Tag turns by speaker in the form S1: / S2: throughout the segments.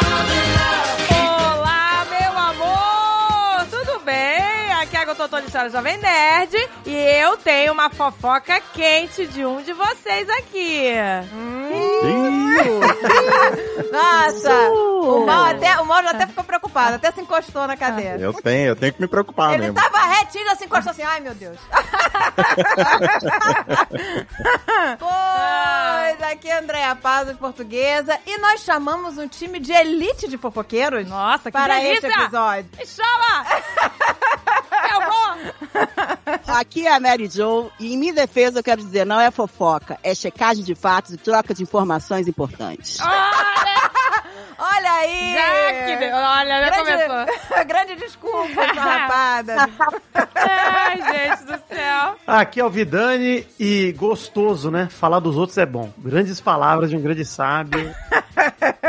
S1: é História Jovem Nerd. E eu tenho uma fofoca quente de um de vocês aqui.
S2: Nossa! O
S1: É.
S2: Mauro, até, o Mauro até ficou preocupado, até se encostou na cadeira.
S3: Eu tenho, Ah, eu tenho que me preocupar
S2: Ele
S3: mesmo.
S2: tava retinho assim, encostou assim, ai meu Deus. pois, aqui é Andréa Paz, portuguesa, e nós chamamos um time de elite de fofoqueiros
S1: Nossa, que
S2: para
S1: delícia!
S2: este episódio.
S1: Me chama! eu vou!
S4: Aqui é a Mary Jo e em minha defesa eu quero dizer, não é fofoca, é checagem de fatos e troca de informações importantes.
S1: Olha,
S2: Olha aí!
S1: já que... Olha, já começou.
S2: Grande, grande desculpa, essa rapada.
S1: Ai, gente do céu.
S5: Aqui é o Vidani e gostoso, né? Falar dos outros é bom. Grandes palavras de um grande sábio.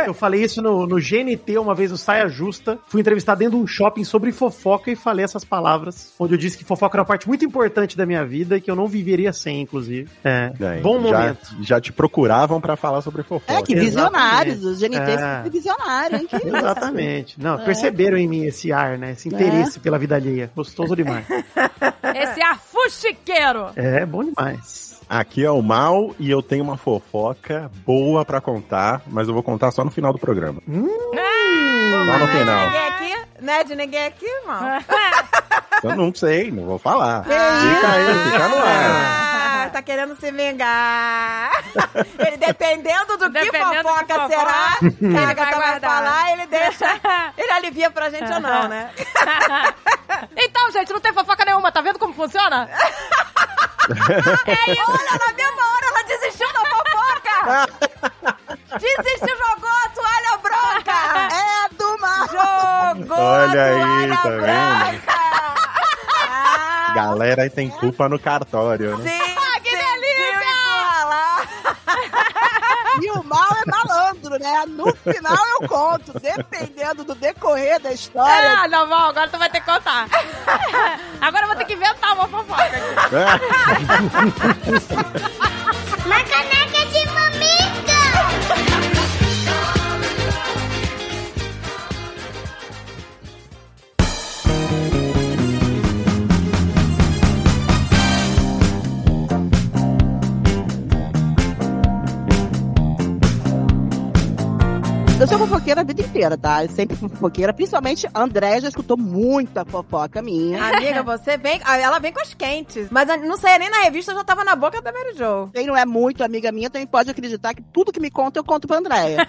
S5: Eu falei isso no, no GNT uma vez, no Saia Justa. Fui entrevistado dentro de um shopping sobre fofoca e falei essas palavras, onde eu disse que fofoca era uma parte muito importante da minha vida e que eu não viveria sem, inclusive. É,
S3: Bem,
S5: bom
S3: já,
S5: momento.
S3: Já te procuravam pra falar sobre fofoca.
S4: É, que
S5: Exatamente.
S4: visionários, os GNT
S5: É.
S4: é. visionário, hein? Que
S5: Exatamente. Não, perceberam em mim esse ar, né? Esse interesse pela vida alheia. Gostoso demais.
S1: Esse ar fuxiqueiro.
S5: É, bom demais.
S3: Aqui é o Mal e eu tenho uma fofoca boa pra contar, mas eu vou contar só no final do programa.
S5: Hum.
S3: Só no final.
S2: Ninguém aqui? Né, de ninguém aqui,
S1: Ah.
S2: irmão?
S3: Eu não sei, não vou falar. Fica aí, fica no ar.
S2: Ah, tá querendo se vingar. Ele, dependendo do que
S1: Dependendo do
S2: fofoca
S1: que fofoca,
S2: será, que a Agatha vai
S1: guardar.
S2: falar, ele deixa. Ele alivia pra gente ou não, né?
S1: então, gente, não tem fofoca nenhuma, tá vendo como funciona?
S2: Olha, na mesma hora ela desistiu da fofoca! Desistiu, jogou a toalha branca!
S4: É do mar!
S2: Jogou
S3: Olha
S2: a
S3: aí,
S2: toalha
S3: tá vendo?
S2: branca! Ah,
S3: Galera aí tem culpa no cartório, né?
S2: sim, Ah, que delícia!
S4: E o mal é malandro, né? No final eu conto, dependendo do decorrer da história.
S1: Ah, não, Val, agora tu vai ter que contar. agora eu vou ter que inventar uma fofoca aqui.
S6: Uma caneca de mamica!
S4: Eu sou fofoqueira a vida inteira, tá? Eu sempre fui fofoqueira, principalmente a Andréia já escutou muita fofoca minha.
S2: Amiga, você vem. ah, Ela vem com as quentes. Mas eu não saía nem na revista, eu já tava na boca da Mary Jo.
S4: Quem não é muito amiga minha também pode acreditar que tudo que me conta eu conto pra Andréia.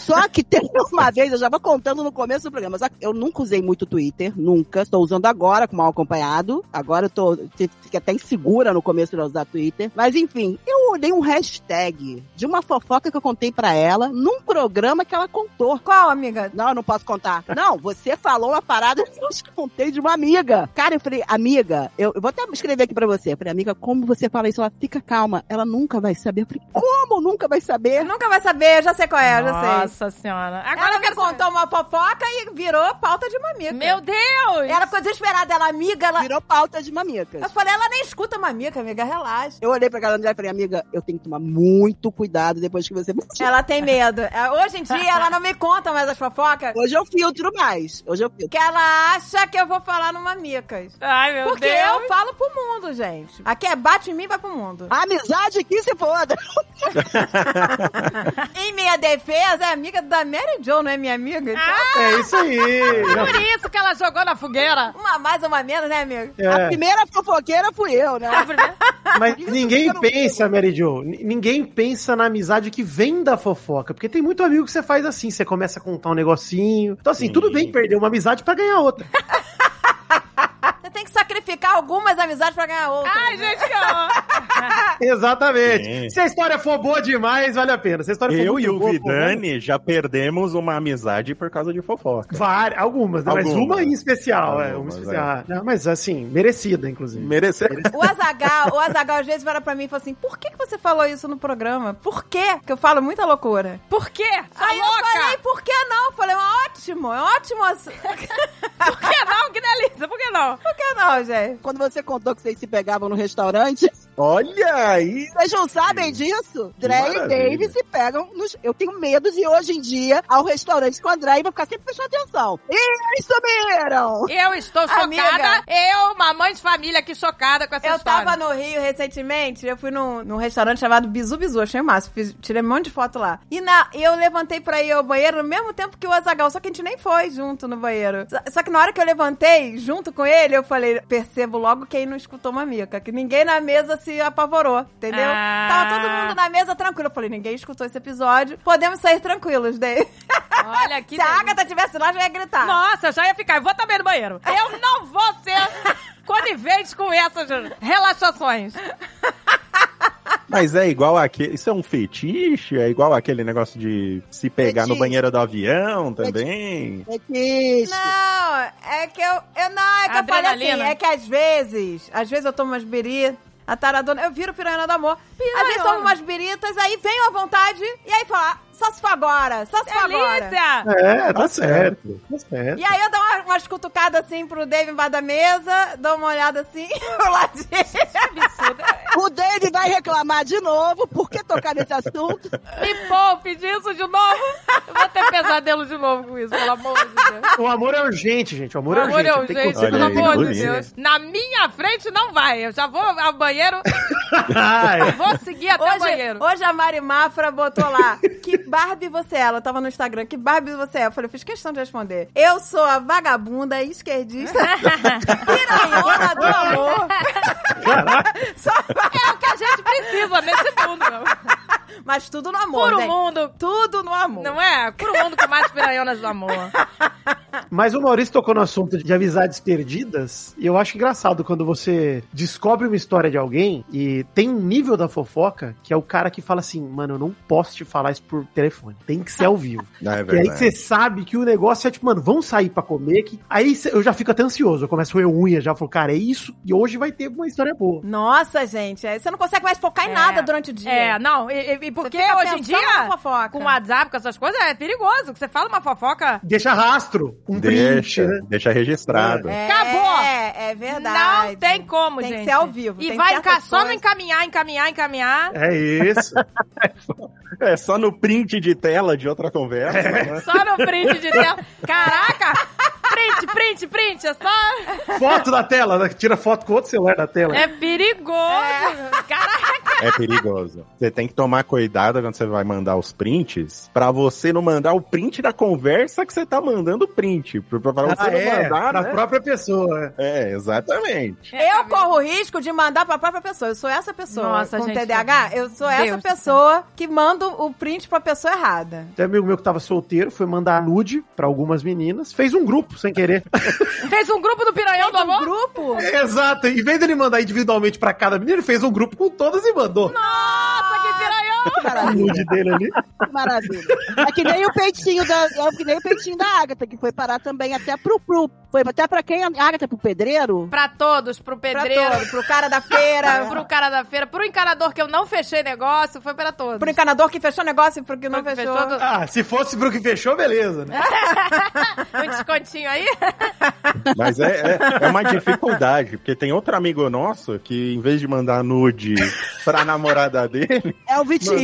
S4: Só que tem uma vez, eu já vou contando no começo do programa, só que eu nunca usei muito o Twitter, nunca. Estou usando agora com mal acompanhado. Agora eu tô fiquei até insegura no começo de usar Twitter. Mas enfim, eu olhei um hashtag de uma fofoca que eu contei pra ela num programa que ela contou.
S2: Qual, amiga?
S4: Não, eu não posso contar. Não, você falou uma parada que eu te contei de uma amiga. Cara, eu falei, amiga, eu, eu vou até escrever aqui pra você. Eu falei, amiga, como você fala isso? Ela fica calma, ela nunca vai saber. Eu falei, como nunca vai
S2: Você
S4: saber?
S2: nunca vai saber, eu já sei qual é, eu já sei.
S1: Nossa senhora. Agora
S2: Ela
S1: eu
S2: me
S1: quero contar.
S2: contou uma fofoca e virou pauta de mamica.
S1: Meu Deus!
S2: Ela ficou desesperada, ela amiga, ela.
S4: Virou pauta de mamicas.
S2: Eu falei, ela nem escuta mamica, amiga, relaxa.
S4: Eu olhei pra cara da André e falei, amiga, eu tenho que tomar muito cuidado depois que você...
S2: Ela tem medo. É, Hoje em dia, ela não me conta mais as fofocas
S4: Hoje eu filtro mais. Hoje eu filtro.
S2: que ela acha que eu vou falar no mamicas.
S1: Ai, meu
S2: Porque
S1: Deus!
S2: eu falo pro mundo, gente. Aqui é bate em mim, vai pro mundo.
S4: A amizade que se foda.
S2: Em minha defesa, é amiga da Mary Jo, não é minha amiga? Então,
S5: É isso aí.
S1: Por isso que ela jogou na fogueira.
S2: Uma mais, uma menos, né, amiga?
S4: A
S5: É.
S4: primeira fofoqueira fui eu, né?
S5: Mas ninguém
S4: eu não
S5: pensa, Mary Jo, ni- ninguém pensa na amizade que vem da fofoca. Porque tem muito amigo que você faz assim, você começa a contar um negocinho. Então, assim,
S3: Sim.
S5: tudo bem perder uma amizade pra ganhar outra.
S2: Você tem que sacrificar algumas amizades pra ganhar outra.
S1: Ai, gente, que horror.
S5: Exatamente.
S3: Sim.
S5: Se a história for boa demais, vale a pena. Se a história for
S3: Eu
S5: muito né?
S3: e o
S5: boa, por menos-
S3: Vidani já perdemos uma amizade por causa de fofoca.
S5: Várias, algumas, né? mas
S3: Algumas.
S5: uma em especial, é, uma
S3: Algumas,
S5: especial. Ah, mas assim, merecida, inclusive.
S3: Merecer.
S2: O Azagal, o Azagal às vezes vira pra mim e fala assim: por que, que você falou isso no programa? Por quê? Que eu falo muita loucura.
S1: Por quê? Sua
S2: Aí eu
S1: Tá louca!
S2: falei, por que não? Eu falei, ótimo, é ótimo. ass-
S1: Por que não? Que delícia, por que não?
S2: Por que não, gente?
S4: Quando você contou que vocês se pegavam no restaurante,
S3: Olha aí!
S4: Vocês não sabem disso? Dre e
S3: maravilha.
S4: Dave se pegam nos. Eu tenho medo de hoje em dia ao restaurante com a Dre e vou ficar sempre prestando atenção. E eles sumiram!
S1: Eu estou chocada.
S2: Amiga.
S1: Eu, uma mãe de família aqui chocada com essa
S2: Eu
S1: história.
S2: tava no Rio recentemente, eu fui num, num restaurante chamado Bizu Bizu, achei massa, fiz, tirei um monte de foto lá. E na, eu levantei pra ir ao banheiro no mesmo tempo que o Azagal, só que a gente nem foi junto no banheiro. Só, só que na hora que eu levantei, junto com ele, eu falei, percebo logo quem não escutou uma mica, que ninguém na mesa se apavorou, entendeu?
S1: Ah.
S2: Tava todo mundo na mesa tranquilo, eu falei, ninguém escutou esse episódio, podemos sair tranquilos, daí.
S1: Olha que
S2: Se é a
S1: delícia.
S2: Agatha tivesse lá, já ia gritar.
S1: Nossa, eu já ia ficar. Eu vou também no banheiro. Eu não vou ser conivente com essas relaxações.
S3: Mas é igual aquele. Isso é um fetiche? É igual aquele negócio de se pegar no
S4: Fetiche.
S3: banheiro do avião também?
S4: É Fetiche.
S2: Não, é que eu. eu não, é que eu falei
S1: Adrenalina.
S2: assim, é que às vezes, às vezes eu tomo umas biri, a taradona, eu viro piranha do amor. Às vezes tomo umas biritas, aí venho à vontade, e aí fala, ah, só se for agora, só se for agora.
S1: Delícia!
S5: É, tá certo. Tá certo.
S2: E aí eu dou uma- umas cutucadas assim pro Dave embaixo da mesa, dou uma olhada assim, pro
S1: É.
S2: ladinho.
S4: O David vai reclamar de novo. Por que tocar nesse assunto?
S1: é- Me poupe disso de novo. Eu vou ter pesadelo de novo com isso, pelo amor de Deus.
S5: O amor é urgente, gente. O amor,
S1: Pelo amor
S5: é
S1: de
S5: urgente.
S1: Deus,
S5: Tem
S1: gente,
S5: que conseguir.
S1: pelo
S3: Olha aí,
S1: amor de
S3: bonito.
S1: Deus. Na minha frente não vai. Eu já vou ao banheiro,
S5: Ah, é.
S1: vou seguir até o
S2: Hoje,
S1: banheiro.
S2: hoje a Mari Mafra botou lá, que Barbie você é? Ela tava no Instagram, que Barbie você é? Eu falei, eu fiz questão de responder. Eu sou a vagabunda esquerdista piranhona do amor. Só,
S1: É o que a gente precisa nesse mundo.
S2: mas tudo no amor,
S1: Puro
S2: gente.
S1: mundo.
S2: Tudo no amor.
S1: um Não é? Puro mundo com mais piranhonas do amor.
S5: Mas o Maurício tocou no assunto de amizades perdidas, e eu acho engraçado quando você descobre uma história de alguém e tem um nível da fofoca que é o cara que fala assim, mano, eu não posso te falar isso por telefone, tem que ser ao vivo.
S3: Não, é
S5: e aí você sabe que o negócio é tipo, mano, vamos sair pra comer, que aí cê- eu já fico até ansioso, eu começo a roer unha, já falo, cara, é isso, e hoje vai ter uma história boa.
S2: Nossa, gente, é, você não consegue mais focar em
S1: É.
S2: nada durante o dia.
S1: É, não, e, e- e
S2: Você
S1: porque
S2: fica
S1: hoje em
S2: pensando na
S1: dia,
S2: fofoca.
S1: com WhatsApp, com essas coisas, é perigoso. que Você fala uma fofoca.
S5: Deixa rastro, um
S3: Deixa,
S5: print, né?
S3: deixa registrado.
S2: É,
S1: Acabou.
S2: É, é verdade.
S1: Não tem como,
S2: Tem
S1: gente.
S2: que ser ao vivo.
S1: E
S2: tem
S1: vai
S2: certas
S1: ficar só no
S2: coisas.
S1: encaminhar, encaminhar, encaminhar.
S5: É isso.
S3: É. só no print de tela de outra conversa. né?
S1: Só no print de tela. Caraca! Print, print, print. É só.
S5: foto da tela, né? tira foto com outro celular da tela.
S1: É perigoso. Caraca!
S3: É perigoso. Você tem que tomar cuidado quando você vai mandar os prints, pra você não mandar o print da conversa que você tá mandando o print. Pra, pra você
S5: Ah,
S3: não
S5: é,
S3: mandar,
S5: da
S3: né?
S5: própria pessoa. é.
S3: É, exatamente.
S2: É,
S1: É,
S2: Eu corro o risco de mandar pra própria pessoa. Eu sou essa pessoa.
S1: Nossa,
S2: Com
S1: gente, é
S2: TDAH, eu sou essa
S1: Deus do céu.
S2: pessoa que manda o print pra pessoa errada.
S5: Tem um amigo meu que tava solteiro, foi mandar nude pra algumas meninas, fez um grupo sem querer.
S1: Fez um grupo do Piranhão do
S2: Um
S1: Amor?
S2: grupo?
S5: É, Exato, em vez dele mandar individualmente pra cada menina, ele fez um grupo com todas e mandou
S1: Nossa, que piranhão!
S4: Que
S5: o
S4: maravilha.
S5: nude dele ali.
S4: que Maravilha. É que nem o peitinho da, é que nem o peitinho da Agatha, que foi parar também até pro, pro foi até pra quem? A Agatha pro pedreiro?
S1: Pra todos, pro
S2: Pra
S1: pedreiro,
S2: todo, pro cara da feira. pro,
S1: pro cara da feira, pro encarador que eu não fechei negócio, foi pra todos.
S2: pro encanador que fechou o negócio e pro que não
S1: Pro que
S2: fechou.
S1: fechou,
S5: Ah, se fosse pro que fechou, beleza, né?
S1: Um descontinho aí?
S3: Mas é, é, é uma dificuldade, porque tem outro amigo nosso que, em vez de mandar nude pra namorada dele.
S4: É o Vitinho.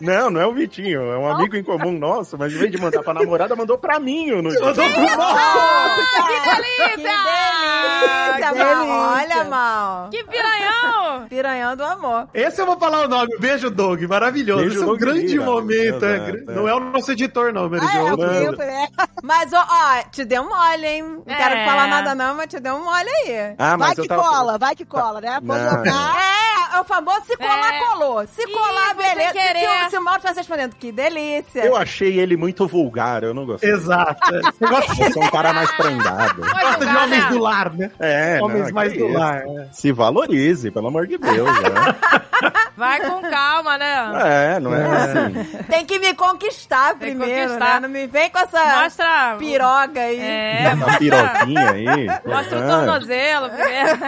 S3: Não, não é o Vitinho, é um amigo em comum nosso, mas em vez de mandar pra namorada, mandou pra mim o nude.
S5: Mandou pro
S1: Ah, que delícia!
S2: Que delícia, mal.
S4: delícia.
S2: Olha, mal.
S1: Que piranhão!
S2: Piranhão do amor.
S5: Esse eu vou falar o nome, beijo Doug, maravilhoso.
S3: Beijo,
S5: Esse é um
S3: Doug
S5: grande
S3: Lira.
S5: momento, é,
S3: Exato,
S5: grande-
S3: é.
S5: não é o nosso editor não, meu
S4: Ah, é, o
S5: Deus.
S3: Mano.
S4: Vitinho, é.
S2: Mas, ó, ó, te deu mole, hein? Não
S1: É.
S2: quero falar nada não, mas te deu um mole aí.
S3: Ah,
S4: Vai que cola, vai que cola, né? Pode
S3: Não.
S4: jogar.
S2: É, é o famoso se colar,
S1: É.
S2: colou. Se
S1: Ih,
S2: colar,
S1: foi
S2: beleza.
S1: sem
S2: Se- Se,
S1: querer.
S2: o- se o mal tivesse respondendo, que delícia.
S3: Eu achei ele muito vulgar, eu não gostei.
S5: Exato. é. Você gosta
S3: Eu sou um cara mais prendado.
S1: Foi
S5: gosta de
S1: julgar,
S5: homens
S1: né?
S5: do lar, né?
S3: É,
S5: homens
S3: não,
S5: mais
S3: que
S5: do
S3: isso.
S5: lar. é.
S3: Se valorize, pelo amor de Deus. né?
S1: Vai com calma, né?
S3: É, não é assim.
S2: Tem que me conquistar
S1: Tem que
S2: primeiro,
S1: conquistar.
S2: né? Não me vem com
S1: Ah,
S2: essa
S1: Mostra.
S2: piroga aí.
S1: É,
S3: Uma
S1: mostra.
S3: piroquinha aí.
S1: Mostra o
S3: Ah,
S1: tornozelo primeiro.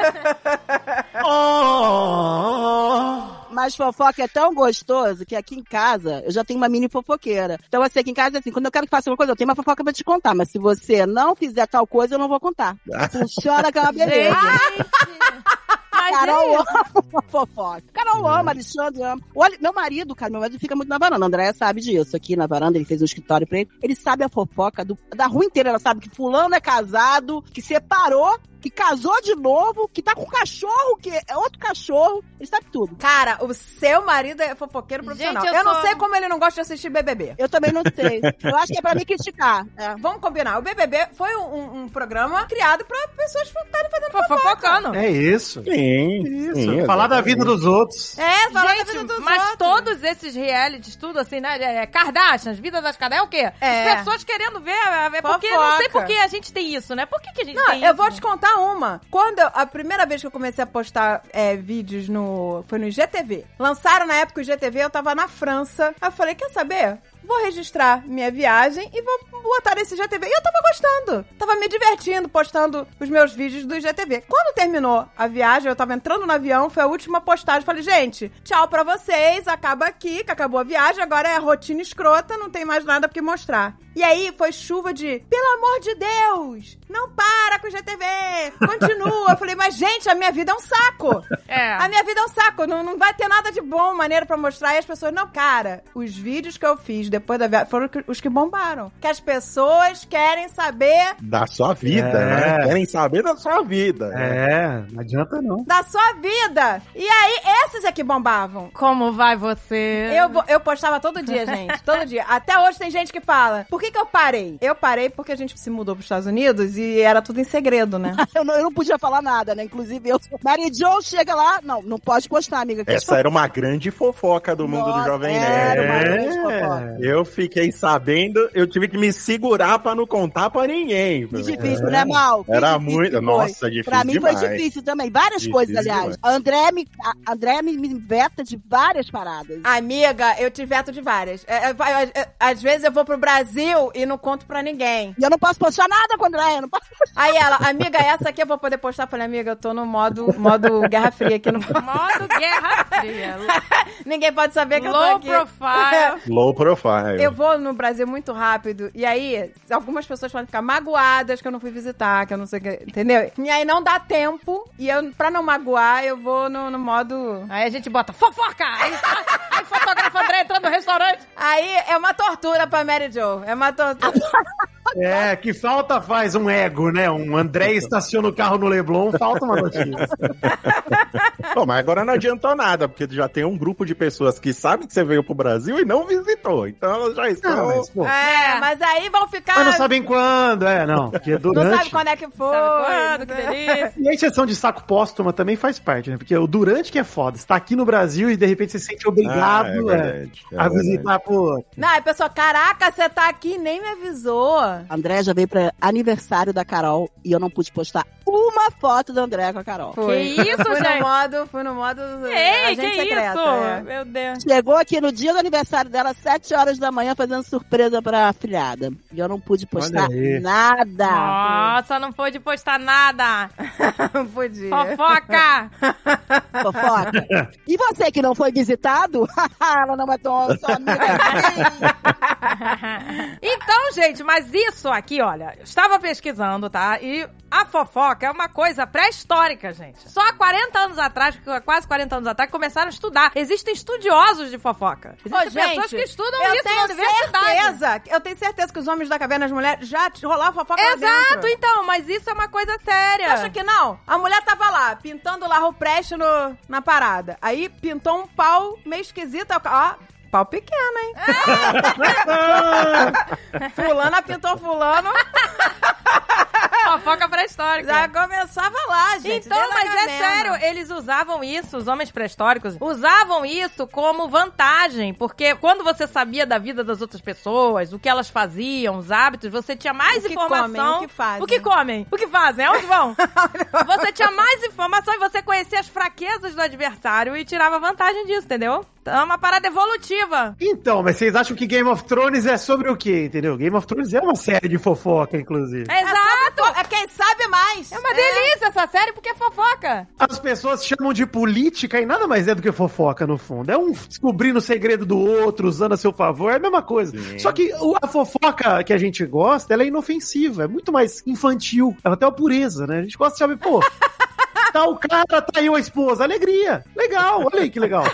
S5: Oh!
S4: Mas fofoca é tão gostoso que aqui em casa eu já tenho uma mini fofoqueira. Então, assim, aqui em casa, assim, quando eu quero que faça uma coisa, eu tenho uma fofoca pra te contar. Mas se você não fizer tal coisa, eu não vou contar. Funciona aquela beleza.
S2: Ah,
S1: Mas
S4: Carol ama fofoca. Carol ama, Alexandre ama. Olha, meu marido, cara, meu marido fica muito na varanda. A Andréia sabe disso. Aqui na varanda, ele fez um escritório pra ele. Ele sabe a fofoca do- da rua inteira. Ela sabe que fulano é casado, que separou, que casou de novo, que tá com um cachorro, que é outro cachorro. Ele sabe tudo.
S2: Cara, o seu marido é fofoqueiro profissional.
S1: Gente,
S2: eu
S1: eu
S2: não
S1: sou-
S2: sei como ele não gosta de assistir BBB.
S4: Eu também não sei. Eu acho que é pra me criticar. É.
S2: Vamos combinar. O BBB foi um, um- um programa criado pra pessoas estarem fazendo
S1: Fo- Fofocando.
S5: É isso.
S3: Sim,
S5: Isso.
S3: sim,
S5: Falar da vida
S3: exatamente.
S5: dos outros.
S2: É, falar da vida
S1: Gente,
S2: dos
S1: mas
S2: outros.
S1: todos esses realities, tudo assim, né? É, Kardashians, Vida das Kardashians, é o quê?
S2: É.
S1: As pessoas querendo ver, é, é porque não sei
S2: Fofoca.
S1: por que a gente tem isso, né? Por que, que a gente
S2: Não,
S1: tem
S2: eu
S1: isso?
S2: vou te contar uma. Quando eu- a primeira vez que eu comecei a postar é, vídeos no. Foi no IGTV. Lançaram na época o IGTV, eu tava na França. Aí eu falei, quer saber? Vou registrar minha viagem e vou botar nesse IGTV. E eu tava gostando. Tava me divertindo, postando os meus vídeos do IGTV. Quando terminou a viagem, eu tava entrando no avião, foi a última postagem. Falei, gente, tchau pra vocês, acaba aqui, que acabou a viagem, agora é rotina escrota, não tem mais nada pra mostrar. E aí foi chuva de, pelo amor de Deus, não para com o GTV, continua. Eu falei, mas gente, a minha vida é um saco.
S1: É.
S2: A minha vida é um saco, não, não vai ter nada de bom, maneiro pra mostrar. E as pessoas, não, cara, os vídeos que eu fiz depois da viagem foram os que bombaram. Que as pessoas querem saber
S3: Da sua vida,
S5: É.
S3: né? Querem saber da sua vida. né?
S5: É, não adianta não.
S2: da sua vida. E aí, esses é que bombavam.
S1: Como vai você?
S2: Eu, bo- eu postava todo dia, gente. Todo dia. Até hoje tem gente que fala: por que, que eu parei? Eu parei porque a gente se mudou pros Estados Unidos e era tudo em segredo, né?
S4: Eu não, eu não podia falar nada, né? Inclusive, eu. Mary Jo chega lá. Não, não pode postar, amiga. que
S3: Essa era uma grande fofoca do mundo do
S4: Nossa,
S3: Jovem
S4: era
S3: Nerd.
S4: uma grande
S5: É.
S4: fofoca.
S3: Eu fiquei sabendo, eu tive que me segurar pra não contar pra ninguém.
S4: Que difícil, né, Mal? Que
S3: Era
S4: difícil
S3: muito.
S4: foi.
S3: Nossa, difícil.
S4: Pra mim
S3: demais.
S4: foi difícil também. Várias
S3: Difícil
S4: coisas, aliás.
S3: demais.
S4: A André me, a André me, me veta de várias paradas.
S2: Amiga, eu te veto de várias. É, é, vai- é, é, às vezes eu vou pro Brasil e não conto pra ninguém.
S4: E eu não posso postar nada com a André. Eu não posso
S2: Aí ela, amiga, essa aqui eu vou poder postar. Eu falei, amiga, eu tô no modo, modo Guerra Fria aqui. Não...
S1: Modo Guerra Fria.
S2: Ninguém pode saber É que eu tô
S1: Low
S2: aqui. É.
S1: profile.
S3: Low profile.
S2: Eu vou no Brasil muito rápido. E aí, algumas pessoas podem ficar magoadas que eu não fui visitar, que eu não sei o que. Entendeu? E aí não dá tempo. E eu, pra não magoar, eu vou no, no modo.
S1: Aí a gente bota fofoca! Aí, tá, aí fotografa André entrando no restaurante.
S2: Aí é uma tortura pra Mary Jo. É uma
S1: Ah,
S2: tortura.
S5: É, que falta faz um ego, né? Um André estaciona o carro no Leblon, falta uma notícia.
S3: Bom, mas agora não adiantou nada, porque já tem um grupo de pessoas que sabe que você veio pro Brasil e não visitou. Então elas já estão.
S5: Não, Ah, mas, pô,
S2: é, mas aí vão ficar.
S5: mas não sabem quando, é, não. Porque
S2: não
S5: durante.
S2: sabe quando é que foi.
S1: Sabe quando? Que
S2: né?
S1: delícia.
S5: E a injeção de saco póstuma também faz parte, né? Porque o durante que é foda. Você tá aqui no Brasil e de repente você se
S3: Ah,
S5: sente
S3: é
S5: obrigado é,
S3: verdade, é
S5: a
S3: verdade.
S5: visitar, pô.
S2: Não, aí a pessoa, caraca, você tá aqui e nem me avisou.
S4: A André já veio pra aniversário da Carol e eu não pude postar uma foto da André com a Carol.
S1: Que isso,
S2: fui
S1: gente?
S2: No modo, fui no modo.
S1: Ei,
S2: agente
S1: que
S2: secreta,
S1: isso?
S2: é.
S1: Meu Deus.
S4: Chegou aqui no dia do aniversário dela, às 7 horas da manhã, fazendo surpresa pra afilhada. E eu não pude postar
S5: Olha aí.
S4: nada.
S1: Nossa, não pôde postar nada.
S2: É. Não podia.
S1: Fofoca!
S4: Fofoca. E você que não foi visitado? Ela não matou sua amiga.
S1: então, gente, mas isso aqui, olha, eu estava pesquisando, tá? E a fofoca é uma coisa pré-histórica, gente. Só há 40 anos atrás, quase 40 anos atrás, começaram a estudar. Existem estudiosos de fofoca.
S2: Ô,
S1: Existem pessoas que estudam
S2: eu
S1: isso na
S2: tenho
S1: universidade.
S2: certeza, eu tenho certeza que os homens da caverna e as mulheres já te- rolavam fofoca lá
S1: Exato,
S2: dentro.
S1: então, mas isso é uma coisa séria.
S2: Você acha que não? A mulher tava lá, pintando lá o preste no, na parada. Aí pintou um pau meio esquisito. Ó, pau pequeno, hein? fulana pintou fulano,
S1: fofoca pré-histórica.
S2: já começava lá, gente.
S1: Então,
S2: desde a
S1: mas é
S2: caverna.
S1: sério, eles usavam isso, os homens pré-históricos usavam isso como vantagem, porque quando você sabia da vida das outras pessoas, o que elas faziam, os hábitos, você tinha mais
S2: O que
S1: informação.
S2: comem, o que fazem.
S1: O que comem, o que fazem, aonde vão? você tinha mais informação e você conhecia as fraquezas do adversário e tirava vantagem disso, entendeu? Então, é uma parada evolutiva.
S5: Então, mas vocês acham que Game of Thrones é sobre o quê, entendeu? Game of Thrones é uma série de fofoca, inclusive.
S1: É Exato!
S2: Pô, É quem sabe mais.
S1: É uma delícia essa série porque é fofoca.
S5: As pessoas chamam de política e nada mais é do que fofoca, no fundo. É um descobrindo o segredo do outro, usando a seu favor, é a mesma coisa.
S3: Sim.
S5: Só que o- a fofoca que a gente gosta, ela é inofensiva, é muito mais infantil. Ela tem uma pureza, né? A gente gosta de saber, pô, tá o cara, tá aí a esposa, alegria. Legal, olha aí que legal.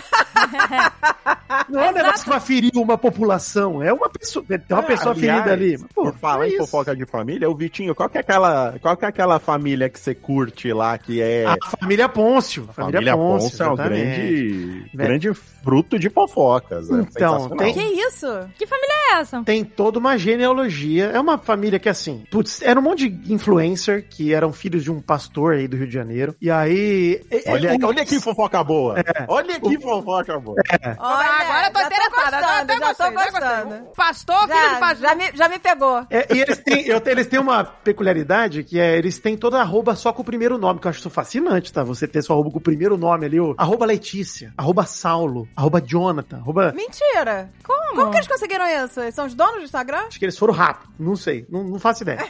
S5: Não é um negócio que vai ferir uma população. É uma pessoa. Tem uma pessoa
S3: Ah, Aliás,
S5: ferida ali. Mas, Pô,
S3: por falar
S5: é
S3: em
S5: isso.
S3: fofoca de família, o Vitinho, qual que é aquela, qual que é aquela família que você curte lá, que é...
S5: A família Pôncio. A família,
S3: família
S5: Pôncio,
S3: Ponce é um
S5: exatamente.
S3: grande,
S5: Né?
S3: grande fruto de fofocas. É
S5: Então,
S3: sensacional.
S5: tem-
S2: Que isso?
S1: Que família é essa?
S5: Tem toda uma genealogia. É uma família que, assim, putz, era um monte de influencer que eram filhos de um pastor aí do Rio de Janeiro. E aí. é-
S3: Olha,
S5: é-
S3: olha que fofoca boa.
S5: É.
S3: Olha que fofoca boa.
S2: Olha,
S1: Então, agora eu tô
S2: já
S1: interessada.
S2: gostando,
S1: até
S2: já
S1: gostei,
S2: tô
S1: até
S2: gostando.
S1: gostei. Pastor, filho do
S2: Já,
S1: pastor.
S2: já, me, já me pegou.
S5: É, e eles têm, eu tenho- eles têm uma peculiaridade que é, eles têm toda arroba só com o primeiro nome, que eu acho isso fascinante, tá? Você ter sua arroba com o primeiro nome ali, o arroba Letícia, arroba Saulo, arroba Jonathan, arroba...
S2: Mentira. Como? que eles conseguiram isso? Eles são os donos do Instagram?
S5: Acho que eles foram rápido, não sei, não, não faço ideia.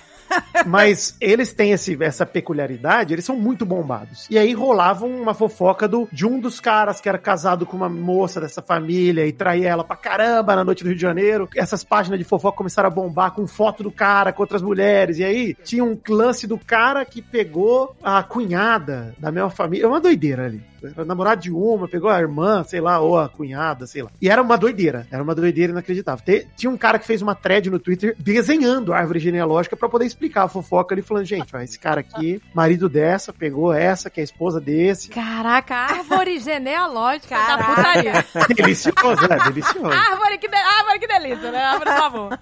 S5: Mas eles têm esse, essa peculiaridade, eles são muito bombados. E aí rolava uma fofoca do, de um dos caras que era casado com uma moça dessa família e traía ela pra caramba na noite do Rio de Janeiro. Essas páginas de fofoca começaram a bombar com foto do cara, com outras mulheres. E aí tinha um lance do cara que pegou a cunhada da minha família. É uma doideira ali. Era namorado de uma, pegou a irmã, sei lá, ou a cunhada, sei lá. E era uma doideira. Era uma doideira inacreditável. Te- tinha um cara que fez uma thread no Twitter desenhando a árvore genealógica pra poder explicar a fofoca. Ele falando, gente, ó, esse cara aqui, marido dessa, pegou essa, que é a esposa desse.
S1: Caraca, árvore genealógica da
S2: Caraca.
S1: putaria.
S5: Delicioso, né? Delicioso.
S1: Árvore que, de- árvore que delícia, né? Árvore do favor.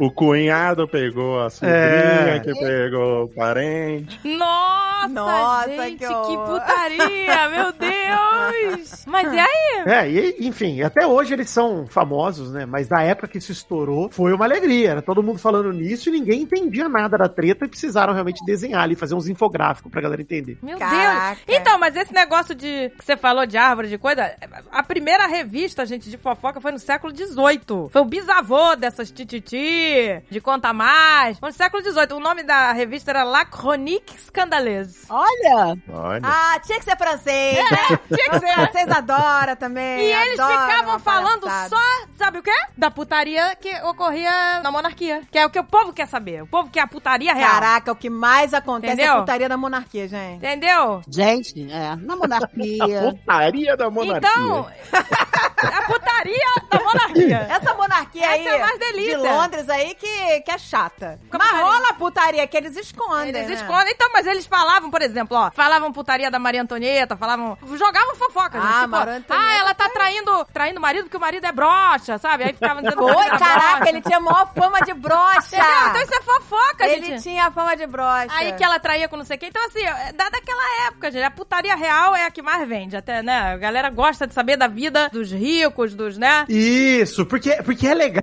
S3: O cunhado pegou a sobrinha,
S5: É.
S3: que pegou o parente.
S1: Nossa,
S2: Nossa,
S1: gente,
S2: que
S1: que,
S2: horror.
S1: putaria, meu Deus. Mas e aí?
S5: É, e enfim, até hoje eles são famosos, né? Mas na época que isso estourou, foi uma alegria. Era todo mundo falando nisso e ninguém entendia nada da treta e precisaram realmente desenhar ali, fazer uns infográficos pra galera entender.
S1: Meu
S2: Caraca.
S1: Deus. Então, mas esse negócio de que você falou de árvore, de coisa, a primeira revista, gente, de fofoca foi no século XVIII. Foi o bisavô dessas tititi, de conta mais. Foi no século XVIII. O nome da revista era La Chronique Scandaleuse.
S4: Olha,
S3: Olha.
S2: Ah, tinha que ser francês.
S1: Tinha que ser. assim.
S2: Vocês adoram também.
S1: É. E eles
S2: adoram
S1: ficavam
S2: uma
S1: falando
S2: palhaçada.
S1: só, sabe o quê? Da putaria que ocorria na monarquia. Que é o que o povo quer saber. O povo quer a putaria real.
S2: Caraca, o que mais acontece é a
S1: Entendeu?
S2: putaria da monarquia, gente.
S1: Entendeu?
S4: gente, é, na
S5: Tá
S3: A
S4: monarquia.
S3: putaria da monarquia.
S1: Então, a putaria da monarquia.
S2: Essa monarquia
S1: É. Essa
S2: aí
S1: é mais
S2: de
S1: delícia.
S2: Londres aí que, que é chata.
S1: Com a
S2: Mas
S1: putaria.
S2: rola a putaria que eles escondem.
S1: Eles
S2: né?
S1: escondem. Então, mas eles falavam, por exemplo, ó, falavam putaria da Maria Antonieta, falavam. Jogavam fofoca,
S2: Ah,
S1: gente.
S2: Maria
S1: Tipo,
S2: Antonieta
S1: ah, ela tá traindo, traindo o marido porque o marido é broxa, sabe? Aí ficavam dizendo.
S2: Oi,
S1: "Ah,
S2: caraca,
S1: broxa."
S2: ele tinha a maior fama de brocha.
S1: Entendeu? Então isso é fofoca,
S2: ele
S1: gente.
S2: tinha a fama de brocha.
S1: Aí que ela traía com não sei quem. Então, assim, é da, daquela época, gente. A putaria real é a que mais vende, até, né? A galera gosta de saber da vida dos ricos, dos, né?
S5: Isso, porque, porque é legal.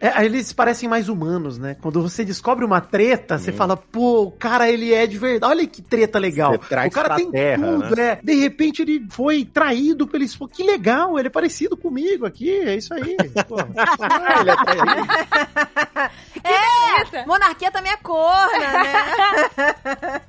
S5: É, eles parecem mais humanos, né? Quando você descobre uma treta, você fala, pô, o cara ele é de verdade. Olha que treta legal.
S3: Você traz
S5: o cara
S3: pra
S5: tem
S3: terra, né?
S5: tudo, é. De repente ele foi traído pelo esposo. Que legal, ele é parecido comigo aqui. É isso aí. pô. Ah, ele é traído.
S1: É!
S2: Monarquia também é corna, né?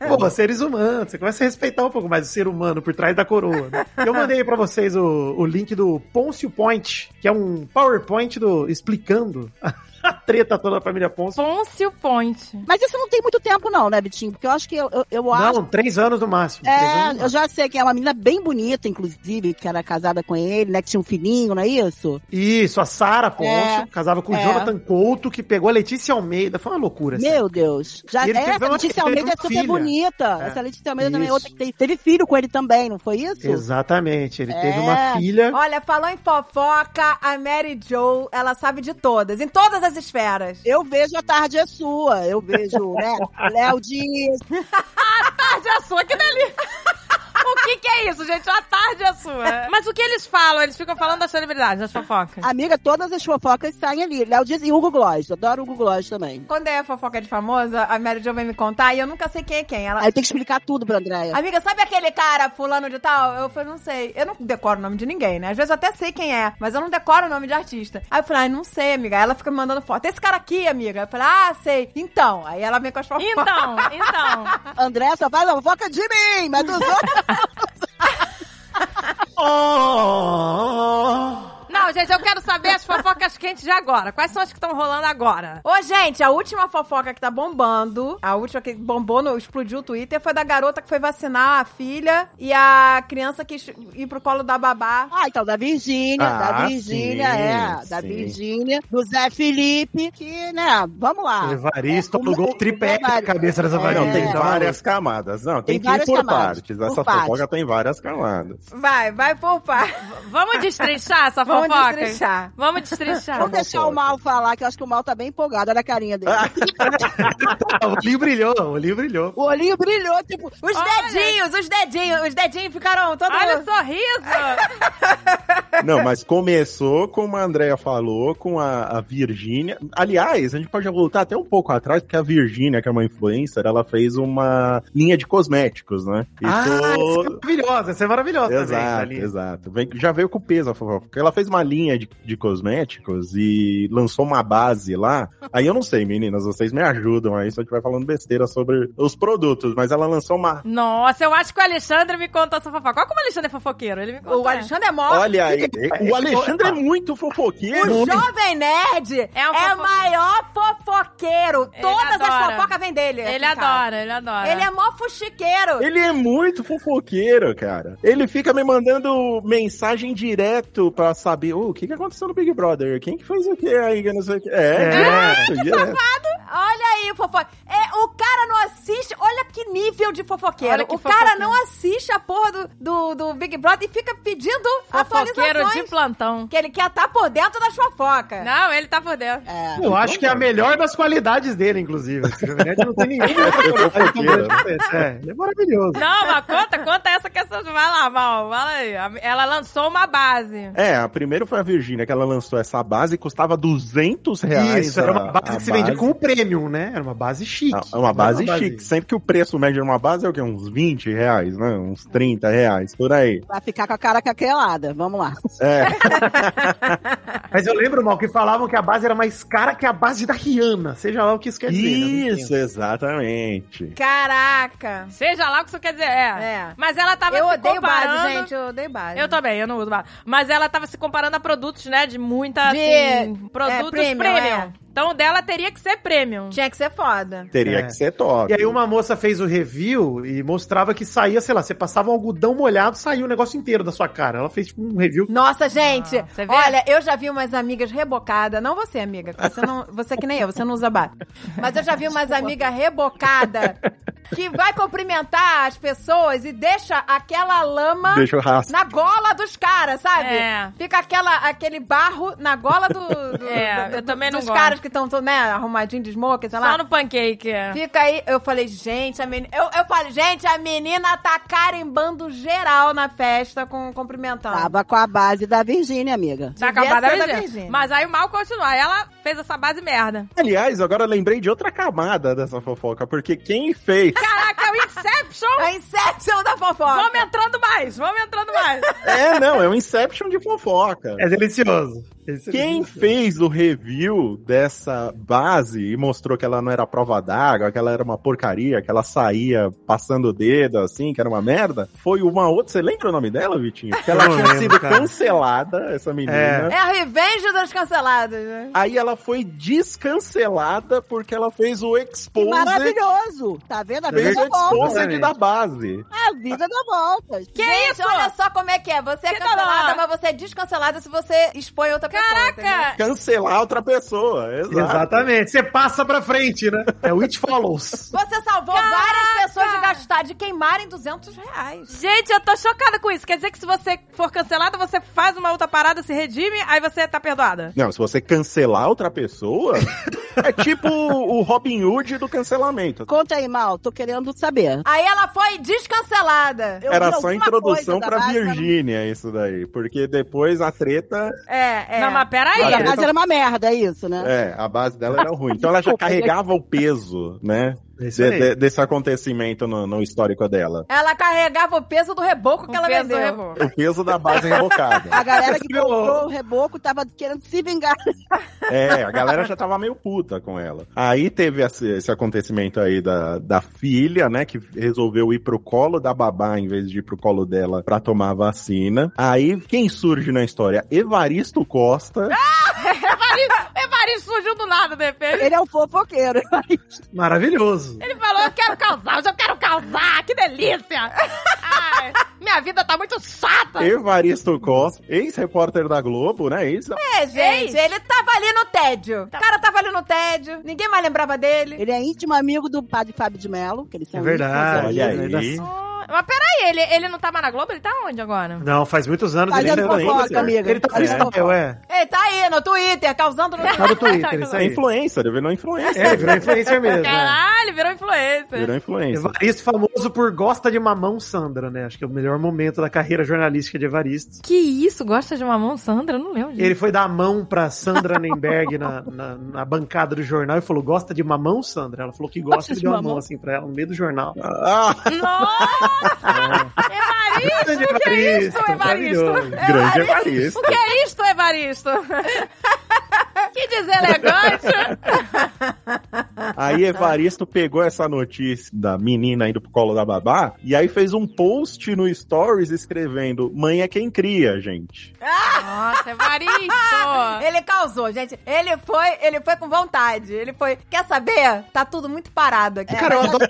S5: Pô, seres humanos, você começa a respeitar um pouco mais o ser humano por trás da coroa. né? Eu mandei pra vocês o, o link do Pôncio Point, que é um PowerPoint do, explicando a treta toda da família Pôncio.
S1: Pôncio Point.
S4: Mas isso não tem muito tempo, não, né, Bitinho? Porque eu acho que eu, eu, eu acho.
S5: Não, três anos no máximo. três anos no
S4: É, eu
S5: máximo.
S4: já sei que é uma menina bem bonita, inclusive, que era casada com ele, né? Que tinha um filhinho, não é isso?
S5: Isso, a Sara Pôncio
S4: É.
S5: casava com o
S4: É.
S5: Jonathan Couto, que pegou a Letícia Almeida. Foi uma loucura. assim.
S4: Meu Deus. Já,
S5: E ele teve
S4: essa
S5: uma-
S4: Letícia
S5: ele teve
S4: Almeida é
S5: uma
S4: super
S5: filha.
S4: bonita.
S5: É.
S4: Essa Letícia Almeida também é
S5: Isso.
S4: outra que teve, teve filho com ele também, não foi isso?
S5: Exatamente, ele
S4: É.
S5: teve uma filha.
S2: Olha, falou em fofoca, a Mary Jo, ela sabe de todas, em todas as esferas.
S4: Eu vejo A Tarde é Sua. Eu vejo, né? Léo Dias.
S1: Tarde é sua, que delícia! O que que é isso, gente? A tarde é sua. Mas o que eles falam? Eles ficam falando das celebridades, das fofocas.
S4: Amiga, todas as fofocas saem ali. Léo Dias e Hugo Gloss. Eu Adoro Hugo Gloss também.
S2: Quando é fofoca de famosa, a Mary Jo vem me contar e eu nunca sei quem é quem. Ela,
S4: Aí eu tenho que explicar tudo pra Andréia.
S2: Amiga, sabe aquele cara fulano de tal? Eu falei, não sei. Eu não decoro o nome de ninguém, né? Às vezes eu até sei quem é, mas eu não decoro o nome de artista. Aí eu falei, ah, não sei, amiga. Aí Ela fica me mandando foto. Esse cara aqui, amiga. Eu falei, ah, sei. Então. Aí ela vem com as fofocas.
S1: Então, então.
S4: Andréia só faz a fofoca de mim, mas dos outros.
S5: Oh!
S1: Não, gente, eu quero saber as fofocas quentes de agora. Quais são as que estão rolando agora?
S2: Ô, gente, a última fofoca que tá bombando, a última que bombou, no, explodiu o Twitter, foi da garota que foi vacinar a filha e a criança quis ir pro colo da babá.
S4: Ah, então, da Virgínia, da
S3: Ah,
S4: Virgínia,
S3: sim,
S4: é, da
S3: sim.
S4: Virgínia, do Zé Felipe, que, né, vamos lá. é,
S5: Evaristo alugou o tripé na
S4: Evaristo.
S5: cabeça dessa
S4: É.
S3: Não,
S5: variante.
S3: tem
S5: Então,
S3: várias camadas. Não, tem,
S4: Tem
S3: que ir
S4: várias
S3: por
S4: camadas.
S3: partes.
S4: Por
S3: Essa
S4: partes.
S3: fofoca tem várias camadas.
S2: Vai, vai poupar.
S1: Vamos destrinchar essa
S2: Vamos
S1: fofoca?
S2: destrinchar.
S1: Vamos destrinchar.
S4: Vamos deixar o Mal falar, que eu acho que o Mal tá bem empolgado, olha a carinha dele.
S5: Ah, O olhinho brilhou, o olhinho brilhou.
S4: O olhinho brilhou, tipo, os
S2: Os
S1: Olha.
S2: dedinhos, os dedinhos, os dedinhos ficaram todo
S1: Olha o
S2: mundo...
S1: sorriso!
S3: Não, mas começou, como a Andrea falou, com a, a Virgínia. Aliás, a gente pode já voltar até um pouco atrás, porque a Virgínia, que é uma influencer, ela fez uma linha de cosméticos, né? E
S5: Ah,
S3: todo-
S5: essa é maravilhosa, essa é maravilhosa
S3: Exato,
S5: também. Thalita.
S3: exato. Vem, já veio com peso a fofoca. Porque ela fez uma linha de, de cosméticos e lançou uma base lá. Aí eu não sei, meninas, vocês me ajudam aí se a gente vai falando besteira sobre os produtos. Mas ela lançou uma.
S1: Nossa, eu acho que o Alexandre me contou essa fofoca. Olha como o Alexandre é fofoqueiro. Ele me contou.
S2: O Alexandre é mó...
S3: Olha aí, o Alexandre é muito
S2: O
S3: fofoqueiro.
S2: Jovem Nerd é,
S1: É um
S2: o
S1: fofo-
S2: maior fofoqueiro.
S1: Ele
S2: Todas
S1: adora.
S2: as fofocas vêm dele.
S1: Ele
S2: aqui em casa.
S1: adora, é ele adora.
S2: Ele é mó fuxiqueiro.
S3: Ele é muito fofoqueiro, cara. Ele fica me mandando mensagem direto pra saber "Ô, o que, que aconteceu no Big Brother. Quem que fez o que aí? que Não sei o que. É, direto, direto.
S2: Olha aí, fofoca. É, o cara não assiste. Olha que nível de fofoqueiro.
S1: Olha que
S2: o cara
S1: fofoqueiro.
S2: não assiste a porra do, do, do Big Brother e fica pedindo
S1: fofoqueiro
S2: atualizações.
S1: de plantão.
S2: Que ele quer estar por dentro das fofocas.
S1: Não, ele tá por dentro.
S4: É.
S5: Eu acho que é a melhor das qualidades dele, inclusive. Esse Jovem Nerd não tem nenhuma outra qualidade tão grande como essa. É, ele é maravilhoso.
S1: Não, mas conta, conta essa que essa. Vai lá, Mal, fala aí. Ela lançou uma base.
S3: É, a primeira foi a Virgínia, que ela lançou essa base e custava 200 reais.
S5: Isso, era uma
S3: a-
S5: base
S3: a
S5: que se vendia com o prêmio, né? Era uma base chique.
S3: É uma base chique. Sempre que o preço médio de uma base é o quê? Uns 20 reais, né? Uns 30 reais, por aí.
S4: Vai ficar com a cara caquelada, vamos lá.
S3: É,
S5: Mas eu lembro, mal, que falavam que a base era mais cara que a base da Rihanna. Seja lá o que isso quer dizer. né? Não
S3: isso, exatamente.
S2: Caraca.
S1: Seja lá o que isso quer dizer. É.
S2: É.
S1: Mas ela tava
S2: Eu
S1: se
S2: odeio
S1: comparando...
S2: base, gente. Eu odeio base.
S1: Eu também, eu não uso base. Mas ela tava se comparando a produtos, né? De muita,
S2: De-
S1: assim, produtos
S2: premium,
S1: premium.
S2: é.
S1: Então, o dela teria que ser premium.
S2: Tinha que ser foda.
S3: Teria
S5: É.
S3: que ser top.
S5: E aí uma moça fez o review e mostrava que saía, sei lá, você passava um algodão molhado, saía o negócio inteiro da sua cara. Ela fez tipo, um review.
S2: Nossa, gente.
S1: Ah, você vê?
S2: olha, eu já vi umas amigas rebocadas. Não você, amiga. que Você, não, você que nem eu, você não usa bar. Mas eu já vi umas amigas rebocadas que vai cumprimentar as pessoas e deixa aquela lama
S3: Deixa o rastro.
S2: na gola dos caras, sabe?
S1: É.
S2: Fica aquela, aquele barro na gola do, do-
S1: É,
S2: do-
S1: eu também não
S2: dos
S1: gosto.
S2: caras que estão, né, arrumadinho de smoke, sei Tá lá.
S1: Só no pancake. é.
S2: Fica aí, eu falei, gente, a menina. Eu, eu falei, gente, a menina tá carimbando geral na festa com cumprimentando.
S4: Tava com a base da Virgínia, amiga.
S1: Tá
S2: Devia
S1: acabada
S2: ser da
S1: a
S2: Virgínia.
S1: Virgínia. Mas aí o mal continua. Aí Ela fez essa base merda.
S3: Aliás, agora eu lembrei de outra camada dessa fofoca, porque quem fez.
S1: Caraca, é o Inception!
S2: A Inception da fofoca.
S1: Vamos entrando mais, vamos entrando mais.
S2: Tá
S3: é, não, é um Inception de fofoca.
S5: É delicioso. Esse é
S3: Quem
S5: delicioso.
S3: fez o review dessa base e mostrou que ela não era prova d'água, que ela era uma porcaria, que ela saía passando o dedo assim, que era uma merda, foi uma outra. Você lembra o nome dela, Vitinho? Que ela
S5: Eu não
S3: tinha
S5: lembro,
S3: sido
S5: cara.
S3: cancelada, essa menina.
S5: É.
S2: É a revenge dos cancelados. né?
S3: Aí ela foi descancelada porque ela fez o
S4: Que
S3: expose.
S4: maravilhoso! Tá vendo? A vida
S3: Fez o
S4: dá voltas.
S3: expose da base.
S4: A vida dá voltas.
S1: Que
S2: gente,
S1: isso?
S2: olha só como é que é. Você é
S1: Que
S2: cancelada,
S1: dá lá.
S2: mas você é descancelada se você expõe outra pessoa. entendeu?
S1: Caraca!
S3: Cancelar outra pessoa. Exato.
S5: Exatamente. Você passa pra frente, né? É o It Follows.
S2: Você salvou várias pessoas de gastar, de queimarem 200 reais.
S1: Gente, eu tô chocada com isso. Quer dizer que se você for cancelada, você faz uma outra parada, se redime, aí você tá perdoada.
S3: Não, se você cancelar outra pessoa, é tipo o Robin Hood do cancelamento.
S4: Conta aí, Mal, tô querendo saber.
S2: Aí ela foi descancelada.
S4: Eu
S3: Era
S4: vi
S3: só
S4: alguma
S3: introdução
S4: coisa da
S3: pra
S4: base,
S3: Virgínia isso daí, porque depois a treta,
S2: É, é.
S1: Não, mas peraí.
S4: Mas
S3: Olha,
S4: a base era uma merda, é isso, né?
S3: é, a base dela era ruim. Então ela já carregava o peso, né?
S5: É isso
S3: de-
S5: aí.
S3: de- desse acontecimento no, no histórico dela.
S2: Ela carregava o peso do reboco que
S1: O
S2: ela
S1: peso do
S2: vendeu.
S1: reboco.
S3: O peso da base
S4: A
S3: embocada.
S4: galera que
S5: Viu?
S4: comprou o reboco tava querendo se vingar.
S3: É, a galera já tava meio puta com ela. Aí teve esse, esse acontecimento aí da, da filha, né, que resolveu ir pro colo da babá em vez de ir pro colo dela pra tomar a vacina. Aí quem surge na história? Evaristo Costa.
S1: Evaristo, Evaristo surgiu do nada, de repente.
S4: Ele é um fofoqueiro.
S5: Maravilhoso. É
S1: Ele falou, eu quero casar, hoje eu quero casar, que delícia! Ai, minha vida tá muito chata!
S3: Evaristo Costa, ex-repórter da Globo, né? Ex
S2: É, gente, ele tava ali no tédio. O
S1: Tá.
S2: cara tava ali no tédio, ninguém mais lembrava dele.
S4: Ele é íntimo amigo do padre Fábio de Mello, que eles
S5: É
S4: são né?
S5: verdade.
S3: Olha
S5: é
S3: aí.
S5: verdade.
S1: Ah, Mas peraí, ele, ele não tá mais na Globo? Ele tá onde agora?
S5: Não, faz muitos anos
S4: Fazendo
S5: ele ainda-
S4: fofoca, amiga.
S5: Ele tá
S4: Fazendo
S5: freestyle, é.
S2: Ele tá aí no Twitter, causando no
S5: Tá no Twitter, isso
S3: É
S5: aí.
S3: influencer, ele virou influencer.
S5: É, ele virou influencer mesmo. É.
S1: Caralho, virou influencer.
S3: Virou influencer.
S5: Evaristo famoso por gosta de mamão Sandra, né? Acho que é o melhor momento da carreira jornalística de Evaristo.
S1: Que isso, gosta de mamão, Sandra? Eu não lembro disso.
S5: Ele foi dar a mão pra Sandra Nemberg na, na, na bancada do jornal e falou: Gosta de mamão, Sandra? Ela falou que gosta
S4: Gosta
S5: e
S4: de
S5: deu a
S4: mamão.
S5: mão assim pra ela no meio do jornal.
S3: Ah,
S1: Nossa! Evaristo, o que é isso, Evaristo?
S5: maravilhoso.
S3: grande Evaristo.
S1: O que é isto, Evaristo? que deselegante!
S3: Aí Evaristo pegou essa notícia da menina indo pro colo da babá e aí fez um post no Stories escrevendo: Mãe é quem cria, gente.
S1: Nossa, é Evaristo!
S2: Ele causou, gente. Ele foi, ele foi com vontade. Ele foi. Quer saber? Tá tudo muito parado aqui.
S5: Cara, eu adoro.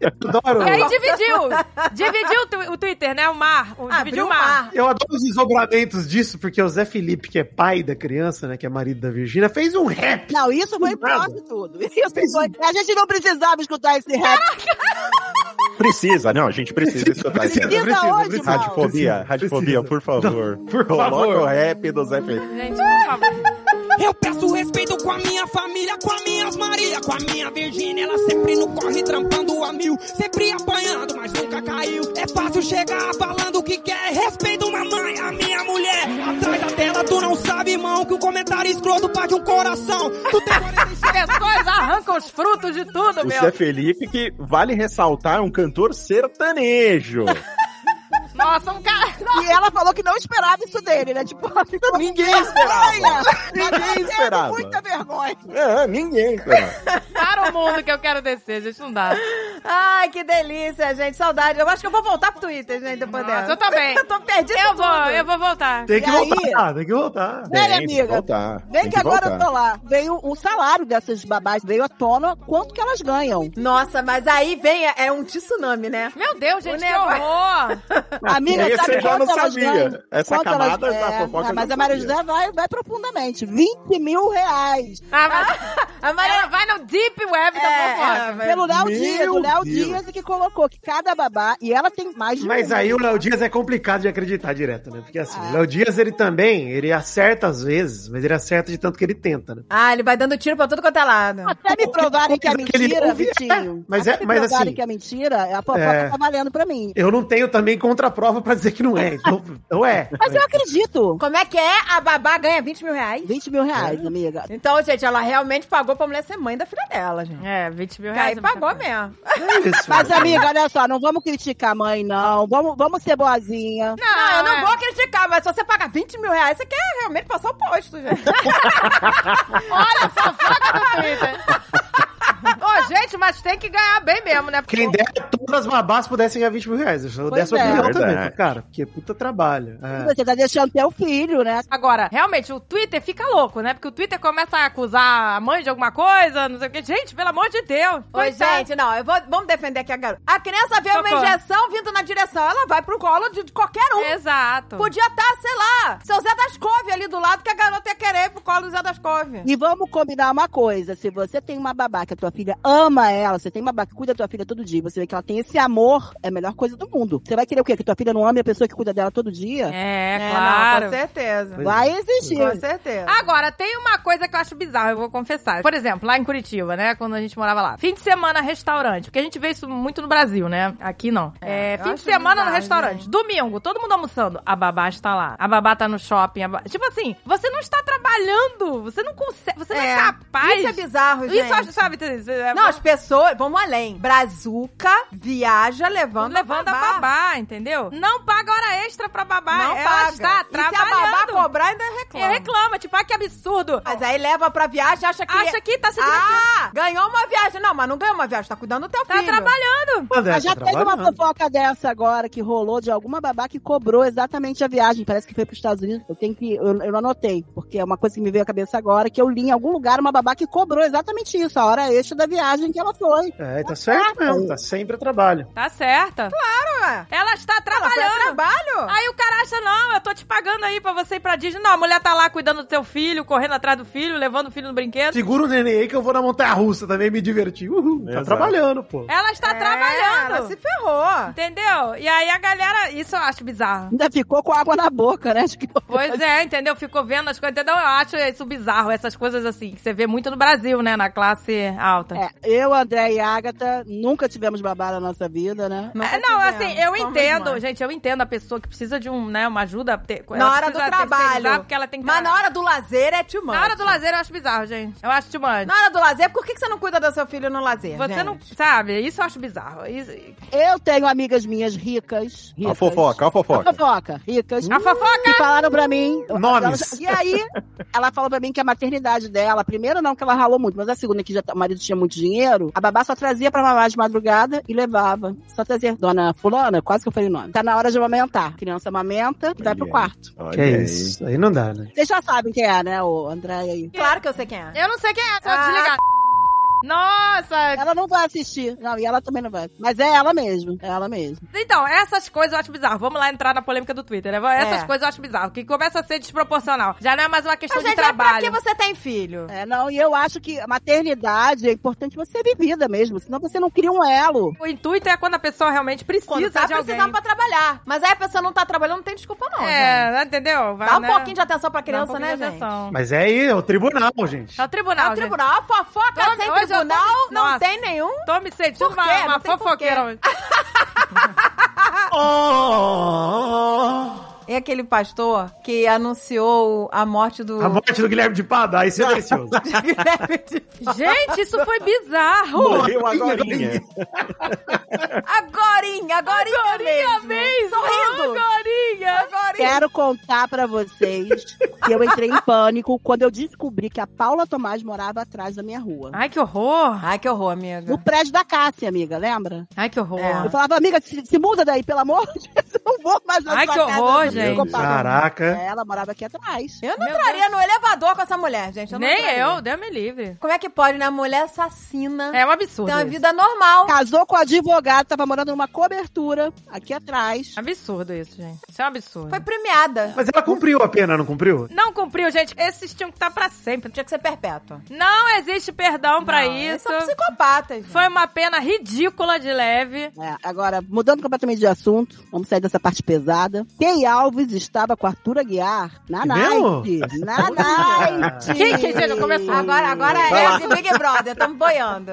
S5: Eu adoro.
S1: E aí dividiu! Dividiu o, tu- o Twitter, né? O mar. O, dividiu
S2: Abriu
S1: o mar.
S5: Eu adoro os desdobramentos disso, porque o Zé Felipe, que é pai da criança, né, que é marido da Virgínia, fez um rap.
S4: Não, isso foi
S5: Nada.
S4: próximo tudo. Isso foi... A gente não precisava escutar esse rap.
S3: Precisa, não, a gente precisa escutar isso.
S4: Precisa hoje, Mauro.
S3: Radiofobia, radiofobia, por favor. por Coloca
S5: favor.
S3: o rap do Zé Felipe.
S1: Gente, por favor.
S7: Eu peço respeito com a minha família, com as minhas Maria, com a minha Virgínia. Ela sempre no corre, trampando a mil, sempre apanhando, mas nunca caiu. É fácil chegar falando o que quer. Respeito mamãe, a minha mulher. Atrás da tela, tu não sabe, irmão, que um comentário escroto parte um coração. Tu tem 46
S1: As pessoas arrancam os frutos de tudo,
S3: O
S1: meu.
S3: Zé Felipe, que vale ressaltar, é um cantor sertanejo.
S1: Nossa, um cara.
S4: E ela falou que não esperava isso dele, né? Tipo,
S3: Ninguém esperava. Ninguém esperava.
S4: muita vergonha.
S3: É, ninguém esperava.
S1: Para o mundo que eu quero descer, gente, não dá.
S2: Ai, que delícia, gente. Saudade. Eu acho que eu vou voltar pro Twitter, gente, depois
S1: Nossa,
S2: dessa.
S1: eu também.
S2: Eu tô perdida.
S1: Eu
S2: tudo.
S1: vou, eu vou voltar.
S5: Tem que
S4: E
S5: voltar,
S4: aí?
S5: cara, tem que voltar.
S4: Vem,
S3: Tem que
S4: amiga.
S3: voltar,
S4: Vem
S3: tem
S4: que, agora
S3: voltar.
S4: eu tô lá. Veio o salário dessas babás, veio à tona quanto que elas ganham.
S2: Nossa, mas aí vem, é um tsunami, né?
S1: Meu Deus, gente,
S2: O
S1: que
S2: negócio-
S1: horror!
S4: Amiga,
S3: Ah, Esse
S4: sabe
S3: eu já
S4: quanto
S3: não
S4: elas
S3: sabia.
S4: ganham?
S3: Essa
S4: Quanto elas-
S3: camada da
S4: é,
S3: fofoca eu
S4: Mas
S3: não
S4: a Maria
S3: sabia.
S4: José vai, vai profundamente. 20 mil reais.
S1: Ah, mas-
S2: A Maria
S1: Ela vai no deep web
S2: É,
S1: da fofoca.
S2: é, vai-
S4: Pelo Léo
S3: Meu
S4: Dias, o
S3: Deus.
S4: Léo Dias é que colocou que cada babá, e ela tem mais de um
S5: Mas
S4: uma.
S5: aí o Léo Dias é complicado de acreditar direto, né? Porque assim,
S4: Ah.
S5: o Léo Dias, ele também, ele acerta às vezes, mas ele acerta de tanto que ele tenta, né?
S2: Ah, ele vai dando tiro pra tudo quanto é lado.
S4: Até me provarem que é
S5: Porque ele
S4: mentira,
S5: ouve-
S4: Vitinho.
S5: mas
S4: Até
S5: é-
S4: me
S5: mas
S4: provarem
S5: assim-
S4: que é mentira, a fofoca
S5: É.
S4: tá valendo pra mim.
S5: Eu não tenho também contraprova pra dizer que não é. Então, então é.
S4: Mas eu acredito.
S2: Como é que é? A babá ganha 20 mil reais?
S4: 20 mil reais, amiga.
S2: Então, gente, ela realmente pagou pra mulher ser mãe da filha dela, gente.
S1: É, 20 mil
S2: E
S1: reais.
S2: aí
S1: é
S2: pagou
S1: muita coisa.
S2: mesmo.
S5: É isso.
S4: Mas,
S5: né?
S4: amiga, olha só, não vamos criticar a mãe, não. Vamos, vamos ser boazinha.
S1: Não,
S2: Não, eu
S1: é.
S2: não vou criticar, mas se você paga 20 mil reais, você quer realmente passar o posto, gente.
S1: Olha a fofoca do Twitter. Ô, gente, mas tem que ganhar bem mesmo, né? Porque
S5: Quem der, todas as babás pudessem ganhar 20 mil reais. Se eu
S4: Pois
S5: desse a
S4: é.
S5: opinião
S3: Verdade.
S5: também, cara, porque é puta trabalho. É.
S4: Você tá deixando ter o filho, né?
S1: Agora, realmente, o Twitter fica louco, né? Porque o Twitter começa a acusar a mãe de alguma coisa, não sei o quê. Gente, pelo amor de Deus.
S2: Oi,
S1: Coitada.
S2: gente, não, eu vou, vamos defender aqui a garota. A criança vê uma
S1: Socorro.
S2: injeção vindo na direção, ela vai pro colo de, de qualquer um.
S1: Exato.
S2: Podia estar, sei lá, seu Zé das Cove ali do lado, que a garota ia querer ir pro colo do Zé das Cove.
S4: E vamos combinar uma coisa: se você tem uma babá que a tua filha ama ela, você tem uma babá que cuida da tua filha todo dia, você vê que ela tem esse amor, é a melhor coisa do mundo. Você vai querer o quê? Que tua filha não ame a pessoa que cuida dela todo dia?
S1: É,
S2: É,
S1: claro. Ah,
S2: não, com certeza.
S5: Pois
S4: Vai existir.
S2: Com certeza.
S1: Agora, tem uma coisa que eu acho bizarra, eu vou confessar. Por exemplo, lá em Curitiba, né? Quando a gente morava lá. Fim de semana, restaurante. Porque a gente vê isso muito no Brasil, né? Aqui não.
S2: É,
S1: É,
S2: eu
S1: fim de
S2: acho
S1: semana no
S2: bizarro, né?
S1: restaurante.
S2: gente.
S1: Domingo, todo mundo almoçando. A babá está lá. A babá tá no shopping. a ba- Tipo assim, você não está trabalhando. Você não consegue. Você não é capaz.
S2: Isso é bizarro, gente.
S1: Isso eu acho, sabe? Teresa, é
S2: Não, as pessoas. Vamos além. Brazuca viaja levando
S1: Levando a babá. entendeu? Não paga hora extra pra babá.
S2: Não
S1: Ela
S2: paga.
S1: está
S2: e se a babá
S1: trabalhando.
S2: cobrar, ainda
S1: e
S2: reclama.
S1: reclama, tipo, ah, que absurdo.
S2: Mas aí leva pra viagem, acha que...
S1: Acha que tá se divertindo.
S2: Ah, ganhou uma viagem. Não, mas não ganhou uma viagem, tá cuidando do teu
S1: tá
S2: filho.
S1: trabalhando.
S5: André,
S4: Mas já
S5: tá
S4: teve uma
S5: trabalhando.
S4: fofoca dessa agora que rolou de alguma babá que cobrou exatamente a viagem. Parece que foi para os Estados Unidos. Eu tenho que. Eu, eu anotei, porque é uma coisa que me veio à cabeça agora, que eu li em algum lugar uma babá que cobrou exatamente isso, a hora extra da viagem que ela foi.
S5: É, tá certo mesmo, tá sempre a trabalho.
S1: Tá certa.
S2: Ué,
S1: Ela está
S2: Ela foi a
S1: trabalhando.
S2: Tá trabalho?
S1: Aí o cara acha, não, eu tô te pagando aí pra você ir pra Disney. Não, a mulher tá lá cuidando do teu filho, correndo atrás do filho, levando o filho no brinquedo.
S5: Segura o neném aí que eu vou na montanha russa também me divertir. Uhul, tá
S3: Exato.
S5: trabalhando, pô.
S1: Ela está
S2: É,
S1: tá trabalhando.
S2: Ela se ferrou.
S1: Entendeu? E aí a galera, isso eu acho bizarro.
S4: Ainda ficou com água na boca, né? Acho que
S1: Pois é, entendeu? Ficou vendo as coisas, entendeu? Eu acho isso bizarro, essas coisas assim, que você vê muito no Brasil, né? Na classe alta.
S4: É, eu, André e Agatha nunca tivemos babá na nossa vida, né?
S1: É,
S2: Nunca
S1: não,
S2: tivemos.
S1: assim, eu
S2: Somos
S1: entendo,
S2: mães.
S1: gente, eu entendo a pessoa que precisa de um, né, uma ajuda. te- ela
S2: Na hora do
S1: precisa terceirizar
S2: trabalho.
S1: Porque ela tem que
S2: Mas na hora do lazer é too much.
S1: Na hora do lazer eu acho bizarro, gente. Eu acho timante.
S2: Na hora do lazer, por que que você não cuida do seu filho no lazer?
S1: Você
S2: gente?
S1: não sabe, isso eu acho bizarro. Isso-
S4: Eu tenho amigas minhas ricas.
S3: A
S4: ricas.
S3: fofoca, a fofoca.
S4: A fofoca, ricas.
S1: A fofoca!
S4: Que falaram pra mim.
S5: Nomes.
S4: E aí, ela falou pra mim que a maternidade dela, a primeira não, que ela ralou muito, mas a segunda, que já, o marido tinha muito dinheiro, a babá só trazia pra mamar de madrugada e levava. Só trazia. Dona Fulana, quase que eu falei o nome. Tá na hora de amamentar. Criança amamenta e vai pro
S3: aí.
S4: quarto.
S3: Olha
S5: Que
S3: aí.
S5: isso? Aí não dá, né?
S4: Vocês já sabem quem é, né, o André aí.
S2: Claro que eu sei quem é.
S1: Eu não sei quem é, só
S2: Ah.
S1: desligar. Nossa!
S4: Ela não vai assistir. Não, e ela também não vai. Mas é ela mesmo. É ela mesmo.
S1: Então, essas coisas eu acho bizarro. Vamos lá entrar na polêmica do Twitter, né? Essas
S2: É.
S1: coisas eu acho bizarro, que começa a ser desproporcional. Já não é mais uma questão
S2: Mas, gente,
S1: de
S2: é pra que
S1: trabalho.
S2: você tem filho?
S4: É, não, e eu acho que a maternidade é importante você ser vivida mesmo, senão você não cria um elo.
S1: O intuito é quando a pessoa realmente precisa
S2: Quando tá
S1: de alguém.
S2: precisando pra trabalhar. Mas aí a pessoa não tá trabalhando, não tem desculpa não, gente.
S1: É, né, entendeu? Vai,
S2: Dá um
S1: né?
S2: pouquinho de atenção pra
S1: Dá um
S2: criança,
S1: pouquinho
S2: né,
S1: de
S2: gente?
S1: atenção.
S5: Mas é aí, é o tribunal, gente.
S1: É o tribunal,
S2: É o
S1: gente.
S2: tribunal, fofoca
S1: Todo-
S2: sem
S1: hoje eu tô-
S2: tribunal, não
S1: Nossa.
S2: tem nenhum.
S1: Tô me sentindo
S2: Por
S1: uma,
S2: quê?
S1: uma
S2: Não tem
S1: fofoqueira. hoje.
S5: Oh!
S2: É aquele pastor que anunciou a morte do
S5: A morte do Guilherme de Pada, aí silencioso.
S2: Guilherme de
S1: Gente, isso foi bizarro.
S3: Morreu agorinha.
S2: Agorinha, agorinha,
S1: Agorinha
S2: mesmo.
S1: mesmo.
S2: Sorrindo.
S1: Agorinha.
S2: Agorinha.
S4: Quero contar pra vocês que eu entrei em pânico quando eu descobri que a Paula Tomás morava atrás da minha rua.
S1: Ai, que horror.
S2: Ai, que horror, amiga.
S4: No prédio da Cássia, amiga, lembra?
S1: Ai, que horror.
S2: É.
S4: Eu falava, amiga, se, se muda daí, pelo amor de Deus, eu não vou mais na
S1: Ai,
S4: sua
S1: que
S4: casa,
S1: horror,
S4: eu
S1: gente.
S4: fico pagando.
S5: Caraca.
S4: Ela morava aqui atrás.
S2: Eu não
S1: Meu
S2: entraria no elevador com essa mulher, gente. Eu não
S1: Nem
S2: entraria.
S1: eu, Deus me livre.
S2: Como é que pode, né? Mulher assassina.
S1: É um absurdo.
S2: tem uma
S1: isso.
S2: vida normal.
S4: Casou com o advogado, tava morando numa cobertura aqui atrás.
S1: Absurdo isso, gente. Isso é um absurdo.
S2: Foi premiada.
S5: Mas ela cumpriu a pena, não cumpriu?
S1: Não cumpriu, gente. Esses tinham que estar pra sempre.
S2: Tinha que ser perpétua.
S1: Não existe perdão pra
S2: Não, é um eles
S1: isso.
S2: São psicopatas. gente.
S1: Foi uma pena ridícula de leve.
S4: É, agora, mudando completamente de assunto, vamos sair dessa parte pesada. Key Alves estava com Arthur Aguiar na
S5: É
S4: night. Na
S5: Ah,
S4: night.
S1: Gente, gente, já começou.
S2: Agora, agora
S3: Vai
S2: é
S3: lá.
S2: de Big Brother, estamos boiando.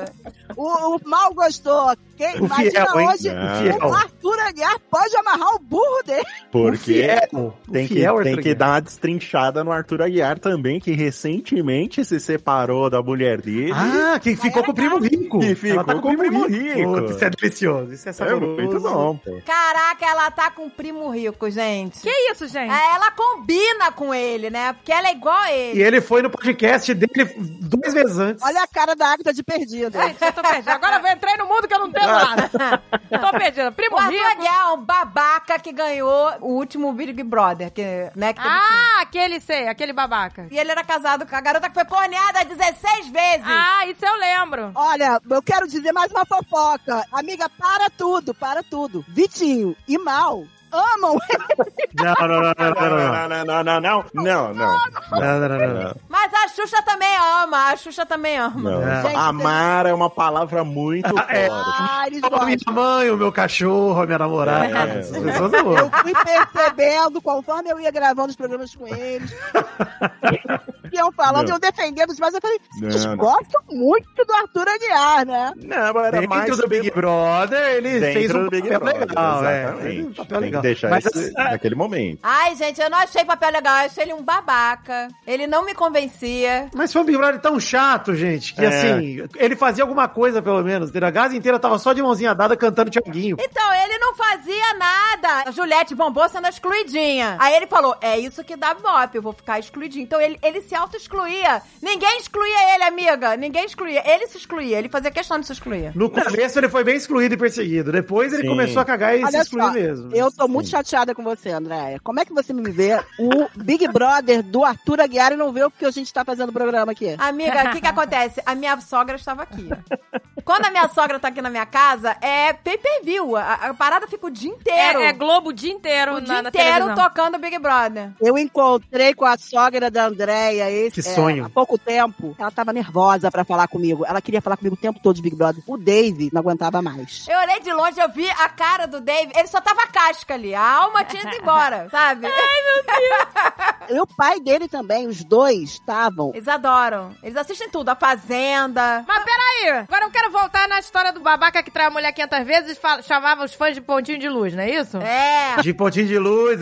S4: O, o mal gostou. Quem,
S5: O
S4: imagina
S5: fiel, hein?
S4: hoje,
S3: Não.
S5: O
S4: o Arthur Aguiar pode amarrar o burro dele.
S3: Porque
S4: é
S5: Tem
S3: tem
S5: é
S3: que, tem que dar uma destrinchada no Arthur Aguiar também, que recentemente se separou da mulher dele.
S5: Ah, que ficou com o primo rico.
S3: Que
S5: Ela tá
S3: ficou com o primo rico.
S5: Puta, Isso é delicioso. Isso é
S3: é
S5: saboroso.
S3: muito bom, pô.
S2: Caraca, ela tá com um primo rico, gente.
S1: Que isso, gente?
S2: É, ela combina com ele, né? Porque ela é igual a ele.
S5: E ele foi no podcast dele duas vezes antes.
S4: Olha a cara da Agatha de perdida.
S2: É.
S1: Gente, eu tô perdida. tá Agora eu entrei no mundo que eu não tenho nada. Tô perdida.
S2: O
S1: Primo
S2: Arthur
S1: Rico.
S2: Aguiar é um babaca que ganhou o último Big Brother, que, né? Que teve filho.
S1: Ah, aquele sei, aquele babaca.
S2: E ele era casado com a garota que foi corneada 16 vezes.
S1: Ah, isso eu lembro.
S4: Olha, eu quero dizer mais uma fofoca. Amiga, para tudo, para tudo. Vitinho e Mal amam.
S5: Não, não, não, não, não, não,
S3: Não, não, não, não,
S5: não.
S3: não. Não, não.
S5: Não, não, não, não.
S3: Não,
S2: Mas a Xuxa também ama, a Xuxa também ama.
S3: não.
S5: Não.
S4: Gente,
S3: Amar é uma palavra muito
S5: é.
S3: forte.
S4: Ah, eles
S5: Fala minha
S4: gostam.
S5: mãe, o meu cachorro, a minha namorada.
S3: É.
S5: Essas pessoas amam.
S4: Fui percebendo conforme eu ia gravando os programas com eles. iam falando,
S3: Não.
S4: iam defendendo os mais. Eu falei, vocês
S3: Não, não.
S4: gostam muito do Arthur Aguiar, né?
S3: Não, mas era
S5: Dentro
S3: mais
S5: do Big Brother, ele
S3: dentro
S5: fez um
S3: do Big
S5: papel
S3: Brother,
S5: legal, é.
S3: exatamente.
S5: Fez um papel
S3: Tem
S5: legal.
S3: que deixar
S5: Mas,
S3: isso
S5: ah,
S3: naquele momento.
S2: Ai, gente, eu não achei papel legal, eu achei ele um babaca. Ele não me convencia.
S5: Mas foi um Big Brother tão chato, gente, que
S3: É.
S5: assim, ele fazia alguma coisa, pelo menos. entendeu? A casa inteira tava só de mãozinha dada cantando Tiaguinho.
S2: Então, ele não fazia nada. A Juliette bombou sendo excluidinha. Aí ele falou: é isso que dá bop, eu vou ficar excluidinho. Então ele, ele se auto-excluía. Ninguém excluía ele, amiga. Ninguém excluía. Ele se excluía, ele fazia questão de se excluir.
S5: No começo ele foi bem excluído e perseguido. Depois ele
S3: Sim.
S5: começou a cagar e se
S4: Olha
S5: excluir
S4: só,
S5: mesmo.
S4: eu tô muito chateada com você, Andréia. Como é que você me vê o Big Brother do Arthur Aguiar e não vê o que a gente tá fazendo no programa aqui?
S2: Amiga, o que que acontece? A minha sogra estava aqui. Quando a minha sogra tá aqui na minha casa, é pay-per-view. A, a parada fica o dia inteiro.
S1: É, é Globo o dia inteiro
S2: o
S1: na,
S2: dia
S1: na
S2: inteiro
S1: televisão.
S2: tocando Big Brother.
S4: Eu encontrei com a sogra da Andréia esse
S5: Que
S4: é,
S5: sonho.
S4: há pouco tempo. Ela tava nervosa pra falar comigo. Ela queria falar comigo o tempo todo de Big Brother. O Dave não aguentava mais.
S2: Eu olhei de longe, eu vi a cara do Dave. Ele só tava casca ali. A alma tinha ido embora, sabe?
S4: E o pai dele também, os dois estavam.
S2: Eles adoram. Eles assistem tudo. A Fazenda.
S1: Mas peraí, agora eu quero voltar na história do babaca que trai a mulher 500 vezes e fa- chamava os fãs de pontinho de luz, não é isso?
S2: É.
S5: De pontinho de luz,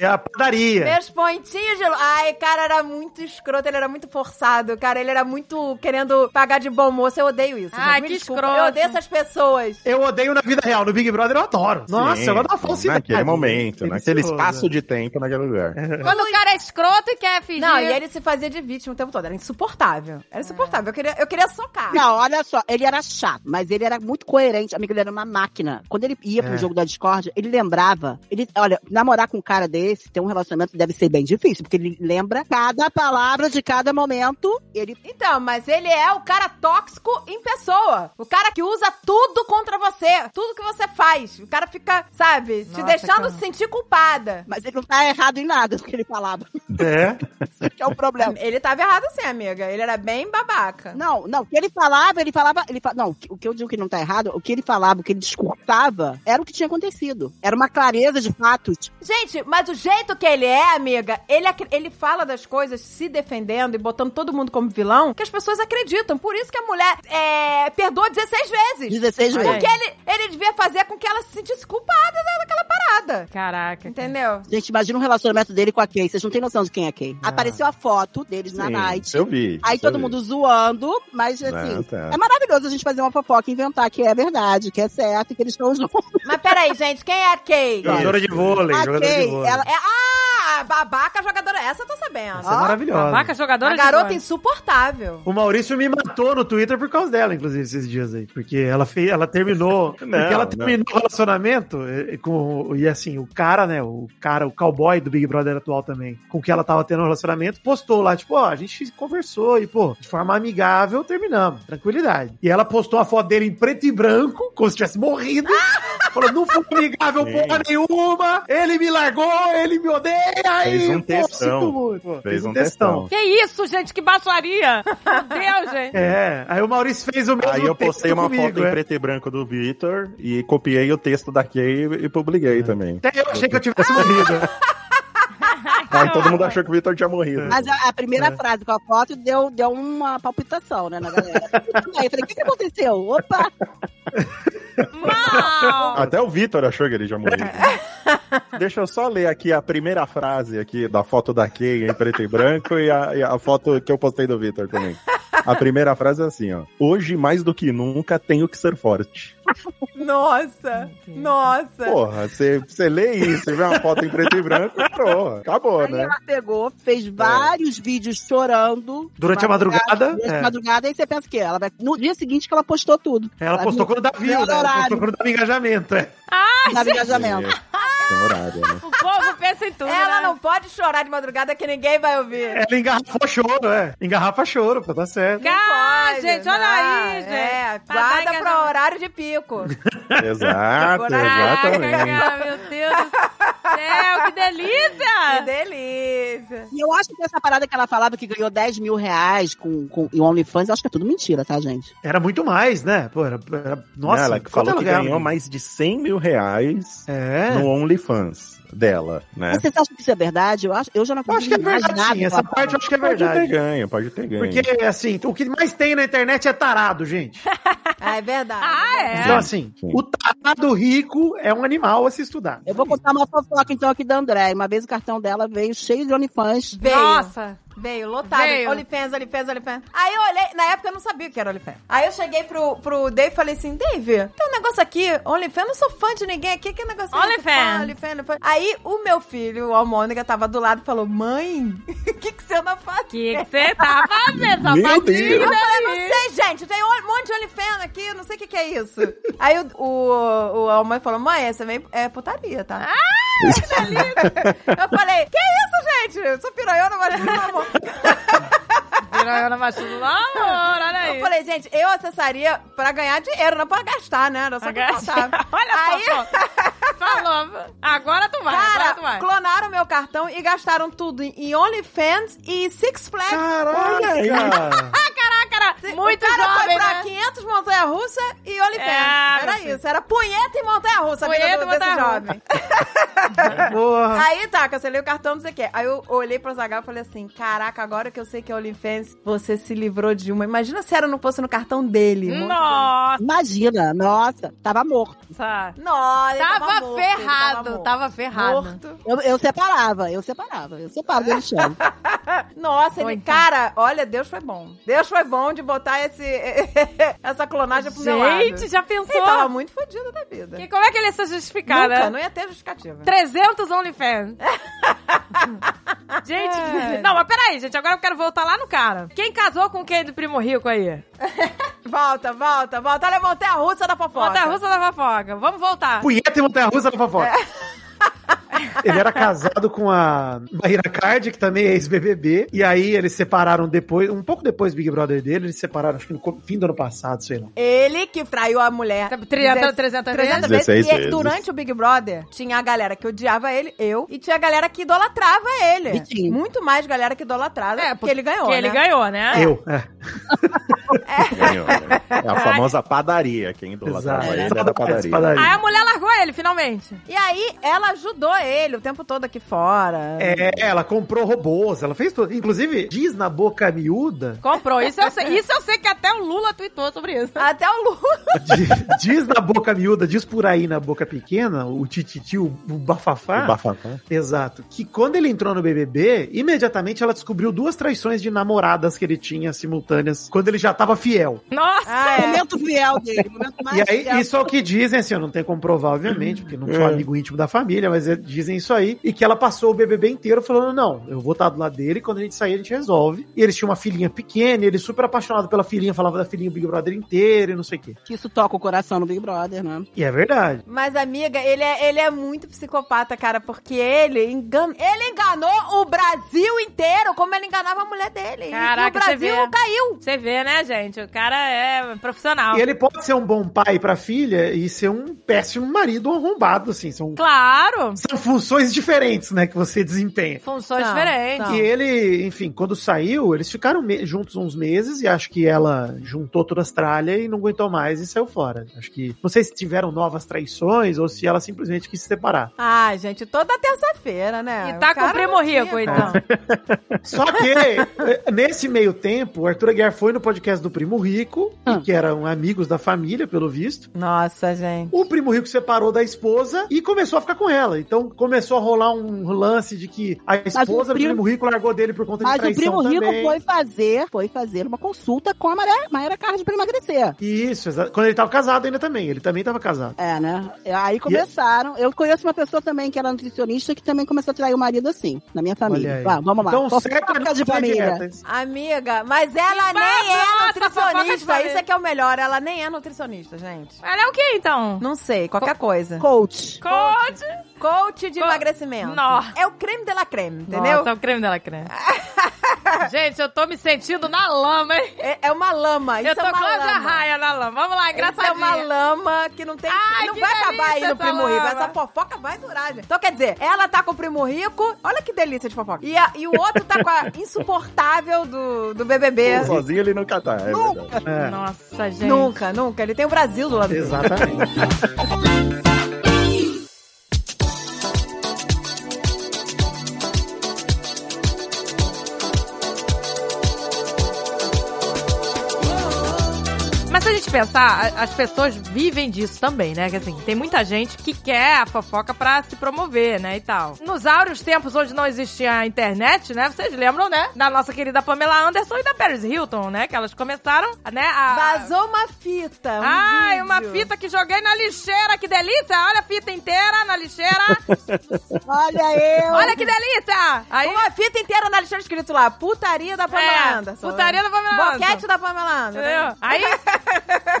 S5: é a padaria.
S2: Meus pontinhos de... lu- Ai, cara, era muito escroto. Ele era muito forçado, cara. Ele era muito querendo pagar de bom moço. Eu odeio isso.
S1: Ai,
S2: gente. Me
S1: que
S2: desculpa.
S1: escroto.
S2: Eu odeio essas pessoas.
S5: Eu odeio na vida real, no Big Brother eu adoro. Nossa,
S3: Sim,
S5: eu adoro a falsidade.
S3: Naquele momento, naquele
S5: Delicioso.
S3: espaço de tempo, naquele lugar.
S1: Quando o cara é escroto e quer fingir...
S2: Não, e ele se fazia de vítima o tempo todo. Era insuportável. Era insuportável. Eu queria, eu queria socar.
S4: Não, olha só, ele era chato, mas ele era muito coerente, amigo, ele era uma máquina. Quando ele ia pro
S5: É.
S4: jogo da Discord, ele lembrava. Ele, olha, namorar com um cara desse, ter um relacionamento deve ser bem difícil, porque ele lembra cada palavra de cada momento. Ele
S2: Então, mas ele é o cara tóxico em pessoa. O cara que usa tudo contra você. Tudo que você faz. O cara fica, sabe, te
S1: Nossa,
S2: deixando
S1: cara.
S2: se sentir culpada.
S4: mas ele não tá errado em nada do que ele falava.
S5: É.
S4: Isso que é o problema.
S2: Ele tava errado sim, amiga. Ele era bem babaca.
S4: Não, não, o que ele falava, ele falava, ele fa... não, o que eu digo que não tá errado, o que ele falava, o que ele discutava, era o que tinha acontecido. Era uma clareza de fatos.
S2: Gente, mas o jeito que ele é, amiga, ele, acre- ele fala das coisas se defendendo e botando todo mundo como vilão, que as pessoas acreditam. Por isso que a mulher é, perdoa 16 vezes.
S4: 16
S1: Olha
S4: vezes.
S1: aí.
S2: Porque ele, ele devia fazer com que ela se sentisse culpada da- daquela parada.
S1: Caraca.
S2: Entendeu?
S4: Gente, imagina o relacionamento dele com a Kay. Vocês não têm noção de quem é Kay.
S5: Ah.
S4: Apareceu a foto deles na
S3: Sim,
S4: night.
S3: Eu vi.
S4: Aí
S3: isso eu
S4: todo
S3: vi.
S4: mundo zoando, mas
S5: Né,
S4: assim.
S3: Ah, tá.
S4: É maravilhoso a gente fazer uma fofoca e inventar que é verdade, que é certo e que eles estão juntos.
S2: Mas peraí, gente, quem é a Kay?
S5: Jogadora de vôlei,
S4: A
S5: jogadora de
S4: Kay,
S5: vôlei.
S4: ela-
S2: É, ah, babaca jogadora. Essa eu tô sabendo.
S5: Essa é maravilhosa.
S1: Babaca jogadora
S2: a garota
S1: de
S2: insuportável.
S5: O Maurício me matou no Twitter por causa dela, inclusive, esses dias aí. Porque ela fez, ela terminou.
S3: Não,
S5: porque ela
S3: não.
S5: terminou o relacionamento eh, com. E assim, o cara, né? O cara, o cowboy do Big Brother atual também, com que ela tava tendo um relacionamento, postou lá, tipo, ó, a gente conversou e, pô, de forma amigável, terminamos. Tranquilidade. E ela postou a foto dele em preto e branco, como se tivesse morrido. falou, não foi amigável
S3: Sim.
S5: porra nenhuma, ele me largou, ele me odeia.
S3: Fez
S5: e,
S3: um
S5: pô,
S3: textão.
S5: sinto muito. Pô,
S3: Fez um testão.
S1: Que isso, gente? Que baixaria! Meu Deus, gente.
S5: É, aí o Maurício fez o mesmo
S3: Aí eu
S5: texto
S3: postei uma
S5: comigo,
S3: foto em
S5: é.
S3: preto e branco do Vitor e copiei o texto da Kay e publiquei também.
S5: Até eu achei que eu
S3: Ah!
S5: tivesse morrido.
S3: Aí todo mundo achou que o Vitor tinha morrido.
S4: Mas é. a, a primeira
S5: É.
S4: frase com a foto deu, deu uma palpitação, né, na galera. Aí eu falei, o que, que aconteceu? Opa!
S1: Mal!
S3: Até o Vitor achou que ele já morreu. Deixa eu só ler aqui a primeira frase aqui da foto da Kay em preto e branco e a, e a foto que eu postei do Vitor também. A primeira frase é assim, ó. Hoje, mais do que nunca, tenho que ser forte.
S2: Nossa, nossa.
S3: Porra, você lê isso, você vê uma foto em preto e branco, pô, acabou,
S4: Aí é
S3: né?
S4: ela pegou, fez vários vídeos chorando.
S5: É. Durante a madrugada,
S4: Durante
S5: é.
S4: a madrugada, aí você pensa o quê? Ela vai... No dia seguinte que ela postou tudo.
S5: Ela postou quando dá view, né? Ela postou quando dá engajamento, é.
S4: Sabe, engajamento.
S3: Tem horário, né?
S1: O povo pensa em tudo.
S2: Ela
S1: né?
S2: não pode chorar de madrugada que ninguém vai ouvir.
S1: É.
S5: Ela engarrafou choro, é. Engarrafa choro, pô, tá certo.
S1: Cá,
S2: Pode,
S1: Ah, gente, olha
S2: não,
S1: aí, gente.
S2: É,
S1: Tá
S2: guarda
S1: enganando.
S2: pro horário de pico.
S3: Exato,
S1: Caraca, né?
S3: exatamente.
S1: cara, meu Deus do céu, que delícia!
S2: Que
S1: Ah,
S2: delícia.
S4: E eu acho que essa parada que ela falava que ganhou 10 mil reais com, com e o OnlyFans, eu acho que é tudo mentira, tá, gente?
S5: Era muito mais, né? Pô, era, era- nossa,
S3: ela
S5: quanto
S3: falou que
S5: ganhava?
S3: ganhou mais de 100 mil reais
S5: É.
S3: no OnlyFans dela, né?
S4: Vocês acham que isso é verdade? Eu, acho, eu já não
S5: Eu acho que
S4: acredito
S5: é
S4: em mais
S5: verdade,
S4: nada.
S5: sim. Essa
S4: que ela
S5: parte eu acho que é
S3: Pode ter
S5: verdade.
S3: ganho, pode ter ganho.
S5: Porque, assim, o que mais tem na internet é tarado, gente.
S2: Ah, é verdade.
S1: ah é?
S5: Então, assim,
S3: Sim.
S5: o tarado rico é um animal a se estudar.
S4: Eu vou contar uma fofoca então aqui da André. Uma vez o cartão dela veio cheio de OnlyFans.
S2: Veio.
S1: Nossa.
S2: Veio, lotado.
S1: Veio.
S2: OnlyFans, OnlyFans, OnlyFans. Aí eu olhei, na época eu não sabia o que era OnlyFans. Aí eu cheguei pro, pro Dave e falei assim, Dave, tem um negócio aqui, OnlyFans, eu não sou fã de ninguém aqui, que negócio é esse?
S1: OnlyFans.
S2: Pá, OnlyFans, OnlyFans. Aí o meu filho, o Almônica, tava do lado e falou, mãe, o que que você não faz?
S1: Que que você tá fazendo?
S3: Meu
S1: Meu
S3: Deus.
S2: Eu falei, não sei, gente, tem um monte de OnlyFans aqui, não sei o que que é isso. Aí o, o, o Almônica falou, mãe, essa é meio- é putaria, tá? Eu falei, que isso, gente? Eu sou piranhona, mas não sou amor.
S1: Piranha machismo do amor, olha aí.
S2: Eu falei, gente, eu acessaria pra ganhar dinheiro, não pra gastar, né? Era só pra gastar.
S1: Olha
S2: Aí,
S1: só, só. Falou. Agora tu vai, agora tu
S2: cara,
S1: vai.
S2: clonaram meu cartão e gastaram tudo em OnlyFans e Six Flags.
S5: Caraca!
S1: Caraca, Ah, muito
S2: o cara
S1: jovem,
S2: foi pra
S1: né?
S2: 500 montanha-russa e OnlyFans.
S1: É,
S2: era
S1: meu filho.
S2: isso, era punheta e montanha-russa a vida
S1: Punheta
S2: do-
S1: e
S2: desse
S1: montanha-russa.
S2: jovem.
S5: É. Porra.
S2: Aí tá, cancelei o cartão, não sei o quê. Aí eu olhei pra Zagal e falei assim: caraca, agora que eu sei que é OnlyFans, você se livrou de uma. Imagina se era não fosse no cartão dele.
S1: Nossa.
S4: Imagina, nossa, tava morto.
S2: Nossa, ele
S1: Tava,
S2: morto, ele
S1: ferrado, tava,
S2: tava
S1: ferrado.
S2: morto. morto.
S4: Eu, eu separava, eu separava, eu separo do Alexandre.
S2: Nossa,
S1: Foi,
S2: ele,
S1: então.
S2: cara, olha, Deus foi bom. Deus foi bom de botar esse, essa clonagem pro meu lado.
S1: Gente, já
S2: ele tava
S1: pensou?
S2: muito fodido da vida.
S1: Que, como é que ele ia se justificar,
S2: né? Nunca,
S1: né?
S2: não ia ter justificativa.
S1: 300 OnlyFans. gente,
S2: É.
S1: não, mas peraí, gente, agora eu quero voltar lá no cara. Quem casou com quem do Primo Rico aí?
S2: Volta, volta, volta. Olha a montanha russa da fofoca.
S1: Volta é a russa da fofoca. Vamos voltar.
S5: Punheta e montanha russa na fofoca. Ele era casado com a Maíra Card, que também é ex-BBB. E aí eles separaram depois, um pouco depois do Big Brother dele, eles separaram, acho que no fim do ano passado, sei lá.
S2: Ele que traiu a mulher.
S1: Tá, tri-
S2: Dez-
S1: 300
S2: 300
S1: vezes?
S2: vezes.
S3: 16
S2: E
S3: vezes.
S2: durante o Big Brother, tinha a galera que odiava ele, eu, e tinha a galera que idolatrava ele.
S4: Vitinho.
S2: Muito mais galera que idolatrava, porque ele ganhou,
S1: Que
S2: né?
S1: É, ele ganhou, né?
S5: Eu, é.
S3: Ganhou, né? É a famosa padaria, quem idolatrava
S5: Exato.
S3: ele era da padaria.
S1: Aí a mulher largou ele, finalmente.
S2: E aí, ela ajudou ele o tempo todo aqui fora.
S5: É, ela comprou robôs, ela fez tudo. Inclusive, diz na boca miúda.
S1: Comprou. Isso eu sei, isso eu sei que até o Lula tweetou sobre isso.
S2: Até o Lula.
S5: di- Diz na boca miúda, diz por aí na boca pequena, o tititi, o, o bafafá.
S3: O bafafá.
S5: Exato. Que quando ele entrou no BBB, imediatamente ela descobriu duas traições de namoradas que ele tinha simultâneas quando ele já tava fiel.
S1: Nossa,
S4: Momento fiel dele, momento mais
S5: É. e aí,
S4: fiel.
S5: isso é o que dizem, assim, eu não tenho como provar, obviamente, porque não sou
S3: É.
S5: amigo íntimo da família, mas é- dizem isso aí. E que ela passou o BBB inteiro falando: não, eu vou estar do lado dele, quando a gente sair, a gente resolve. E eles tinham uma filhinha pequena, e ele super apaixonado pela filhinha, falava da filhinha o Big Brother inteiro e não sei o quê.
S4: Que isso toca o coração no Big Brother, né?
S5: E é verdade.
S2: Mas, amiga, ele é, ele é muito psicopata, cara, porque ele, engana, ele enganou o Brasil inteiro, como ele enganava a mulher dele. E-
S1: Caraca,
S2: e o
S1: você vê.
S2: Brasil caiu.
S1: você vê, né, gente? O cara é profissional.
S5: E ele pode ser um bom pai pra filha e ser um péssimo marido arrombado, assim. São,
S1: Claro.
S5: são funções diferentes, né, que você desempenha.
S1: Funções
S2: Não,
S1: diferentes.
S4: Então.
S2: não.
S5: E ele, enfim, quando saiu, eles ficaram me- juntos uns meses e acho que ela juntou todas as tralhas e não aguentou mais e saiu fora. Acho que. Não sei se tiveram novas traições ou se ela simplesmente quis se separar.
S2: Ah, gente, toda terça-feira, né?
S1: E tá
S2: O
S1: com o
S2: cara
S1: primo
S2: não tinha
S1: rico,
S2: como.
S1: então.
S5: Só que, eh, nesse meio tempo, o Arthur Aguiar foi no podcast do Primo Rico,
S4: Ah.
S5: que eram amigos da família, pelo visto.
S2: Nossa, gente.
S5: O primo rico separou da esposa e começou a ficar com ela. Então começou a rolar um lance de que a esposa
S4: o primo-
S5: do primo rico largou dele por conta de
S4: Mas o
S5: é traição
S4: primo rico
S5: também.
S4: foi fazer, foi fazer uma consulta com a Maria- Maíra Card pra emagrecer.
S5: Isso, exa- quando ele tava casado ainda também. Ele também tava casado.
S4: É, né? Aí começaram. Eu conheço uma pessoa também que era nutricionista que também começou a trair o marido assim, na minha
S5: Olha aí.
S4: família. Vá, vamos lá.
S5: Então,
S4: Fofoca
S5: seca
S4: de família.
S5: dietas.
S2: Amiga, mas ela
S1: Que
S2: nem
S1: massa, fofoca
S2: é
S1: de
S2: nutricionista.
S1: família.
S2: Isso é que é o melhor. Ela nem é nutricionista, gente.
S1: Ela é o que, então?
S2: Não tipo, sei, qualquer coisa.
S4: Coach.
S1: Coach.
S2: Coach de
S1: Co-
S2: emagrecimento.
S1: Nossa.
S2: É o creme de la creme, entendeu?
S1: Nossa, é o creme dela creme. Gente, eu tô me sentindo na lama, hein?
S2: É, é uma lama. Isso
S1: eu tô
S2: é uma
S1: Cláudia
S2: lama.
S1: Raia na lama. Vamos lá,
S2: Isso é
S1: engraçadinha.
S2: uma lama que não tem.
S1: Ai,
S2: não
S1: que
S2: vai acabar aí
S1: delícia
S2: no
S1: essa
S2: Primo Rico.
S1: lama.
S2: Essa fofoca vai durar, gente. Então, quer dizer, ela tá com o Primo Rico. Olha que delícia de fofoca. E, a- e o outro tá com a insuportável do, do BBB.
S3: Sozinho ele nunca tá, é verdade.
S5: É,
S1: Nossa, gente.
S2: Nunca, nunca. Ele tem o Brasil do lado dele.
S5: exatamente.
S1: Mas se a gente pensar, a- as pessoas vivem disso também, né? Que assim, tem muita gente que quer a fofoca pra se promover, né, e tal. Nos áureos tempos onde não existia a internet, né? Vocês lembram, né? Da nossa querida Pamela Anderson e da Paris Hilton, né? Que elas começaram, né? A...
S2: Vazou uma fita. Um
S1: Ai,
S2: vídeo.
S1: uma fita que joguei na lixeira, que delícia! Olha a fita inteira na lixeira!
S4: Olha eu!
S1: Olha que delícia! Aí,
S2: Uma fita inteira na lixeira escrito lá. Putaria da Pamela
S1: é,
S2: Anderson.
S1: putaria da Pamela Anderson.
S2: né? Boquete da né? Pamela Anderson.
S1: Entendeu? Aí,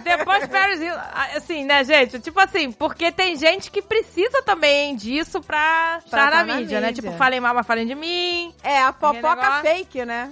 S1: depois Paris Hilton. Assim, né, gente? Tipo assim, porque tem gente que precisa também disso pra estar na,
S2: tá na
S1: mídia, né?
S2: mídia.
S1: Tipo, falem mal, mas falem de mim.
S2: É, a
S1: negócio-
S2: fofoca fake, né?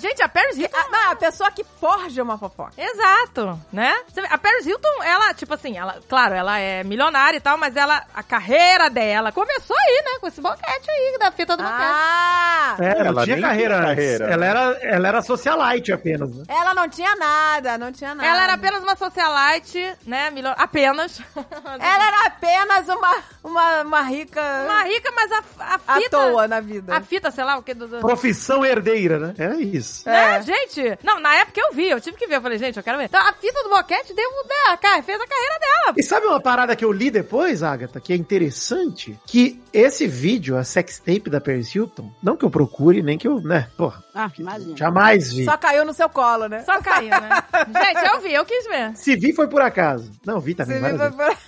S1: Gente, a Paris Hilton...
S2: A, não, a pessoa que forja uma fofoca.
S1: Exato, né? Você vê, A Paris Hilton, ela, tipo assim, ela, claro, ela é milionária e tal, mas ela, a carreira dela começou aí, né? Com esse boquete aí, da fita do boquete.
S2: Ah!
S5: É,
S3: Ela
S5: ela tinha
S3: nem
S5: carreira
S3: tinha
S5: antes.
S3: carreira.
S5: Ela era, ela era socialite apenas. né?
S2: Ela não tinha nada, não tinha Ah, nada.
S1: Ela era apenas uma socialite, né? Milio... Apenas.
S2: Ela era apenas uma, uma, uma rica
S1: Uma rica, mas a, a
S2: à
S1: fita...
S2: toa na vida.
S1: A fita, sei lá, o que... Do, do-
S5: Profissão herdeira, né? Era isso.
S1: Né,
S2: É.
S1: gente? Não, na época eu vi, eu tive que ver, eu falei, gente, eu quero ver. Então, a fita do boquete deu, né, a carre- fez a carreira dela.
S5: Ah, E sabe uma parada que eu li depois, Agatha, que é interessante? Que esse vídeo, a sextape da Paris Hilton, não que eu procure, nem que eu, né, porra,
S4: Ah, imagina.
S5: jamais vi.
S2: Só caiu no seu colo, né?
S1: Só caiu, né? gente, eu vi, eu quis ver.
S5: Se vi, foi por acaso. Não, vi também
S2: Você
S5: várias
S2: viu-
S5: vezes.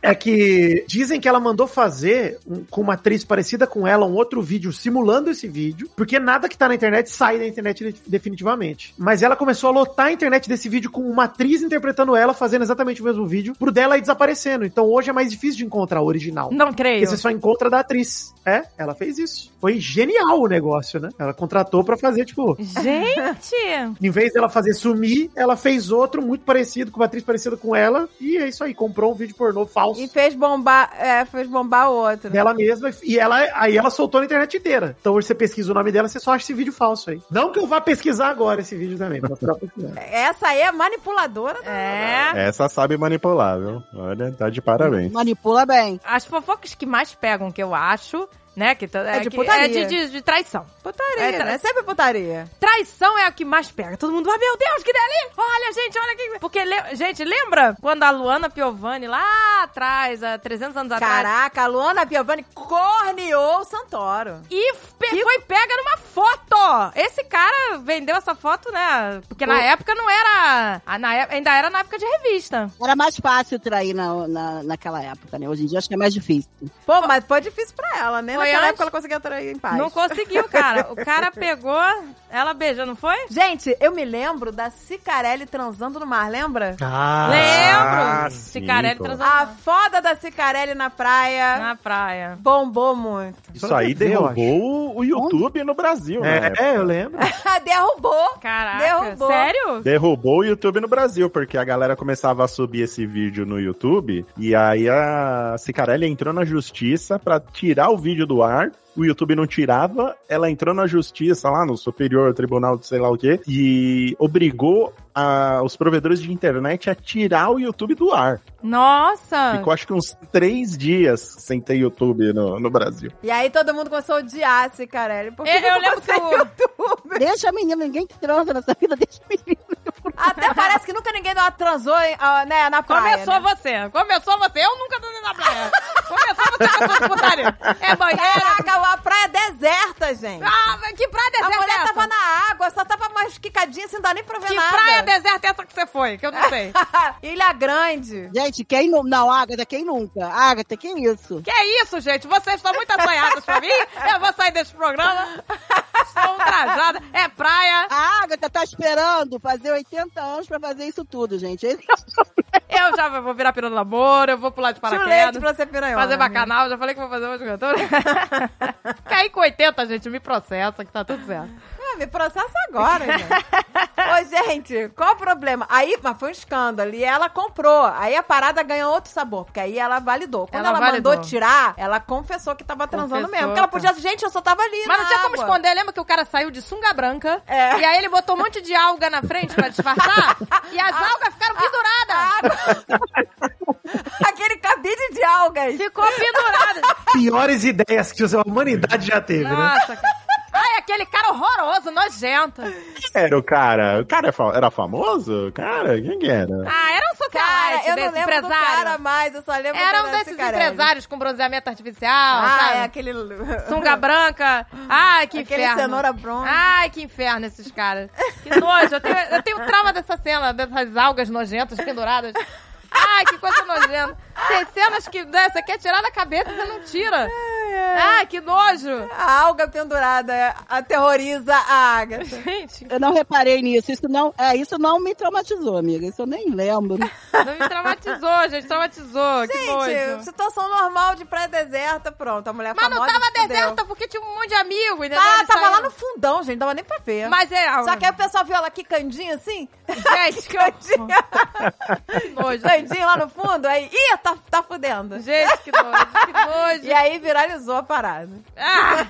S5: É que dizem que ela mandou fazer um- com uma atriz parecida com ela um outro vídeo simulando esse vídeo, porque nada que tá na internet sai da internet de- definitivamente. Mas ela começou a lotar a internet desse vídeo com uma atriz interpretando ela, fazendo exatamente o mesmo vídeo, pro dela ir desaparecendo. Então hoje é mais difícil de encontrar o original.
S1: Não
S5: Porque
S1: creio.
S5: você só encontra da atriz. É, ela fez isso. Foi genial o negócio, né? Ela contratou pra fazer, tipo,
S1: Gente!
S5: em vez dela fazer sumir, ela fez outro muito parecido, com uma atriz parecida com ela, e é isso aí, comprou um vídeo pornô falso
S2: E fez bombar, é, fez bombar o outro.
S5: dela mesma, e ela, aí ela soltou na internet inteira. Então hoje você pesquisa o nome dela, você só acha esse vídeo falso aí. Não que eu vá pesquisar agora esse vídeo também, pra ficar pesquisando.
S2: Essa aí é manipuladora. da-
S1: É...
S3: Essa sabe manipular, viu? Olha, tá de parabéns.
S4: Manipula bem.
S1: As fofocas que mais pegam, que eu acho, né, que... tá-
S2: É de
S1: que-
S2: putaria.
S1: É de, de- de traição.
S2: Putaria,
S1: É, tá-
S2: né? Sempre putaria.
S1: Traição é a que mais pega. Todo mundo, ah, meu Deus, que delícia! Olha, gente, olha que... Porque, le- gente, lembra quando a Luana Piovani, lá atrás, há 300 anos atrás...
S2: Caraca, a Luana Piovani corneou o Santoro.
S1: E pe- foi pega numa foto! Esse cara vendeu essa foto, né? Porque na época não era. ah, na é- ainda era na época de revista.
S4: Era mais fácil trair na, na, naquela época, né? Hoje em dia acho que é mais difícil.
S2: Pô, mas foi difícil pra ela, né?
S1: Foi
S2: Naquela
S1: antes.
S2: época ela conseguia trair em paz.
S1: Não conseguiu, cara. O cara pegou, ela beijou, não foi?
S2: Gente, eu me lembro da Cicarelli transando no mar, lembra?
S5: Ah,
S1: Lembro!
S3: Ah, sim,
S1: Cicarelli
S3: pô.
S1: transou
S2: A foda da Cicarelli na praia
S1: na praia.
S2: bombou muito.
S3: Isso aí derrubou o YouTube no Brasil, né?
S5: É, é, eu lembro.
S1: Ah,
S2: Derrubou.
S1: Caraca.
S2: Derrubou.
S1: Sério?
S3: Derrubou o YouTube no Brasil, porque a galera começava a subir esse vídeo no YouTube, e aí a Cicarelli entrou na justiça pra tirar o vídeo do ar. O YouTube não tirava, ela entrou na justiça lá no Superior Tribunal de sei lá o quê, e obrigou a- os provedores de internet a tirar o YouTube do ar.
S1: Nossa!
S3: Ficou acho que uns três dias sem ter YouTube no, no Brasil.
S2: E aí todo mundo começou a odiar a Cicarelli. Por que
S1: É, Eu,
S2: que
S1: eu lembro
S2: você-
S1: que o-
S4: Deixa a menina, ninguém que transa nessa vida, deixa a menina.
S2: Até parece que nunca ninguém dela transou em- ah, né, na praia.
S1: Começou
S2: né?
S1: você, começou você. Eu nunca tô indo na praia. começou você com essas putarias. É banheira.
S2: Caraca, a praia é deserta, gente.
S1: Ah, que praia
S2: a
S1: deserta é
S2: mulher
S1: essa?
S2: tava na água, só tava mais quicadinha, assim, não dá nem pra ver
S1: Que
S2: nada.
S1: praia deserta é essa que você foi? Que eu não sei.
S2: Ilha Grande.
S4: Gente, quem não. Não, Agatha, quem nunca? Agatha, que isso?
S1: Que é isso, gente? Vocês estão muito assanhadas pra mim. Eu vou sair desse programa. Estou ultrajada. É praia.
S4: A Agatha tá esperando fazer 80 anos pra fazer isso tudo, gente. Esse-
S1: Eu já vou virar piranha do amor, eu vou pular de
S2: Tira o leite
S1: paraquedas.
S2: pra ser piranhona. né?
S1: Fazer bacanal, já falei que vou fazer umas cantoras. Caí com 80, gente, me processa que tá tudo certo.
S2: Ah, me processa agora, gente. Ô, gente, qual o problema? Aí, mas foi um escândalo. E ela comprou. Aí a parada ganhou outro sabor, porque aí ela validou. Quando
S1: Ela
S2: ela,
S1: validou.
S2: mandou tirar, ela confessou que tava transando
S1: Confessou,
S2: mesmo. Porque ela
S1: tá.
S2: podia... Gente, eu só tava ali
S1: Mas
S2: na
S1: não tinha como
S2: água.
S1: esconder, lembra que o cara saiu de sunga branca
S2: É.
S1: e aí ele botou um monte de alga na frente pra disfarçar e as algas ficaram penduradas.
S2: Aquele cabide de algas.
S1: Ficou pendurada.
S5: Piores ideias que a humanidade já teve, né?
S1: Nossa, cara. Ai, aquele cara horroroso, nojento.
S3: Era o cara. O cara é fa- era famoso? Cara, quem que era?
S1: Ah, era um
S2: Cara,
S1: socialite
S2: eu não
S1: desse
S2: lembro do cara
S1: empresário.
S2: mais, eu só lembro
S1: Era
S2: do
S1: um
S2: Nancy
S1: desses
S2: Carelli.
S1: empresários com bronzeamento artificial,
S2: Ah,
S1: sabe?
S2: é aquele...
S1: Sunga branca. Ai, que
S2: Aquele
S1: inferno.
S2: cenoura bronze.
S1: Ai, que inferno esses caras. Que nojo. Eu tenho, eu tenho trauma dessa cena, dessas algas nojentas penduradas. Ai, que coisa nojenta. Tem cenas que né, você quer tirar da cabeça e você não tira. Ai, que nojo.
S2: A alga pendurada é, aterroriza a Agatha.
S1: Gente,
S4: Eu não reparei nisso. Isso não, é, isso não me traumatizou, amiga. Isso eu nem lembro.
S1: não me traumatizou, gente. Traumatizou. que
S2: Gente,
S1: nojo.
S2: situação normal de praia deserta, pronto. A mulher
S1: Mas não
S2: famosa
S1: tava
S2: se tá fudeu.
S1: deserta porque tinha um monte de amigo, entendeu?
S2: Tá,
S1: Eles
S2: tava lá
S1: saíram.
S2: no fundão, gente. Não dava nem pra ver.
S1: Mas é.
S2: Só que aí o pessoal viu ela quicandinha assim.
S1: Gente, que horror. Que nojo.
S2: Quicandinha lá no fundo. Aí, ih, tá, tá fudendo.
S1: Gente, que nojo. Que nojo.
S2: E aí viralizou a parada.
S1: Ah!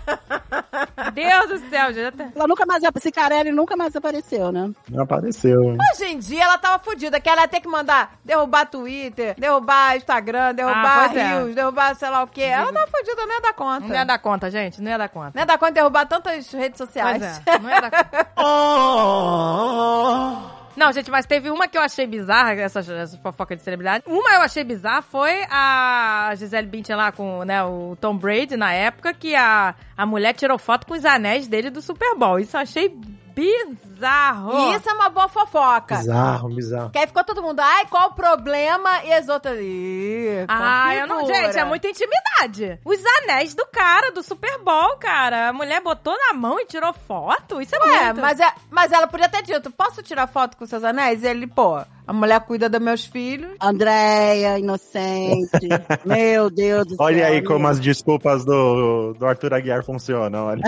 S1: Deus do céu, gente. Até-
S4: Ela nunca mais, esse Carelli nunca mais apareceu, né?
S3: Não apareceu.
S2: Hoje em dia ela tava fudida, que ela ia ter que mandar derrubar Twitter, derrubar Instagram,
S1: Ah,
S2: derrubar
S1: pois é.
S2: Rios, derrubar sei lá o quê. Ela tava fudida, não ia dar conta.
S1: Não é ia dar conta, gente. Não ia dar conta.
S2: Não ia dar conta de derrubar tantas redes sociais.
S1: Pois é, não ia dar conta.
S5: Oh!
S1: Não, gente, mas teve uma que eu achei bizarra, essas essa fofoca de celebridade. Uma eu achei bizarra foi a Gisele Bündchen lá com né, o Tom Brady na época, que a, a mulher tirou foto com os anéis dele do Super Bowl. Isso eu achei bizarro.
S2: E isso é uma boa fofoca.
S5: Bizarro, bizarro.
S2: Que aí ficou todo mundo, ai, qual o problema? E as outras, ih, tá
S1: Ah, eu não.
S2: configura.
S1: Gente, é muita intimidade. Os anéis do cara, do Super Bowl, cara. A mulher botou na mão e tirou foto. Isso é,
S2: É,
S1: muito.
S2: mas, é, mas ela podia ter dito, posso tirar foto com seus anéis? E ele, pô, a mulher cuida dos meus filhos.
S4: Andréia, inocente. Meu Deus do céu.
S3: Olha aí
S4: amiga.
S3: como as desculpas do, do Arthur Aguiar funcionam. Olha.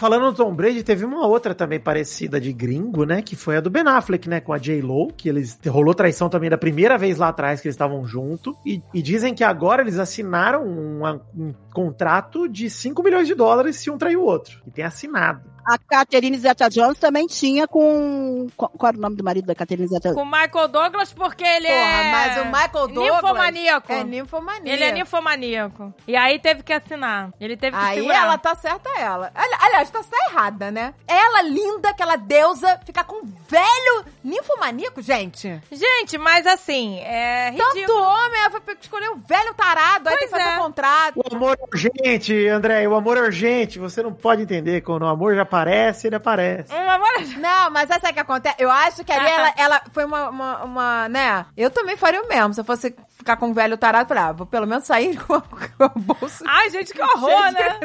S5: Falando do Tom Brady, teve uma outra também parecida de gringo, né? Que foi a do Ben Affleck, né? Com a J. Lo, que eles rolou traição também da primeira vez lá atrás que eles estavam junto. E, e dizem que agora eles assinaram uma- um contrato de 5 milhões de dólares se um trair o outro. E tem assinado.
S4: A Catherine Zeta-Jones também tinha com... Qual, qual era o nome do marido da Catherine Zeta-Jones?
S1: Com o Michael Douglas, porque ele
S2: Porra,
S1: é.
S2: mas o Michael Douglas...
S1: Ninfomaníaco.
S2: É ninfomaníaco.
S1: Ele é ninfomaníaco. E aí teve que assinar. Ele teve que
S2: Aí
S1: segurar.
S2: ela tá certa, ela. Ali- Aliás, tá certa errada, né? Ela, linda, aquela deusa, ficar com um velho ninfomaníaco, gente.
S1: Gente, mas assim, é
S2: Tanto
S1: ridículo.
S2: homem, ela foi escolher um velho tarado, aí tem
S1: Pois
S2: que fazer
S1: é.
S2: contrato.
S5: O amor é urgente, André. O amor é urgente. Você não pode entender. Quando o amor já aparece, ele aparece.
S1: Um amor-
S2: Não, mas sabe o que acontece? Eu acho que ali ela, ela foi uma, uma, uma, né? Eu também faria o mesmo. Se eu fosse ficar com um velho tarado, eu falei, ah, vou pelo menos sair com a, com a bolsa.
S1: Ai, gente, que horror,
S2: Gente,
S1: né?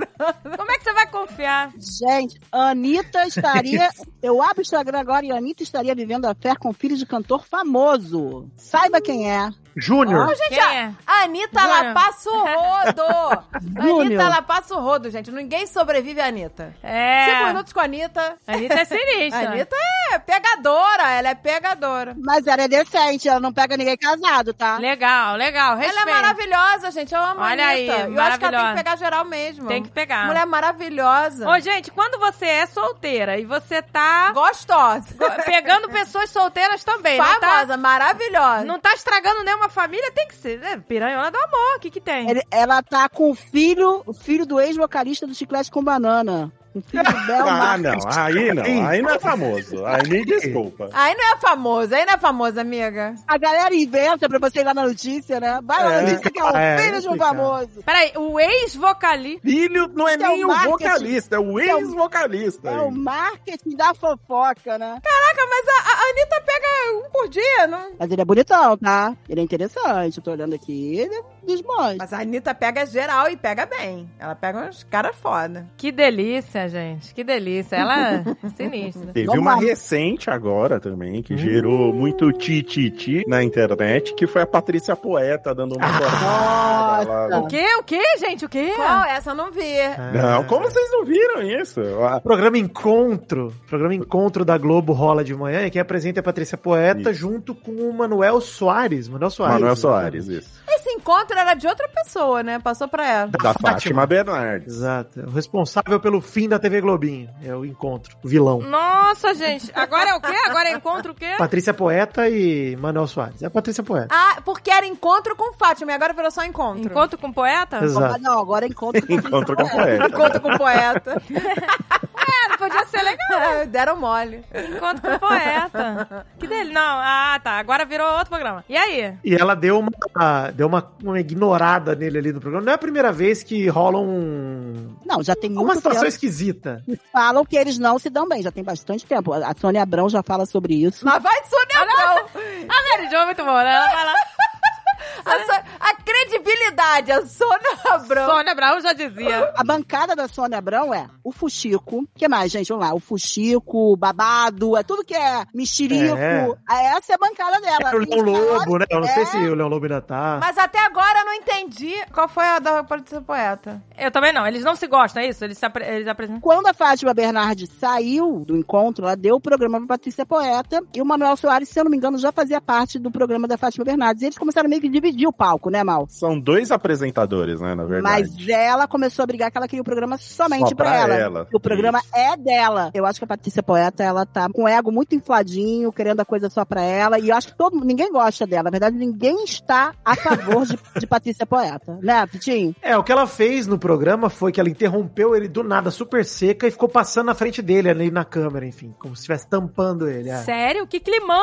S1: Como é que você vai confiar?
S4: Gente, Anitta estaria... eu abro o Instagram agora e a Anitta estaria vivendo a fé com filho de cantor famoso. Saiba quem é.
S5: Júnior.
S2: Não, gente,
S1: Quem
S2: a,
S1: é?
S2: a Anitta, ela
S1: Júnior.
S2: passa o rodo. A Anitta,
S4: Júnior.
S2: ela passa o rodo, gente. Ninguém sobrevive a Anitta. Cinco
S1: É.
S2: minutos com a Anitta.
S1: Anitta é
S2: A
S1: sinistra.
S2: Anitta é pegadora, ela é pegadora.
S4: Mas ela é decente, ela não pega ninguém casado, tá?
S1: Legal, legal. Respeito.
S2: Ela é maravilhosa, gente. Eu amo
S1: Olha
S2: a
S1: aí,
S2: Anitta. eu acho que ela tem
S1: maravilhosa.
S2: que pegar geral mesmo.
S1: Tem que pegar.
S2: Mulher maravilhosa.
S1: Ô, gente, quando você é solteira e você tá
S2: Gostosa.
S1: go- pegando pessoas solteiras também, né?
S2: Famosa,
S1: Tá,
S2: maravilhosa.
S1: não tá estragando nenhuma família, tem que ser. né? Piranhona do amor, o que que tem?
S4: Ele- ela tá com o filho, o filho do ex-vocalista do Chiclete com Banana. O filho do Bel
S3: Ah,
S4: Marques.
S3: não. Aí não. Aí não é famoso. Aí me desculpa.
S2: Aí não é famosa, aí não é famosa, amiga.
S4: A galera inventa pra você ir lá na notícia, né? Vai lá
S5: É,
S4: na notícia que é o
S5: é,
S4: filho de um
S5: complicado.
S4: famoso.
S1: Peraí, o ex-vocalista.
S3: Filho não é
S4: Isso é
S3: nem o
S4: o marketing.
S3: vocalista, é o ex-vocalista.
S4: É
S3: aí.
S4: o marketing da fofoca, né?
S2: Caraca, mas a, a- a Anitta pega um por dia. Não...
S4: Mas ele é bonitão, tá? Ele é interessante. Eu tô olhando aqui, ele é dos bons.
S2: Mas a Anitta pega geral e pega bem. Ela pega uns caras foda.
S1: Que delícia, gente. Que delícia. Ela é sinistra.
S3: Teve
S4: Vamos
S3: uma
S4: lá.
S3: recente agora também, que gerou muito ti-ti-ti na internet, que foi a Patrícia Poeta dando uma cortada lá no-
S1: O quê? O quê, gente? O quê?
S2: Qual? Essa eu não vi.
S3: Não, como vocês não viram isso? Ah, A-
S5: Programa Encontro. Programa Encontro da Globo rola de manhã e quem apresenta é a Patrícia Poeta
S3: Isso.
S5: junto com o Manuel Soares. Manuel Soares.
S3: Manuel Soares, né? isso.
S2: Esse encontro era de outra pessoa, né? Passou pra ela.
S3: Da
S5: Fátima.
S3: Fátima Bernardes.
S5: Exato. O responsável pelo fim da TV Globinho. É o Encontro. O vilão.
S1: Nossa, gente. Agora é o quê? Agora é encontro o quê?
S5: Patrícia Poeta e Manuel Soares. É a Patrícia Poeta.
S2: Ah, porque era encontro com Fátima e agora virou só encontro.
S1: Encontro com poeta?
S5: Exato.
S4: Ah, não, agora encontro com
S3: Encontro com a poeta.
S2: Encontro com poeta.
S1: Cara, É, podia ser legal.
S2: Ah, Deram mole.
S1: Encontro com poeta. Que dele? Não, ah, tá. Agora virou outro programa. E aí?
S5: E ela deu uma, deu uma, uma ignorada nele ali no programa. Não é a primeira vez que rola um.
S4: Não, já tem
S5: uma
S4: muito
S5: situação
S4: tempo
S5: esquisita.
S4: que falam que eles não se dão bem. Já tem bastante tempo. A Sônia Abrão já fala sobre isso.
S2: Mas vai, Sônia Abrão.
S1: A Mary Jo é muito boa, né? Ela vai lá.
S2: A, Sô- a credibilidade, a Sônia Abrão.
S1: Sônia Abraão já dizia.
S4: A bancada da Sônia Abrão é o Fuxico. O que mais, gente? Vamos lá. O Fuxico, o Babado, é tudo que é mexerico.
S5: É.
S4: Essa é a bancada dela.
S5: Era o Leão
S4: Eles falaram-
S5: Lobo, né? Eu não sei
S4: É.
S5: se o Leão Lobo ainda tá.
S2: Mas até agora eu não entendi qual foi a da Patrícia Poeta.
S1: Eu também não. Eles não se gostam, é isso? Eles, se apre- eles apresentam.
S4: Quando a Fátima Bernardes saiu do encontro, ela deu o programa pra Patrícia Poeta e o Manuel Soares, se eu não me engano, já fazia parte do programa da Fátima Bernardes. E eles começaram meio que dividir o palco, né, Mal?
S3: São dois apresentadores, né, na verdade.
S4: Mas ela começou a brigar que ela queria o programa somente
S3: Só
S4: pra,
S3: pra
S4: ela.
S3: ela.
S4: O programa é dela. Eu acho que a Patrícia Poeta, ela tá com o ego muito infladinho, querendo a coisa só pra ela. E eu acho que todo ninguém gosta dela. Na verdade, ninguém está a favor de, de Patrícia Poeta. Né, Pitinho?
S5: É, o que ela fez no programa foi que ela interrompeu ele do nada, super seca, e ficou passando na frente dele ali na câmera, enfim, como se estivesse tampando ele. é.
S1: Sério? Que climão!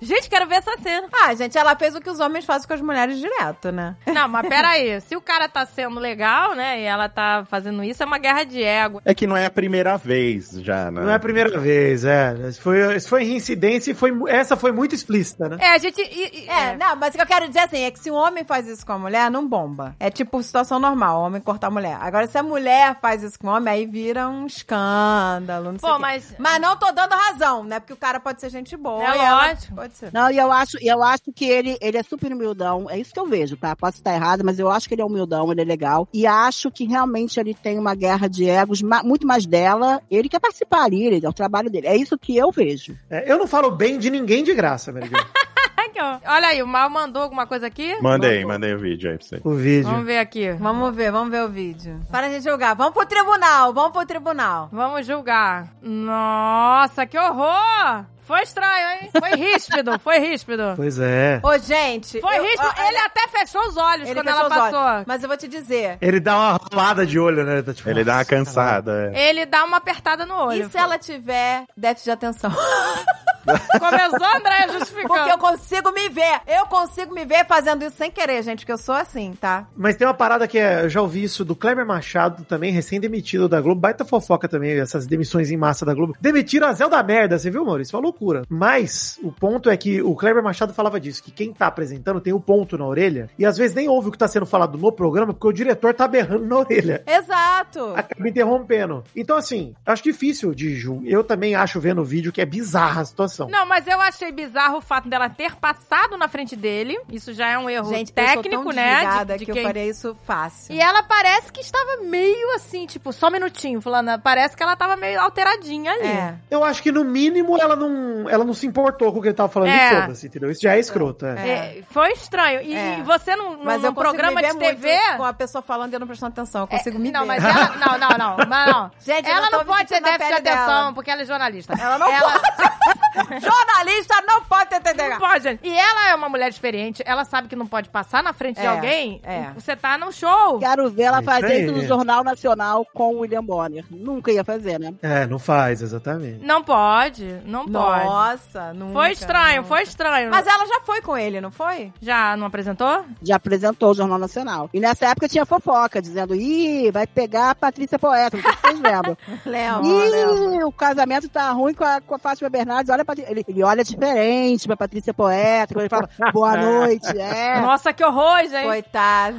S1: Gente, quero ver essa cena.
S2: Ah, gente, ela fez o que os homens fazem com as mulheres direto, né?
S1: Não, mas peraí. Se o cara tá sendo legal, né? E ela tá fazendo isso, é uma guerra de ego.
S3: É que não é a primeira vez já, né?
S5: Não é a primeira vez, é. Isso foi, isso foi reincidência e foi, mu- essa foi muito explícita, né?
S1: É, a gente. e- e-
S2: É, não, mas o que eu quero dizer assim é que se um homem faz isso com a mulher, não bomba. É tipo situação normal, homem cortar a mulher. Agora, se a mulher faz isso com o homem, aí vira um escândalo, não sei
S1: Pô,
S2: o quê.
S1: mas-
S2: Mas não tô dando razão, né? Porque o cara pode ser gente boa.
S1: É
S2: e ela
S1: lógico.
S2: Pode ser.
S4: Não, e eu acho, e eu acho que ele, ele é super humildão. É isso que eu vejo, tá? Posso estar errado, mas eu acho que ele é humildão, ele é legal. E acho que realmente ele tem uma guerra de egos ma- muito mais dela. Ele quer participar ali, ele, é o trabalho dele. É isso que eu vejo.
S5: É, eu não falo bem de ninguém de graça, Mary Jo.
S1: Ai, que ó. Olha aí, o Mal mandou alguma coisa aqui?
S3: Mandei, mandei o vídeo aí pra vocês.
S5: O vídeo.
S1: Vamos ver aqui.
S2: Vamos ver, vamos ver o vídeo. Para de julgar. Vamos pro tribunal, vamos pro tribunal.
S1: Vamos julgar. Nossa, que horror! Foi estranho, hein? Foi ríspido, foi ríspido.
S5: Pois é.
S2: Ô, gente.
S1: Foi
S2: eu-
S1: ríspido.
S2: ó,
S1: Ele até fechou os olhos
S2: ele
S1: quando
S2: fechou
S1: ela
S2: os olhos.
S1: passou.
S2: Mas eu vou te dizer.
S5: Ele dá uma rolada de olho, né? tá tipo,
S3: Ele dá uma
S5: "Nossa,
S3: cansada. é.
S1: Ele dá uma apertada no olho.
S2: E se ela tiver déficit de atenção?
S1: Começou a Andréia
S2: Porque eu
S1: justificando.
S2: consigo me ver. Eu consigo me ver fazendo isso sem querer, gente, que eu sou assim, tá?
S5: Mas tem uma parada que é, eu já ouvi isso do Kleber Machado também, recém-demitido da Globo. Baita fofoca também, essas demissões em massa da Globo. Demitiram a Zelda Merda, você viu, Maurício? Isso é uma loucura. Mas o ponto é que o Kleber Machado falava disso, que quem tá apresentando tem um ponto na orelha, e às vezes nem ouve o que tá sendo falado no programa, porque o diretor tá berrando na orelha.
S2: Exato.
S5: Acaba interrompendo. Então, assim, acho difícil de julgar. Eu também acho vendo o vídeo que é bizarra a situação.
S1: Não, mas eu achei bizarro o fato dela ter passado na frente dele. Isso já é um erro
S2: Gente, técnico, eu sou
S1: técnico,
S2: tão
S1: né?
S2: desligada que
S1: quem-
S2: eu faria isso fácil.
S1: E ela parece que estava meio assim, tipo, só um minutinho, fulana. Parece que ela estava meio alteradinha ali.
S2: É.
S5: Eu acho que, no mínimo, ela não, ela não se importou com o que ele tava falando.
S1: É.
S5: E foda-se, entendeu? Isso já é escroto, é.
S2: É.
S1: É, foi estranho. E
S2: É.
S1: você num,
S2: Mas
S1: num
S2: eu consigo
S1: programa
S2: me ver
S1: de TV.
S2: muito com a pessoa falando e eu não prestando atenção. Eu consigo me
S1: não,
S2: ver.
S1: mas ela. Não, não, não. Mas não.
S2: Gente, eu
S1: ela
S2: não tô
S1: não,
S2: me
S1: pode ter
S2: sentindo na
S1: déficit de
S2: pele
S1: atenção,
S2: dela.
S1: porque ela é jornalista.
S2: Ela não pode. Jornalista não pode ter TDAH.
S1: Não pode, gente. E ela é uma mulher experiente, ela sabe que não pode passar na frente de
S2: É,
S1: alguém.
S2: é.
S1: Você tá num show.
S4: Quero ver ela
S5: É Isso
S4: fazer
S5: aí.
S4: isso no Jornal Nacional com o William Bonner. Nunca ia fazer, né?
S5: É, não faz, exatamente.
S1: Não pode, não pode.
S2: Nossa, nunca.
S1: foi estranho,
S2: nunca.
S1: foi estranho.
S2: Mas ela já foi com ele, não foi?
S1: Já não apresentou?
S4: Já apresentou o Jornal Nacional. E nessa época tinha fofoca, dizendo, ih, vai pegar a Patrícia Poeta, não sei se vocês lembram.
S2: Léo.
S4: Ih, o casamento tá ruim com a, com a Fátima Bernardes, olha olha pra, ele, ele olha diferente pra Patrícia Poeta, quando ele fala boa noite, é.
S1: Nossa, que horror, gente.
S2: Coitado.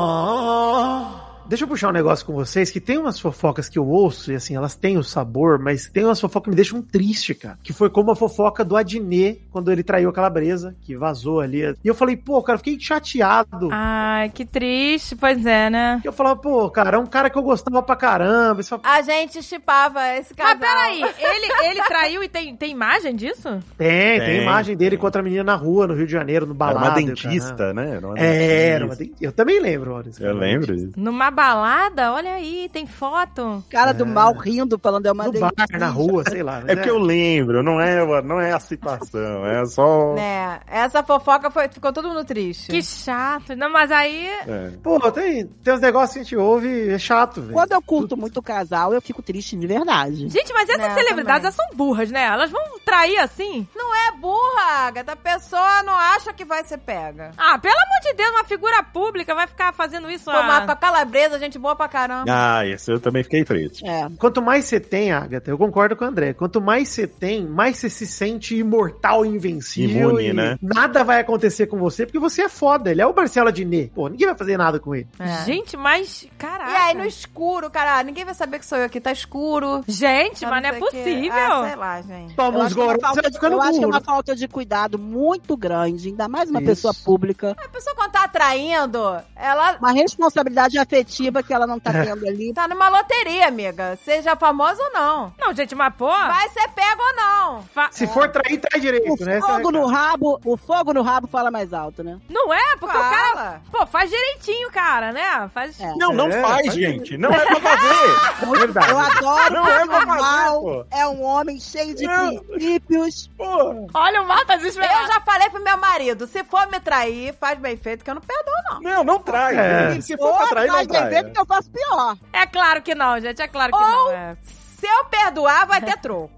S5: Oh! Deixa eu puxar um negócio com vocês, que tem umas fofocas que eu ouço, e assim, elas têm o sabor, mas tem umas fofocas que me deixam triste, cara. Que foi como a fofoca do Adnet, quando ele traiu a Calabresa, que vazou ali. E eu falei, pô, cara, eu fiquei chateado.
S1: Ah. Ai, que triste, pois é, né?
S5: Eu falava, pô, cara, é um cara que eu gostava pra caramba. é- Esse
S2: A gente chipava esse casal.
S1: Mas peraí, ele, ele traiu e tem, tem imagem disso?
S5: Tem, tem,
S3: Tem,
S5: imagem dele com outra menina na rua, no Rio de Janeiro, no
S3: Era
S5: balado.
S3: uma dentista, né? Era uma
S5: É, era uma
S3: dentista.
S5: dentista. Eu também lembro, Maurício.
S3: Eu lembro disso.
S1: Numa balada? Olha aí, tem foto.
S4: Cara do mal rindo, falando é uma
S5: No bar,
S4: delícia.
S5: na rua, sei lá. né? mas
S3: É porque eu lembro, não é, não é a situação, é só.
S2: Né, essa fofoca foi, ficou todo mundo triste.
S1: Que chato. Não, mas aí.
S3: É.
S5: Pô, tem, tem uns negócios que a gente ouve, e é chato, velho.
S4: Quando eu curto muito o casal, eu fico triste de verdade.
S1: Gente, mas essas
S2: Não,
S1: celebridades
S2: também.
S1: elas são burras, né? Elas vão trair assim?
S2: Não é burra, Agatha. A pessoa não acha que vai ser pega.
S1: Ah, pelo amor de Deus, uma figura pública vai ficar fazendo isso.
S2: Pô, mas
S1: Ah,
S2: com a calabresa, gente boa pra caramba.
S3: Ah, esse eu também fiquei triste.
S4: É.
S5: Quanto mais você tem, Agatha, eu concordo com o André. Quanto mais você tem, mais você se sente imortal, invencível.
S3: Imune,
S5: e
S3: né?
S5: Nada vai acontecer com você, porque você é foda. Ele é o Marcelo Adnet. Pô, ninguém vai fazer nada com ele.
S2: É.
S1: Gente, mas.
S2: E
S1: Caraca.
S2: aí, no escuro, cara, ninguém vai saber que sou eu aqui, tá escuro.
S1: Gente,
S2: Eu
S1: mas não é
S2: sei o quê.
S1: possível.
S2: Ah, sei lá, gente.
S5: Toma
S4: Eu
S5: uns
S4: acho que é uma
S5: goros, você
S4: falta
S5: vai
S4: de-
S5: ficando
S4: eu acho que é uma
S5: burro.
S4: falta de cuidado muito grande, ainda mais uma
S5: Isso.
S4: pessoa pública.
S2: A pessoa quando tá atraindo, ela
S4: Uma responsabilidade afetiva que ela não tá tendo ali.
S2: tá numa loteria, amiga. Seja famosa ou não.
S1: Não, gente, mas pô.
S2: Vai ser pega ou não.
S1: fa-
S5: Se for trair, trai direito,
S4: O
S5: né? Essa é a
S4: fogo no rabo, o fogo no rabo fala mais alto, né?
S1: Não é? Porque o cara.
S2: Fala.
S1: Pô, faz direitinho, cara, né? Faz.
S4: É.
S3: Não, não
S5: É,
S3: faz,
S5: faz-
S3: gente. Não é pra fazer.
S5: Verdade.
S4: Eu adoro
S3: Não
S4: que
S3: é
S4: o
S3: pra fazer,
S4: Mal
S3: pô.
S4: é um homem cheio de
S3: Não.
S4: princípios.
S3: Pô,
S1: Olha o mal tá
S2: Eu
S1: desesperado.
S2: já falei pro meu marido, se for me trair, faz bem feito, que eu não perdoo, não.
S3: não, não trai.
S5: É.
S3: Se for pra trair, não
S4: Mas tem
S3: trai.
S4: vezes que eu faço pior.
S1: É claro que não, gente. É claro que
S2: Ou-
S1: não. É.
S2: Se eu perdoar, vai ter troco.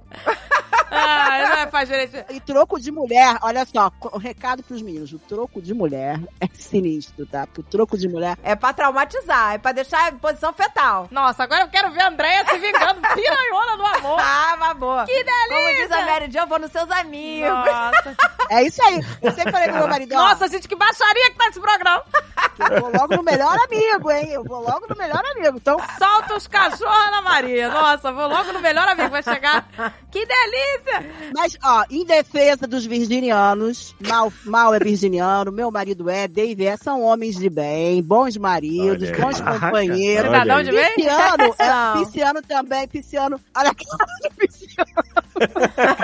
S1: Ah, não é faz direitinho.
S4: E troco de mulher, olha só, co- um recado pros meninos, o troco de mulher é sinistro, tá? Porque o troco de mulher
S2: É pra traumatizar, é pra deixar em posição fetal.
S1: Nossa, agora eu quero ver a Andréia se vingando. Piranhona do amor.
S2: Ah, babô.
S1: Que delícia!
S2: Como diz a Mary Jo, eu vou nos seus amigos.
S1: Nossa.
S4: é isso aí. Eu sempre falei pro meu marido, ó,
S1: Nossa, gente, que baixaria que tá esse programa.
S4: que eu vou logo no melhor amigo, hein? Eu vou logo no melhor amigo. Então,
S1: Solta os cachorros, Ana Maria. Nossa, vou logo no melhor amigo, vai chegar. Que delícia!
S4: Mas, ó, em defesa dos virginianos, mal, mal é virginiano, meu marido é, Dave é, são homens de bem, bons maridos,
S3: Olha aí.
S4: bons
S5: Caraca.
S4: companheiros.
S3: Olha
S1: Cidadão
S3: aí.
S1: Tá de bem?
S4: Pisciano, é,
S2: São.
S4: pisciano também, pisciano. Olha a cara de pisciano.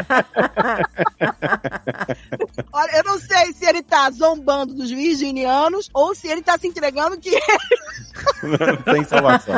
S4: Olha, eu não sei se ele tá zombando dos virginianos ou se ele tá se entregando que
S3: Não tem salvação.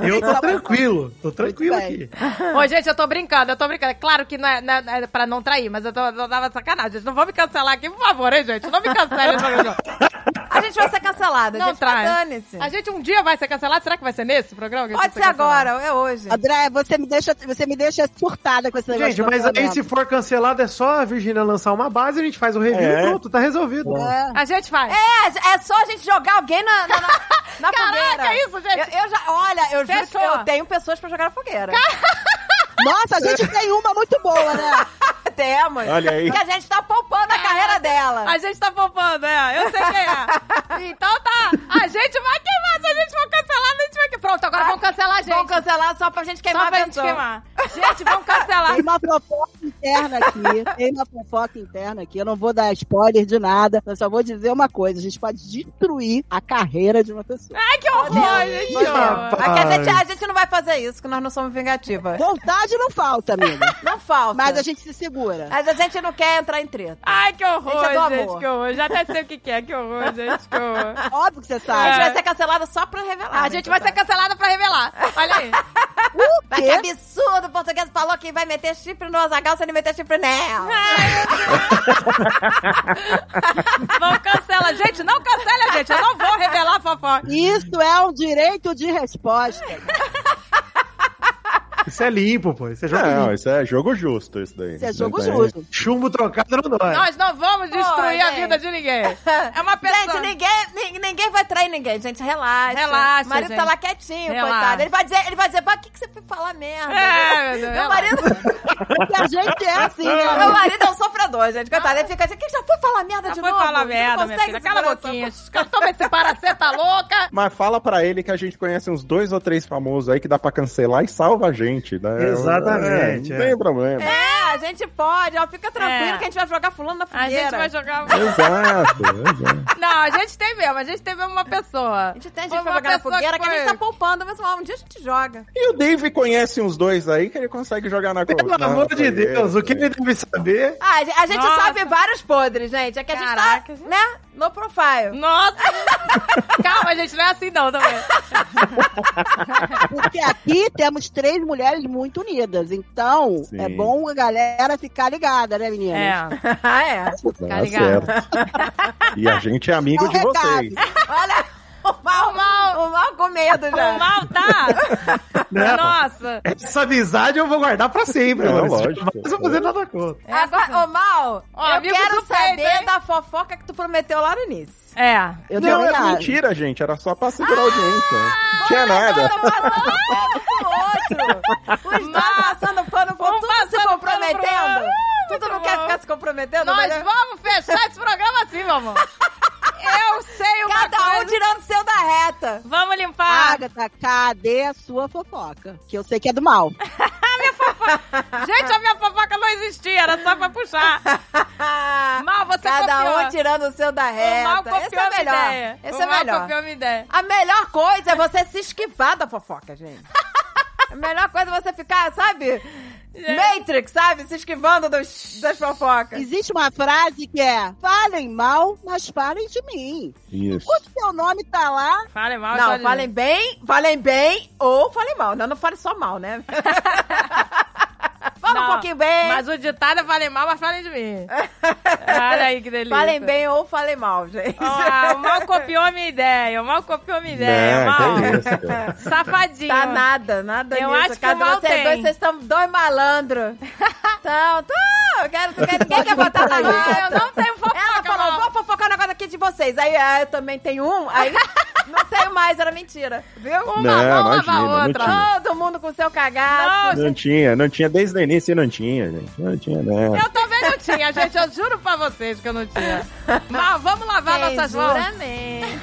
S5: Eu tô
S4: Salvação.
S5: tranquilo, tô tranquilo
S4: Muito
S5: aqui.
S1: Ô, gente, eu tô brincando, eu tô brincando. É Claro que não é, não é- não é pra não trair, mas eu, tô, eu tava de sacanagem. Gente, não vou me cancelar aqui, por favor, hein, gente? Não me cancele. não.
S2: A gente vai ser cancelada,
S1: Não
S2: gente.
S1: trai.
S2: Dane-se.
S1: A gente um dia vai ser cancelado. Será que vai ser nesse programa? que a gente
S2: Pode
S1: vai
S2: ser
S1: cancelado?
S2: agora, é hoje.
S4: André, você me deixa, você me deixa surtada com esse negócio.
S5: Gente,
S4: do
S5: mas aí
S4: casamento.
S5: se for cancelado, é só a Virgínia lançar uma base, a gente faz o review
S3: É.
S5: e pronto, tá resolvido.
S4: É.
S1: A gente vai.
S2: É, é só a gente jogar alguém na, na, na, na fogueira.
S1: Caraca, é isso, gente.
S2: Eu, eu já, olha, eu juro que
S1: Fechou.
S2: eu tenho pessoas pra jogar na fogueira.
S4: Nossa, a gente tem uma muito boa, né?
S2: Temos.
S3: Olha aí.
S2: Que a gente tá poupando a carreira dela.
S1: A gente tá poupando, é. Eu sei quem é. Então tá. A gente vai queimar. Se a gente for cancelar, a gente vai queimar. Pronto, agora vão cancelar a gente.
S2: Vão cancelar só pra gente queimar
S1: Só pra
S2: a
S1: gente
S2: pessoa.
S1: queimar. Gente, vamos cancelar.
S4: Tem uma fofoca interna aqui. Tem uma fofoca interna aqui. Eu não vou dar spoiler de nada. Eu só vou dizer uma coisa: a gente pode destruir a carreira de uma pessoa.
S1: Ai, que horror, gente. que horror.
S5: rapaz.
S2: Aqui é a gente, a gente não vai fazer isso, que nós não somos vingativas.
S4: Vontade não falta, amiga.
S2: Não falta.
S4: Mas a gente se segura.
S2: Mas a gente não quer entrar em treta.
S1: Ai, que horror,
S2: Gente, é do
S1: gente,
S2: amor.
S1: que horror. Já até sei o que que é, que horror, gente, que horror.
S2: Ah.
S4: Óbvio que você
S2: A gente
S4: sabe.
S2: vai ser cancelada só pra revelar.
S1: É. A
S2: né,
S1: gente vai ser cancelada pra revelar. Olha aí.
S2: Mas que absurdo! O português falou que vai meter chifre no Azagal se ele meter chifre nela.
S1: Vamos cancelar. Gente, não cancela, gente. Eu não vou revelar a fofoca.
S4: Isso é um direito de resposta.
S5: Isso é limpo, pô. Isso é jogo
S3: Não,
S5: limpo.
S3: isso é jogo justo, isso daí.
S4: Isso é jogo
S3: Não tem-
S4: justo.
S5: Chumbo trocado não dói.
S1: Nós não vamos destruir a
S2: gente.
S1: vida de ninguém. É uma pessoa.
S2: Gente, ninguém, nin- ninguém vai trair ninguém, gente. Relaxa.
S1: Relaxa,
S2: O marido
S1: gente.
S2: tá lá quietinho,
S1: Relaxa.
S2: coitado. Ele vai dizer, ele vai dizer, pô, o que, que você foi falar merda?
S1: É, meu Deus,
S2: meu
S1: relaxa. Tá
S2: marido,
S4: Porque a gente é assim, né?
S2: meu marido é um sofredor, gente. Coitado, ele fica assim, que já foi falar merda
S1: Ah. Já
S2: de
S1: foi
S2: novo?
S1: falar
S2: Não
S1: merda, minha
S2: consegue
S1: filha. Cala a
S2: segurar
S1: boquinha. Toma esse paraceta louca.
S3: Mas fala pra ele que a gente conhece uns dois ou três famosos aí que dá pra cancelar e salva a gente, né?
S5: Exatamente,
S3: É,
S5: é.
S3: não tem problema.
S2: É, a gente pode, ó, fica tranquilo
S1: É.
S2: que a gente vai jogar fulano na
S1: A
S2: fogueira.
S1: gente vai jogar.
S3: Exato, exato.
S1: Não, a gente tem mesmo. A gente tem mesmo uma pessoa.
S2: A gente tem, a
S1: Foi
S2: gente vai
S1: uma
S2: jogar na
S1: pessoa
S2: fogueira, que, a gente tá
S1: foi-
S2: poupando, mas ó, um dia a gente joga.
S3: E o Dave conhece uns dois aí que ele consegue jogar na
S5: Pelo
S3: na-
S5: amor de
S3: na-
S5: Deus, o que ele deve saber?
S2: Ah, a gente- a gente
S1: Nossa.
S2: sabe vários podres, gente. É que a gente
S1: Caraca,
S2: tá, né, no profile.
S1: Nossa! Calma, gente, não é assim não também.
S4: Porque aqui temos três mulheres muito unidas. Então,
S3: Sim.
S4: é bom a galera ficar ligada, né, meninas?
S1: É.
S2: ah, é.
S1: Tá
S3: Tá
S1: ligado?
S3: certo. E a gente é amigo
S4: Dá um
S3: de vocês.
S2: Olha, o mal, o mal, o mal com medo já.
S1: O mal tá.
S5: Não. é,
S1: Nossa.
S5: Essa amizade eu vou guardar pra sempre,
S3: Não,
S5: mano.
S3: lógico.
S5: Mas eu vou fazer nada contra.
S1: É,
S2: Agora, ô Mal,
S1: Ó,
S2: eu
S1: amigo
S2: quero
S1: do peito,
S2: saber
S1: hein?
S2: da fofoca que tu prometeu lá no início.
S1: É.
S4: Eu um
S3: Não,
S4: também
S3: é
S4: acho.
S3: mentira, gente. Era só pra segurar a audiência. Não tinha nada.
S2: Outro, os dois passando pano com
S1: Um
S2: tudo se
S1: passando pano pro
S2: comprometendo.
S1: outro.
S2: Tu não
S1: Muito
S2: quer
S1: bom.
S2: ficar se comprometendo?
S1: Nós
S2: né?
S1: vamos fechar esse programa assim, vamos. Eu sei uma
S2: Cada um
S1: coisa. Ah,
S2: tirando o seu da reta.
S1: Vamos limpar.
S4: Agatha, cadê a sua fofoca? Que eu sei que é do mal.
S1: Gente, a minha fofoca não existia, era só pra puxar. Mal, você
S2: Cada
S1: copiou.
S2: um tirando o seu
S1: O
S2: da
S1: mal
S2: reta.
S1: copiou
S2: Esse é
S1: a minha
S2: melhor.
S1: ideia.
S2: Esse
S1: o
S2: é
S1: mal
S2: melhor.
S1: copiou a minha ideia.
S2: A melhor coisa é você se esquivar da fofoca, gente. A melhor coisa é você ficar, sabe?
S1: É.
S2: Matrix, sabe? Se esquivando dos, das fofocas.
S4: Existe uma frase que é: falem mal, mas falem de mim.
S3: Isso.
S4: O seu nome tá lá.
S1: Falem mal,
S2: Não,
S1: Johnny.
S2: falem bem, falem bem ou falem mal. Não, não falem só mal, né? Fala um
S1: Não,
S2: pouquinho bem,
S1: Mas o ditado é falem mal, mas falem de mim. Olha aí que delícia.
S2: falem bem ou falem mal, gente.
S1: Ah, o mal copiou a minha ideia, o mal copiou a minha ideia. mal.
S3: Não, Né, que é isso, cara.
S1: Safadinho.
S2: Tá nada, nada
S1: Eu
S2: nisso.
S1: acho que
S2: Cada
S1: o mal
S2: vocês
S1: tem.
S2: dois, vocês são dois malandros. Então, tu, eu quero, eu quero- ninguém quer botar na
S1: Ah, eu
S2: lata.
S1: não tenho fofoca,
S2: Ela falou,
S1: mal.
S2: vou fofocar um negócio aqui de vocês. Aí ah, eu também tenho um, aí não tenho mais, era mentira. Viu?
S1: Uma
S3: Não,
S1: mão lava
S3: imagina,
S1: a
S3: não
S1: outra.
S3: tinha.
S2: Todo mundo com seu cagaço.
S3: Não tinha, não tinha. Desde o início não tinha, gente. Não tinha, né?
S1: Eu também não tinha, gente. Eu juro pra vocês que eu não tinha. Mal, vamos lavar
S2: Quem
S1: nossas
S2: jura,
S1: mãos.
S2: mente.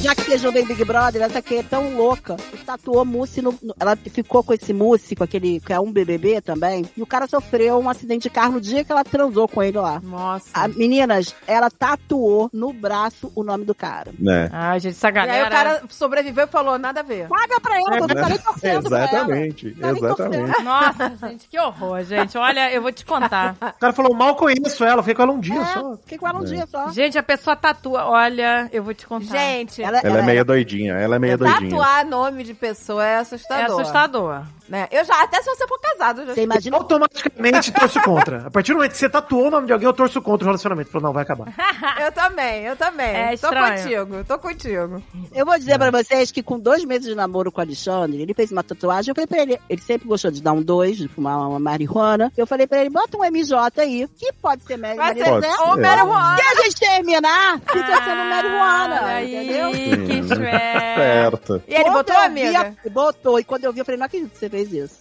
S4: Já que vocês não veem Big Brother, essa aqui é tão louca. Tatuou mousse no, no- Ela ficou com esse mousse, com aquele. que é um BBB também. E o cara sofreu um acidente de carro no dia que ela transou com ele lá.
S2: Nossa.
S4: A- meninas, ela tatuou no braço o nome do cara.
S3: Né.
S1: Ai, gente, essa
S2: E aí o cara sobreviveu e falou, nada a ver.
S4: Paga pra ela, você tá nem torcendo pra ela.
S3: Né? É, Exatamente,
S4: Tá nem
S3: exatamente.
S1: Nossa, gente, que horror, gente. Olha, eu vou te contar.
S5: O cara falou, mal conheço ela, fiquei com ela um dia
S4: Ah. É,
S5: só.
S4: fiquei com ela um dia só.
S1: Gente, a pessoa tatua. Olha, eu vou te contar.
S2: Gente,
S3: Ela é meia doidinha, ela é meia doidinha.
S2: tatuar nome de pessoa é
S1: é
S2: assustador.
S1: assustador.
S2: Né? Eu já, até se você for casado, eu já
S4: Você imagina o
S5: Automaticamente torço contra. A partir do momento que você tatuou o nome de alguém, eu torço contra o relacionamento. Falou, não, vai acabar.
S2: Eu também, eu também.
S1: É
S2: tô
S1: estranho.
S2: contigo, tô contigo.
S4: Eu vou dizer pra vocês que com dois meses de namoro com o Alexandre, ele fez uma tatuagem. Eu falei pra ele, ele sempre gostou de dar um dois, de fumar uma marihuana. Eu falei pra ele, bota um MJ aí, que pode ser Mary
S2: Vai ser
S4: Marihuana.
S3: Pode
S2: ou
S3: ser.
S2: marihuana.
S4: Se a gente terminar, fica sendo
S1: Ah,
S4: marihuana,
S1: aí,
S4: entendeu?
S1: que
S3: Sim. É.
S1: esperto.
S3: Certo.
S2: E ele
S4: Quando
S2: botou
S4: eu
S2: a
S4: vi
S2: amiga.
S4: botou, e quando eu vi, eu falei, não acredito que você fez isso.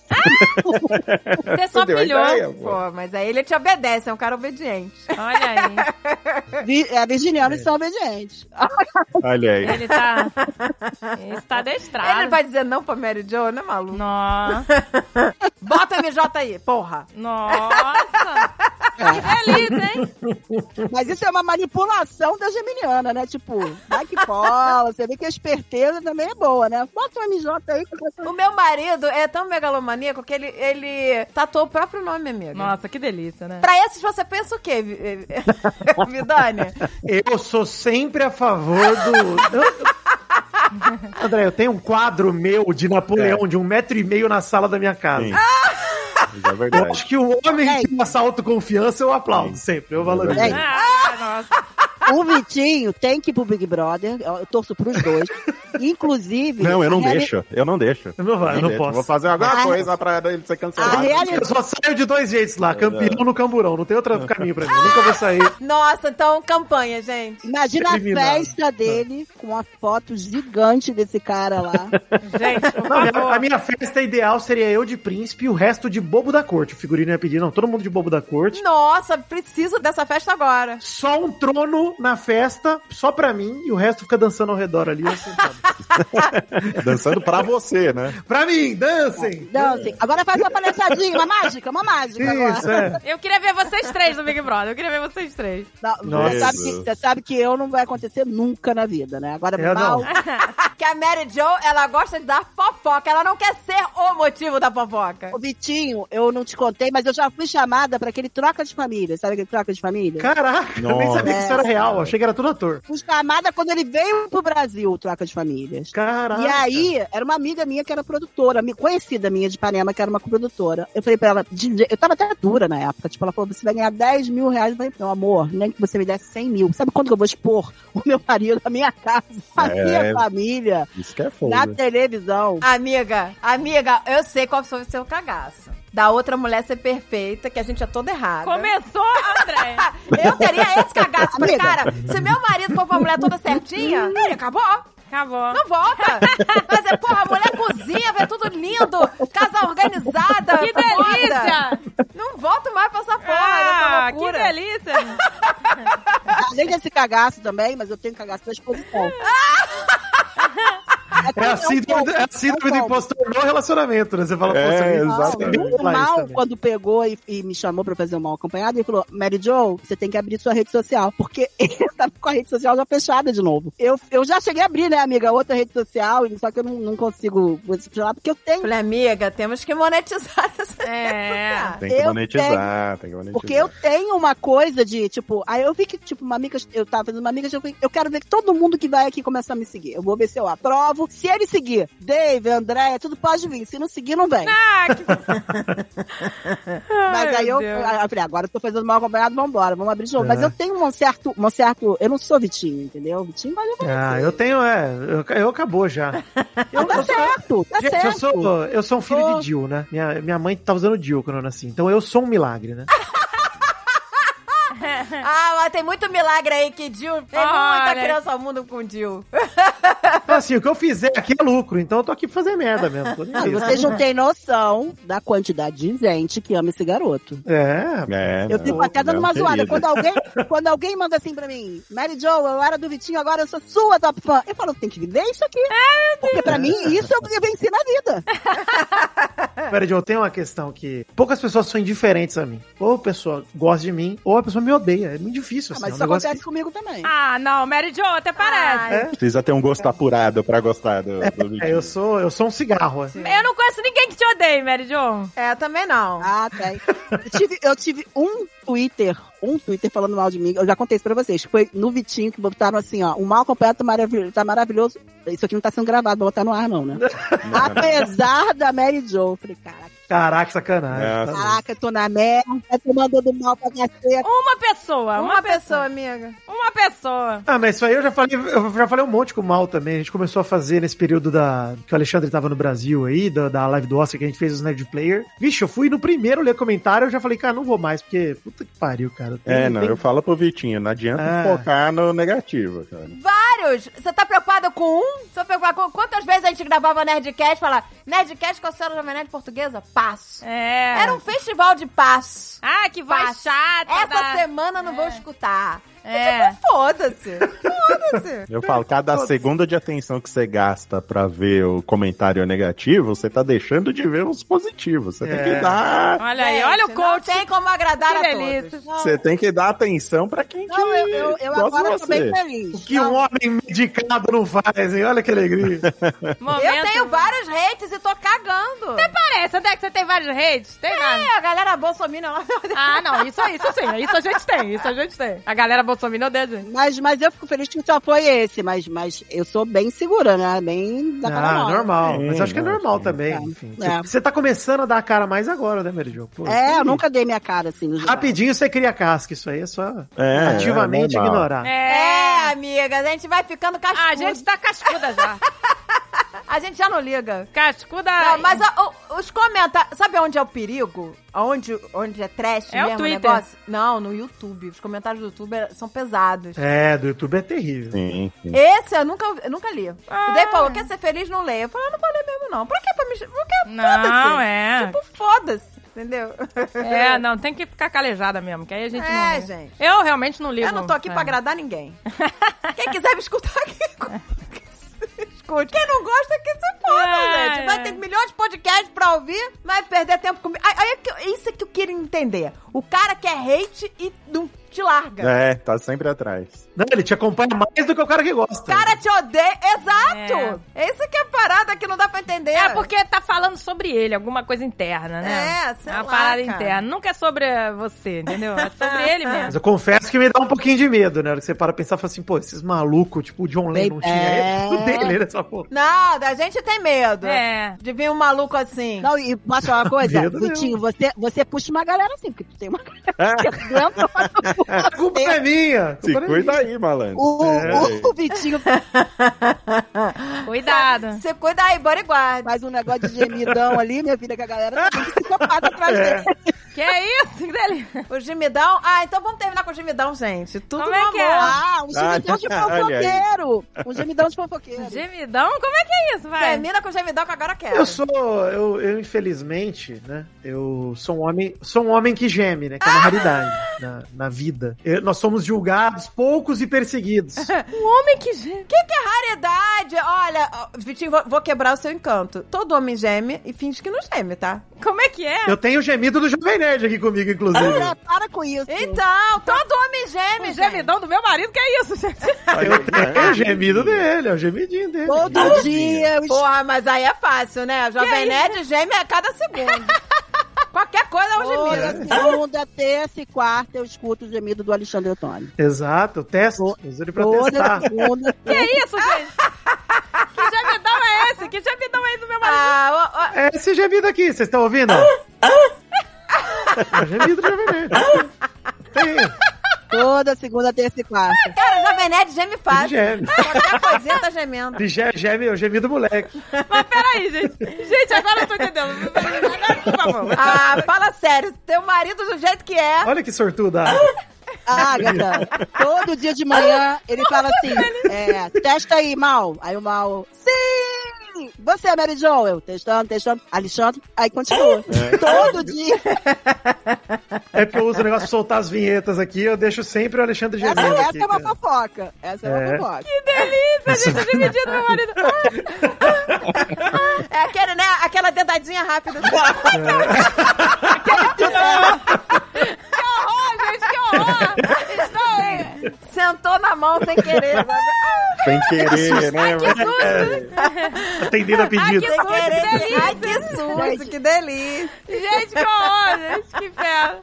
S1: Você só
S3: Deu a
S1: pilhou.
S3: ideia, pô.
S2: Pô, mas aí ele te obedece, é um cara obediente.
S1: Olha aí.
S4: Vi, é, virginianos são obedientes.
S3: Olha aí.
S1: Ele tá. Ele tá
S2: Ele
S1: adestrado.
S2: não vai dizer não pra Mary Jo, né, maluco?
S1: Nó.
S2: Bota MJ aí, porra.
S1: Nossa! Que delícia, hein?
S4: Mas isso é uma manipulação da geminiana, né? Tipo, vai que cola, você vê que a esperteza também é boa, né? Bota um MJ aí. que-
S2: O meu marido é tão megalomaníaco que ele, ele tatuou o próprio nome, amiga.
S1: Nossa, que delícia, né?
S2: Pra esses você pensa o quê, Vi- Vidani?
S5: Eu sou sempre a favor do. André, eu tenho um quadro meu de Napoleão de um metro e meio na sala da minha casa.
S3: É. Sim.
S4: Ah!
S3: Mas é
S5: Eu
S3: verdade.
S5: acho que o homem
S4: É.
S5: que passa autoconfiança eu aplaudo sempre, eu valorizo.
S4: É.
S1: Ah, nossa.
S4: O Vitinho tem que ir pro Big Brother. Eu eu torço pros dois. Inclusive.
S3: Não, eu não
S4: a reali-
S3: deixo. Eu não deixo.
S5: Ah, Eu não, vou, eu não
S3: deixo. Vou
S5: posso.
S3: fazer alguma
S4: Ah.
S3: coisa pra ele ser
S4: A
S3: cancelado.
S4: realidade.
S5: Eu só saio de dois jeitos lá, campeão no camburão, não tem outro caminho pra mim, eu nunca vou sair.
S2: Nossa, então campanha, gente.
S4: Imagina a
S5: Eliminado.
S4: festa dele com a foto gigante desse cara lá.
S1: Gente,
S4: Tá
S1: por
S5: Não, minha- a
S1: favor.
S5: minha festa ideal seria eu de príncipe e o resto de bobo da corte. O figurino ia pedir, não, todo mundo de bobo da corte.
S2: Nossa, preciso dessa festa agora.
S5: Só um trono na festa, só pra mim, e o resto fica dançando ao redor ali. eu sentado.
S3: Dançando pra você, né?
S5: pra mim, dancem!
S4: Não, assim, agora faz uma palhaçadinha, uma mágica, uma mágica agora.
S5: Isso, é.
S1: Eu queria ver vocês três no Big Brother. Eu queria ver vocês três.
S4: Não,
S5: Nossa.
S4: você, sabe que, você sabe que eu não vai acontecer nunca na vida, né? Agora,
S5: Eu
S4: mal.
S5: é, não.
S2: Que a Mary Jo, ela gosta de dar fofoca. Ela não quer ser o motivo da fofoca.
S4: O Vitinho, eu não te contei, mas eu já fui chamada pra aquele troca de família. Sabe aquele troca de família?
S5: Caraca, eu nem
S3: Nossa.
S5: sabia que isso era real, achei que era tudo ator.
S4: Fui chamada quando ele veio pro Brasil, o troca de famílias.
S5: Caraca.
S4: E aí, era uma amiga minha que era produtora, mi- conhecida minha de Panema, que era uma produtora. Eu falei pra ela, "DJ", eu tava até dura na época. Tipo, ela falou, você vai ganhar 10 mil reais. Eu falei, meu amor, nem que você me desse 100 mil. Sabe quando que eu vou expor o meu marido na minha casa, a
S3: É.
S4: minha família,
S3: Isso que é
S4: na
S3: foda.
S4: televisão?
S2: Amiga, amiga, eu sei qual foi o seu cagaço. Da outra mulher ser perfeita, que a gente é toda errada. Ah,
S1: Começou, André.
S2: Eu teria esse cagaço. Falei,
S4: Amiga.
S2: cara, se meu marido for com a mulher toda certinha, ele acabou.
S1: Acabou.
S2: Não volta. Mas, é, porra, a mulher cozinha, vê tudo lindo, casa organizada.
S1: Que
S2: foda.
S1: delícia!
S2: Não volto mais pra essa porra
S1: Ah,
S2: dessa
S1: que
S2: loucura.
S1: delícia!
S4: Além desse cagaço também, mas eu tenho cagaço da exposição.
S5: É a síndrome, do- é a síndrome do
S4: um É um combo.
S5: impostor no relacionamento, né? Você fala,
S3: É,
S5: pô, você me-
S3: exatamente.
S5: você
S4: O
S5: me fala é isso
S4: um mal,
S5: também.
S4: quando pegou e, e me chamou pra fazer o mal acompanhado, ele falou: Mary Jo, você tem que abrir sua rede social. Porque eu tava com a rede social já fechada de novo. Eu, eu já cheguei a abrir, né, amiga, outra rede social, e só que eu não, não consigo lá, porque eu tenho.
S2: Falei, amiga, temos que monetizar essa
S1: É.
S3: Tem que
S4: Eu
S3: monetizar, tem que monetizar.
S4: Porque eu tenho uma coisa de, tipo, aí eu vi que, tipo, uma amiga, eu tava fazendo uma amiga, eu, falei, eu quero ver que todo mundo que vai aqui começa a me seguir. Eu vou ver se eu aprovo. Se ele seguir, Dave, Andréia, tudo pode vir. Se não seguir, não vem.
S1: Ah, que...
S4: Mas aí eu,
S1: Ai, meu Deus.
S4: aí eu falei, "Ah, agora eu tô fazendo mal acompanhado, vambora, vamos abrir jogo.
S5: É.
S4: Mas eu tenho um certo, um certo. Eu não sou Vitinho, entendeu? Vitinho, mas eu
S5: Ah, eu tenho, é. Eu, eu acabou já. Eu,
S4: tá
S5: eu sou-
S4: certo, tá
S5: gente,
S4: certo.
S5: eu sou, eu sou um filho
S4: Pô.
S5: de Dil, né? Minha, minha mãe tá usando Dil quando eu nasci. Então eu sou um milagre, né?
S2: Ah, mas tem muito milagre aí que Dil. Tem muita
S1: Olha.
S2: criança ao mundo com Dil.
S5: Então, assim, o que eu fizer aqui é lucro. Então eu tô aqui pra fazer merda mesmo. Tô nem
S4: Não,
S5: aí. né?
S4: e vocês não têm noção da quantidade de gente que ama esse garoto.
S5: É.
S3: É,
S4: Eu
S3: não,
S4: fico até dando
S3: não,
S4: uma zoada.
S3: querido.
S4: Quando alguém, quando alguém manda assim pra mim, Mary Jo, eu era do Vitinho, agora eu sou sua top fã. Eu falo, tem que viver isso aqui. Porque pra mim, isso é eu eu venci na vida. É.
S5: Pera, John, tem uma questão que poucas pessoas são indiferentes a mim. Ou a pessoa gosta de mim, ou a pessoa me odeia. É muito difícil,
S4: Ah, mas
S5: assim. é um
S4: isso
S5: negócio
S4: acontece comigo também.
S1: ah, não, Mary Jo, até parece.
S2: Ai.
S3: Precisa ter um gosto apurado pra gostar do, do
S5: que- É, eu sou, eu sou um cigarro. é.
S1: Eu não conheço ninguém que te odeie, Mary Jo.
S2: É, também não.
S4: Ah, tem. Eu tive, eu tive um Twitter, um Twitter falando mal de mim. Eu já contei isso pra vocês. que Foi no Vitinho que botaram assim, ó. O mal completo maravilhoso, tá maravilhoso. Isso aqui não tá sendo gravado, vou botar no ar, não, né? Apesar da Mary Jo. Falei, caraca,
S5: Caraca, sacanagem. tá
S3: Nossa.
S4: caraca, eu tô na merda, tô mandando mal pra caceta.
S1: Uma pessoa,
S2: Uma,
S1: uma,
S2: pessoa, amiga.
S1: Uma pessoa.
S5: Ah, mas isso aí eu já falei, eu já falei um monte com o Mal também. A gente começou a fazer nesse período da que o Alexandre tava no Brasil aí, da, da live do Oscar que a gente fez os Nerd Player. Vixe, eu fui no primeiro ler comentário, eu já falei, cara, não vou mais, porque puta que pariu, cara. Tem-
S3: É, não,
S5: tem-
S3: eu falo pro Vitinho, não adianta
S5: Ah.
S3: focar no negativo, cara.
S2: Vários. Você tá preocupado com um? Você tá preocupado com... Quantas vezes a gente gravava Nerdcast e falava Nerdcast com a senhora Jovem Nerd portuguesa? Passo.
S1: É.
S2: Era um festival de passo.
S1: Ah, que voz
S2: Passa.
S1: chata.
S2: Essa
S1: da-
S2: semana eu não vou escutar.
S1: É.
S2: Tipo, foda-se. Foda-se.
S3: Eu falo, cada segunda de atenção que você gasta pra ver o comentário negativo, você tá deixando de ver os positivos. Você tem
S5: É.
S3: que dar.
S1: Olha aí, olha o
S2: Gente,
S1: coach.
S2: Não tem como agradar
S1: Que
S2: a
S1: delícia.
S2: todos. Não,
S3: Você tem que dar atenção pra quem
S4: Não, eu, eu, eu
S3: gosta
S4: agora
S3: de
S4: tô
S3: você.
S4: bem
S5: O
S4: feliz.
S5: que um homem medicado não faz, hein? Olha que alegria.
S1: Momento-
S2: Eu tenho várias hates e tô cagando.
S1: Parece, onde é que você tem vários redes? Tem nada.
S2: É, a galera bolsominion lá.
S1: Ah, não, isso, isso sim, isso a gente tem, isso a gente tem. A galera Bolsonaro odeia a gente.
S4: Mas, mas eu fico feliz que só foi é esse, mas, mas eu sou bem segura, né? Bem da cara
S5: Ah,
S4: nova.
S5: normal.
S3: É,
S5: Mas acho que é
S3: não,
S5: normal
S3: sim.
S5: também.
S4: É.
S5: enfim.
S4: É.
S5: Você tá começando a dar a cara mais agora, né, Mary Jo? Pô,
S4: É, eu nunca dei minha cara assim no geral.
S5: Rapidinho você cria casca, isso aí é só
S3: É,
S5: ativamente
S3: é normal.
S5: ignorar.
S2: É, amiga, a gente vai ficando cascudo.
S1: Ah, a gente tá cascuda já.
S2: a gente já não liga.
S1: Cascuda.
S2: Não, mas ó, ó, os comentários. Sabe onde é o perigo? Onde, onde é trash
S1: É o
S2: mesmo
S1: Twitter.
S2: negócio? Não, no YouTube. Os comentários do YouTube é- são pesados.
S5: É, do YouTube é terrível.
S3: Sim, sim.
S2: Esse eu nunca, eu nunca li.
S1: Ah.
S2: O Dave falou: quer ser feliz? Não leia. Eu falei: eu não vou ler mesmo, não. Pra que pra me. Por que?
S1: Não,
S2: Foda-se.
S1: é.
S2: Tipo, foda-se. Entendeu?
S1: É, não, tem que ficar calejada mesmo, que aí a gente não.
S2: É, gente.
S1: Eu realmente não ligo.
S2: Eu não tô aqui
S1: é.
S2: pra agradar ninguém. Quem quiser me escutar aqui, escute. Quem não gosta, que se foda,
S1: É,
S2: gente.
S1: é.
S2: Vai ter milhões de podcasts pra ouvir, vai perder tempo comigo. Aí- aí é que eu- Isso é que eu queria entender. O cara que é hate e não te larga.
S3: É, tá sempre atrás.
S5: Não, ele te acompanha mais do que o cara que gosta.
S2: O cara te odeia. Exato! É. Isso que é a parada que não dá pra entender.
S1: É porque tá falando sobre ele, alguma coisa interna, né?
S2: É, sei
S1: É uma
S2: lá,
S1: parada
S2: cara.
S1: interna. Nunca é sobre você, entendeu? É sobre ele mesmo.
S5: Mas eu confesso que me dá um pouquinho de medo, né? Na hora que você para pensar, fala assim, pô, esses malucos, tipo o John Lennon tinha
S4: É.
S5: ele, o dele, né? Essa porra.
S2: Não, da gente tem medo.
S1: É.
S2: De vir um maluco assim.
S4: Não, e posso falar uma coisa?
S5: Medo É.
S4: Vitinho, você, você puxa uma galera assim, porque tu tem uma galera que aguenta.
S5: A culpa não é minha. a
S3: Se
S5: culpa não é
S3: cuida
S5: minha.
S3: aí, malandro.
S4: O, o, o Vitinho
S1: É, Cuidado.
S2: Você cuida aí, bora e guarda.
S4: faz um negócio de gemidão ali, minha filha, que a galera tá psicopada atrás dele.
S1: que é isso dele?
S2: O Jimidão. Ah, então vamos terminar com o Jimidão, gente. Tudo
S1: Como
S2: no
S1: é
S2: amor.
S1: que é?
S4: Ah, um gemidão de fofoqueiro. Um gemidão de fofoqueiro.
S1: Gemidão? Como é que é isso, vai?
S2: Termina com o Jimidão que agora quero.
S5: Eu sou, eu, eu, infelizmente, né? Eu sou um homem, sou um homem que geme, né? Que é uma
S4: Ah!
S5: raridade na, na vida. Eu- nós somos julgados, poucos e perseguidos.
S1: Um homem que geme.
S2: Caridade, é olha, ó, Vitinho, vou, vou quebrar o seu encanto. Todo homem geme e finge que não geme, tá?
S1: Como é que é?
S5: Eu tenho o gemido do Jovem Nerd aqui comigo, inclusive.
S4: Ah, para com isso.
S2: Então, todo homem geme,
S1: O
S2: geme.
S1: gemidão do meu marido, que é isso, gente?
S5: Eu tenho o gemido dele, é o gemidinho dele.
S4: tá. Todo dia eu escuto.
S2: Porra, mas aí é fácil, né? Jovem
S1: Que
S2: Nerd geme a cada segundo. Qualquer coisa é um
S4: Toda
S2: gemido.
S4: segunda, terça e quarta eu escuto o gemido do Alexandre Antônio.
S5: Exato, eu testo. Uso ele pra
S4: Toda
S5: testar.
S4: segunda.
S1: Que é isso, gente? que gemidão é esse? Que gemidão é esse do meu marido?
S2: Ah, ó, ó,
S5: É esse gemido aqui, vocês estão ouvindo?
S4: Ah,
S5: é o gemido do Jovem Nerd.
S4: Ah.
S5: Tem,
S4: Toda segunda, terça e quarta.
S2: cara, Jovem Nerd geme
S5: ele
S2: fácil.
S5: geme.
S2: Qualquer coisinha tá gemendo.
S5: Ele ge- geme, é o gemido do moleque.
S1: Mas peraí, gente. Gente, agora eu tô entendendo. Agora, por favor.
S2: Ah, fala sério, teu marido do jeito que é.
S5: Olha que ah. sortuda.
S4: A Agatha, Ah, todo dia de manhã, ele fala assim: é, testa aí, mal. Aí o mal, sim! Você, é Mary Jo, eu testando, testando. Alexandre, aí continua. Todo dia.
S5: É porque eu uso o negócio de soltar as vinhetas aqui, eu deixo sempre o Alexandre
S4: Essa,
S5: gemendo
S4: essa
S5: aqui.
S4: é uma
S5: cara.
S4: fofoca. Essa é uma
S5: É.
S4: fofoca.
S1: Delícia, gente, dividindo meu marido.
S2: É aquele, né? Aquela dedadinha rápida.
S1: Que horror, gente, que horror. Estou hein?
S2: Sentou na mão sem querer. sabe?
S1: Ah,
S3: Sem querer, né?
S5: Atendendo a pedido.
S1: Ai,
S2: Sem
S1: que
S2: querer. né?
S1: delícia.
S2: Ai, que susto, que delícia.
S1: Gente, que horror, gente, que pena.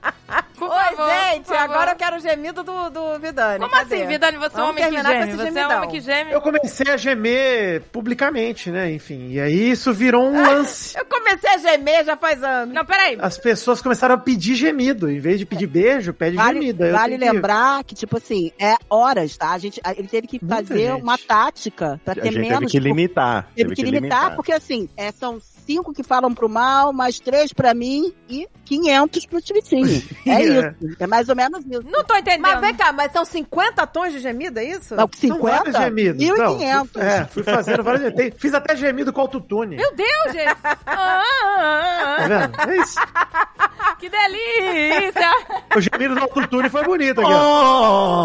S1: Por
S2: Oi,
S1: favor,
S2: gente,
S1: por favor.
S2: agora eu quero o gemido do, do Vidani.
S1: Como
S2: Cadê?
S1: assim, Vidani? Você é um
S2: Vamos
S1: homem que
S2: terminar com
S1: geme.
S2: esse
S1: Você é um
S2: gemidão.
S1: homem que geme.
S5: Eu comecei a gemer publicamente, né? Enfim, e aí isso virou um lance.
S2: Eu comecei a gemer já faz anos.
S1: Não, peraí.
S5: As pessoas começaram a pedir gemido. Em vez de pedir beijo, pede
S4: Vale,
S5: gemido. Aí eu
S4: vale
S5: tenho que-
S4: lembrar que, tipo assim, é horas, tá? A gente, a- ele teve que
S5: Muita
S4: fazer
S5: gente.
S4: uma tática pra
S3: A
S4: ter
S3: gente
S4: menos.
S3: teve que
S4: porque-
S3: limitar.
S4: tipo, Teve que limitar, porque assim, é, são cinco que falam pro mal, mais três pra mim e 500 pro Tivitinho. É
S5: É.
S4: isso. É mais ou menos isso.
S1: Não tô entendendo.
S2: Mas vem cá, mas são 50 tons de gemido, é isso?
S4: Não,
S5: São vários
S4: 50?
S5: gemidos. Não,
S4: 1.500.
S5: É, fui fazendo vários gemidos. Fiz até gemido com autotune.
S1: Meu Deus, gente. Ah, ah,
S5: Tá vendo? É isso.
S1: ah, que delícia.
S5: O gemido do autotune foi bonito aqui.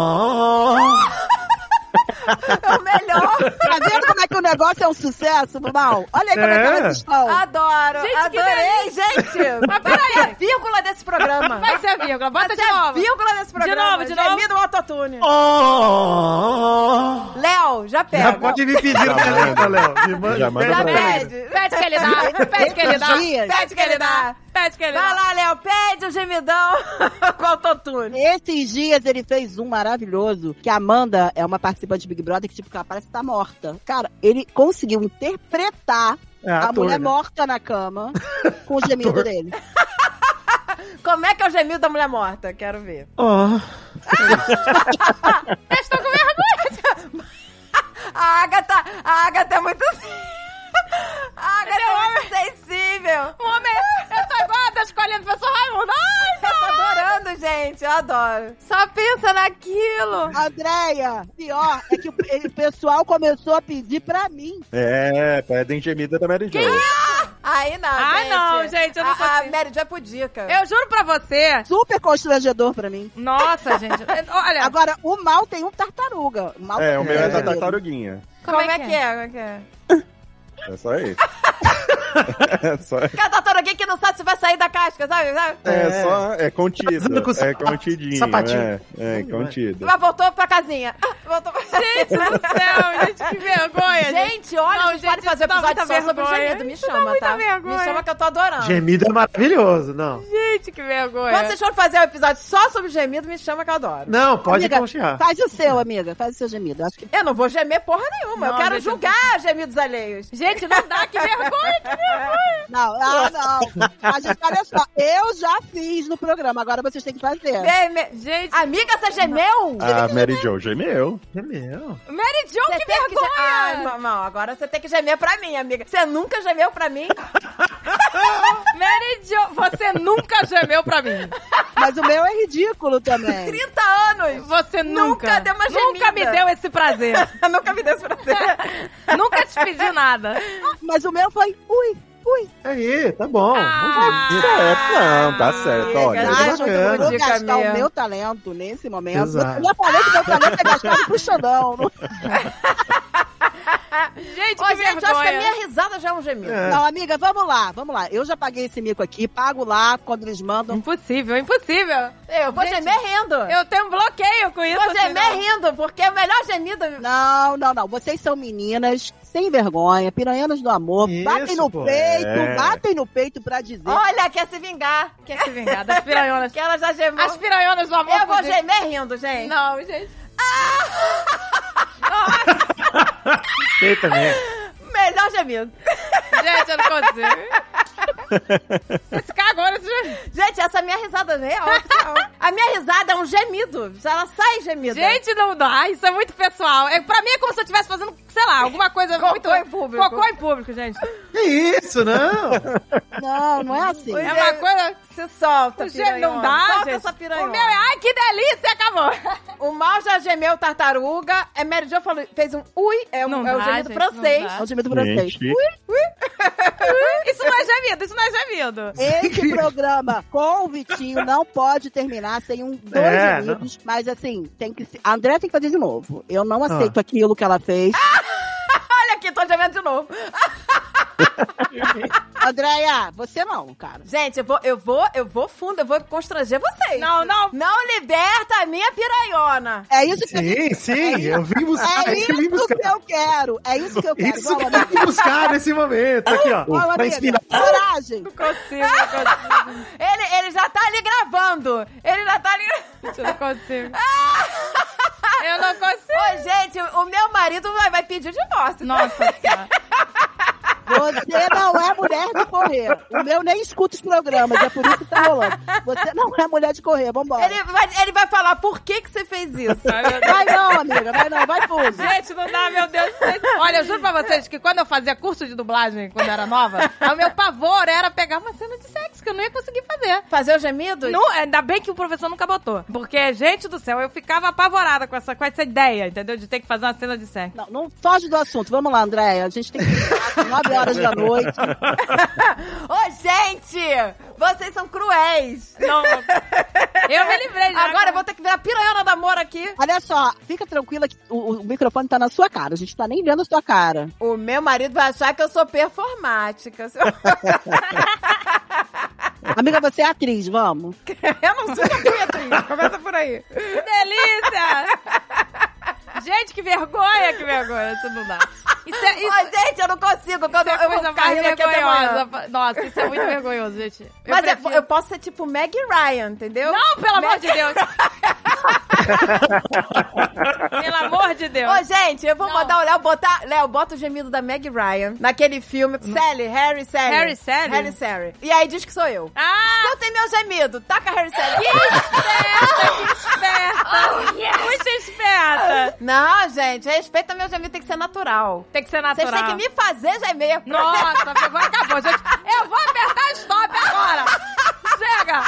S2: É
S5: ó.
S2: o melhor.
S4: Tá vendo como é que o negócio é um sucesso, mal? Olha aí como é,
S5: É.
S4: que elas estão.
S2: Adoro.
S1: Gente, que
S2: adorei, gente.
S1: Mas
S2: Vai ser a
S1: peraí.
S2: vírgula desse programa.
S1: Vai ser a vírgula. Bota de novo.
S2: é Vírgula desse programa.
S1: novo, de novo.
S2: Gemido autotune.
S5: Ó.
S2: Léo, já já pega.
S5: Já pode me pedir o
S3: Já
S5: telefone,
S3: manda.
S5: Léo. Me manda.
S3: Tá Já manda
S2: Já
S5: pede
S3: pra
S5: pra
S3: ele.
S2: pede.
S1: Pede que ele dá, pede que ele dá,
S4: Dias.
S1: pede que ele dá, pede que ele
S2: Vai
S1: dá.
S2: lá, Léo, pede o gemidão com autotune.
S4: Esses dias ele fez um maravilhoso, que a Amanda é uma participante do Big Brother que, tipo, ela parece que tá morta. Cara, ele conseguiu interpretar
S5: É,
S4: a
S5: ator,
S4: mulher
S5: né?
S4: morta na cama com o gemido
S5: Ator.
S4: dele.
S2: Como é que é o gemido da mulher morta? Quero ver.
S5: Ah,
S1: Vocês estão com vergonha.
S2: A Agatha, a Agatha é muito... A Agatha é muito sensível.
S1: Um homem, eu tô igual a da escolhendo pessoa Raimundo. Ai,
S2: Eu tô adorando, gente. Eu adoro.
S1: só pensa naquilo.
S4: Andréia, pior é que o, o pessoal começou a pedir pra mim.
S3: É, pedem gemida da Mary Jo.
S2: Aí não,
S1: Ah,
S2: gente.
S1: não, gente, eu não
S2: a, a
S1: consigo.
S2: Mary já é pudica.
S1: Eu juro pra você.
S4: Super constrangedor pra mim.
S1: Nossa, gente. Olha,
S4: Agora, o mal tem um tartaruga. O mal
S3: É, o meu é da
S4: tartaruga.
S3: tartaruguinha.
S2: Como, é que é? Como é que é?
S3: É só isso. É só,
S2: Porque a tartaruga que não sabe se vai sair da casca, sabe? sabe?
S3: é só, é contido.
S5: Fazendo com
S3: É
S5: sapa-
S3: contidinho.
S5: sapatinho.
S3: É, é contido.
S2: Mas voltou pra casinha. Ah, Voltou pra
S1: Gente do céu, gente, que vergonha.
S2: Gente, olha,
S1: Não,
S2: a gente pode
S1: gente,
S2: fazer
S1: isso dá
S2: episódio
S1: muita
S2: só sobre o
S1: vergonha.
S2: gemido. Me
S1: Isso
S2: chama,
S1: dá muita
S2: tá?
S1: vergonha.
S2: Me chama que eu tô adorando.
S5: gemido é maravilhoso, não.
S1: Gente, que vergonha.
S2: Quando vocês forem fazer um episódio só sobre gemido, me chama que eu adoro.
S5: Não, pode
S4: Amiga, tá-
S5: confiar.
S4: Faz o seu, amiga. Faz o seu gemido. Eu Acho que
S2: Eu não vou gemer porra nenhuma.
S1: Não,
S2: eu quero
S1: deixa eu-
S2: julgar gemidos alheios.
S1: Gente, não dá, que vergonha, que vergonha.
S4: Não, ah, não. A gente, olha só, eu já fiz no programa, agora vocês têm que fazer.
S2: Ei, me-
S1: Gente,
S2: Amiga, você gemeu?
S3: A Mary Jo gemeu.
S5: É Gemeu.
S1: Mary Jo,
S2: Você
S1: que
S2: teve que ge-
S1: vergonha.
S2: Ah, não, não, agora você tem que gemer pra mim, amiga. Você nunca gemeu pra mim?
S1: Mary Jo, você nunca gemeu pra mim.
S4: Mas o meu é ridículo também.
S2: 30 anos!
S1: Você nunca.
S2: Nunca deu uma
S1: Nunca
S2: gemida.
S1: me deu esse prazer.
S2: nunca me deu esse prazer.
S1: nunca te pedi nada.
S4: Mas o meu foi, ui, ui.
S5: Aí, tá bom.
S4: Ah.
S3: É, não, tá certo. Olha,
S2: legal.
S4: Verdade, eu não
S2: bacana.
S4: vou gastar
S2: Dica
S4: o
S2: minha.
S4: meu talento nesse momento.
S5: Exato.
S4: Eu já falei que meu talento é gastado pro Xandão.
S1: Gente,
S2: Ô,
S1: que
S2: gente, eu acho que a
S1: vergonha.
S2: minha risada já é um gemido.
S5: É.
S4: Não, amiga, vamos lá, vamos lá. Eu já paguei esse mico aqui, pago lá quando eles mandam.
S1: Impossível, impossível.
S2: Eu vou
S1: Gente,
S2: gemer rindo.
S1: Eu assim, tenho um bloqueio com isso.
S2: vou gemer
S1: entendeu?
S2: rindo, porque é o melhor gemido.
S4: Não, não, não. Vocês são meninas sem vergonha, piranhanas do amor.
S5: Isso,
S4: batem no
S5: pô.
S4: peito,
S3: É.
S4: batem no peito pra dizer.
S2: Olha, quer se vingar.
S1: Quer se vingar das piranhonas.
S2: Que ela já gemou.
S1: As piranhonas do amor.
S2: Eu vou
S1: fudido.
S2: gemer rindo, gente.
S1: Não, gente.
S5: Tem também.
S2: Melhor gemido.
S1: Gente, eu não consigo. Esse cagou nesse gemido.
S2: Gente, essa minha risada é real. oficial. a minha risada é um gemido. Ela sai gemida.
S1: Gente, não dá. Isso é muito pessoal. É, pra mim é como se eu estivesse fazendo, sei lá, alguma coisa
S2: Cocô
S1: muito...
S2: em público.
S1: Cocô em público, gente.
S5: Que É isso, não?
S4: Não, não é assim.
S1: É uma coisa...
S2: se solta,
S1: O gêmeo não dá,
S2: piranhona. Solta
S1: gente.
S2: essa
S1: o
S2: piranhona.
S1: meu é... Ai, que delícia, acabou.
S2: O mal já gemeu tartaruga. É Mary Jo falou, fez um ui. É um,
S1: Não
S2: é um
S1: dá,
S2: gemido
S1: gente,
S2: francês.
S1: não dá.
S4: É um gemido francês.
S3: Gente.
S1: Isso não é gemido, isso não é gemido.
S4: Esse programa com o Vitinho não pode terminar sem um dois
S5: É,
S4: amigos. Mas assim, tem que. se- A André tem que fazer de novo. Eu não aceito aquilo que ela fez.
S2: Olha aqui, tô gemendo de novo.
S4: Andréia, você não, cara.
S2: Gente, eu vou, eu vou, eu vou fundo, eu vou constranger vocês.
S1: Não, não.
S2: Não liberta a minha piranhona.
S4: É isso que
S5: Sim, Ah, sim. Eu vim buscar.
S4: É
S5: eu vim
S4: isso
S5: buscar.
S4: que eu quero. É isso que eu quero.
S5: Isso que
S4: Vamos,
S5: eu
S4: amiga.
S5: vim buscar nesse momento. Aqui, ó.
S4: Vamos,
S5: Pra
S4: amiga.
S5: inspirar.
S4: Coragem.
S1: Não consigo, não consigo.
S2: Ele, ele já tá ali gravando. Ele já tá ali.
S1: Gente, eu não consigo. Eu não consigo.
S2: Ô, gente, o meu marido vai, vai pedir o divórcio.
S1: Nossa senhora.
S4: Você não é mulher de correr. O meu nem escuta os programas, é por isso que tá rolando. Você não é mulher de correr, vambora.
S2: Ele vai, ele vai falar por que, que você fez isso.
S1: Ai, meu Deus.
S4: Vai não, amiga, vai não, vai fundo.
S1: Gente, não dá, meu Deus. do céu. Olha, eu juro pra vocês que quando eu fazia curso de dublagem, quando eu era nova, o meu pavor era pegar uma cena de sexo, que eu não ia conseguir fazer.
S2: Fazer o gemido?
S1: Não, ainda bem que o professor nunca botou. Porque, gente do céu, eu ficava apavorada com essa, com essa ideia, entendeu? De ter que fazer uma cena de sexo.
S4: Não, não foge do assunto. Vamos lá, Andréia. A gente tem que ir 9 horas da noite.
S2: Ô, gente, vocês são cruéis.
S1: Não. Eu me livrei já.
S2: Agora eu vou ter que ver a piranhona da Moura aqui.
S4: Olha só, fica tranquila que o, o microfone tá na sua cara. A gente tá nem vendo a sua cara.
S2: O meu marido vai achar que eu sou performática.
S4: Amiga, você é atriz, vamos.
S2: é Eu não sou a Beatriz. Começa por aí.
S1: Que delícia! Gente, que vergonha, que vergonha. Isso não dá. Isso é, isso,
S2: Ai, gente, eu não consigo. Quando
S1: isso é
S2: eu, eu
S1: coisa mais
S2: vou caindo aqui até amanhã.
S1: vergonhosa. Nossa, isso é muito vergonhoso, gente. Eu
S2: Mas é-
S1: prefiro-
S2: eu posso ser tipo Maggie Ryan, entendeu?
S1: Não, pelo amor
S2: Maggie-
S1: de Deus. pelo amor de Deus.
S2: Ô, gente, eu vou
S1: Não.
S2: mandar o Léo botar. Léo, bota o gemido da Meg Ryan naquele filme. Sally, Harry, Sally.
S1: Harry, Sally?
S2: Harry, Sally. E aí diz que sou eu.
S1: Ah,
S2: Não tem meu gemido. Taca Harry, Sally.
S1: esperta, que esperta. Muito esperta.
S2: Não, gente, respeita meu gemido, tem que ser natural.
S1: Tem que ser
S2: Vocês
S1: natural.
S2: têm que me fazer gemer.
S1: Nossa, pegou, acabou, gente. Eu vou apertar stop agora. Chega.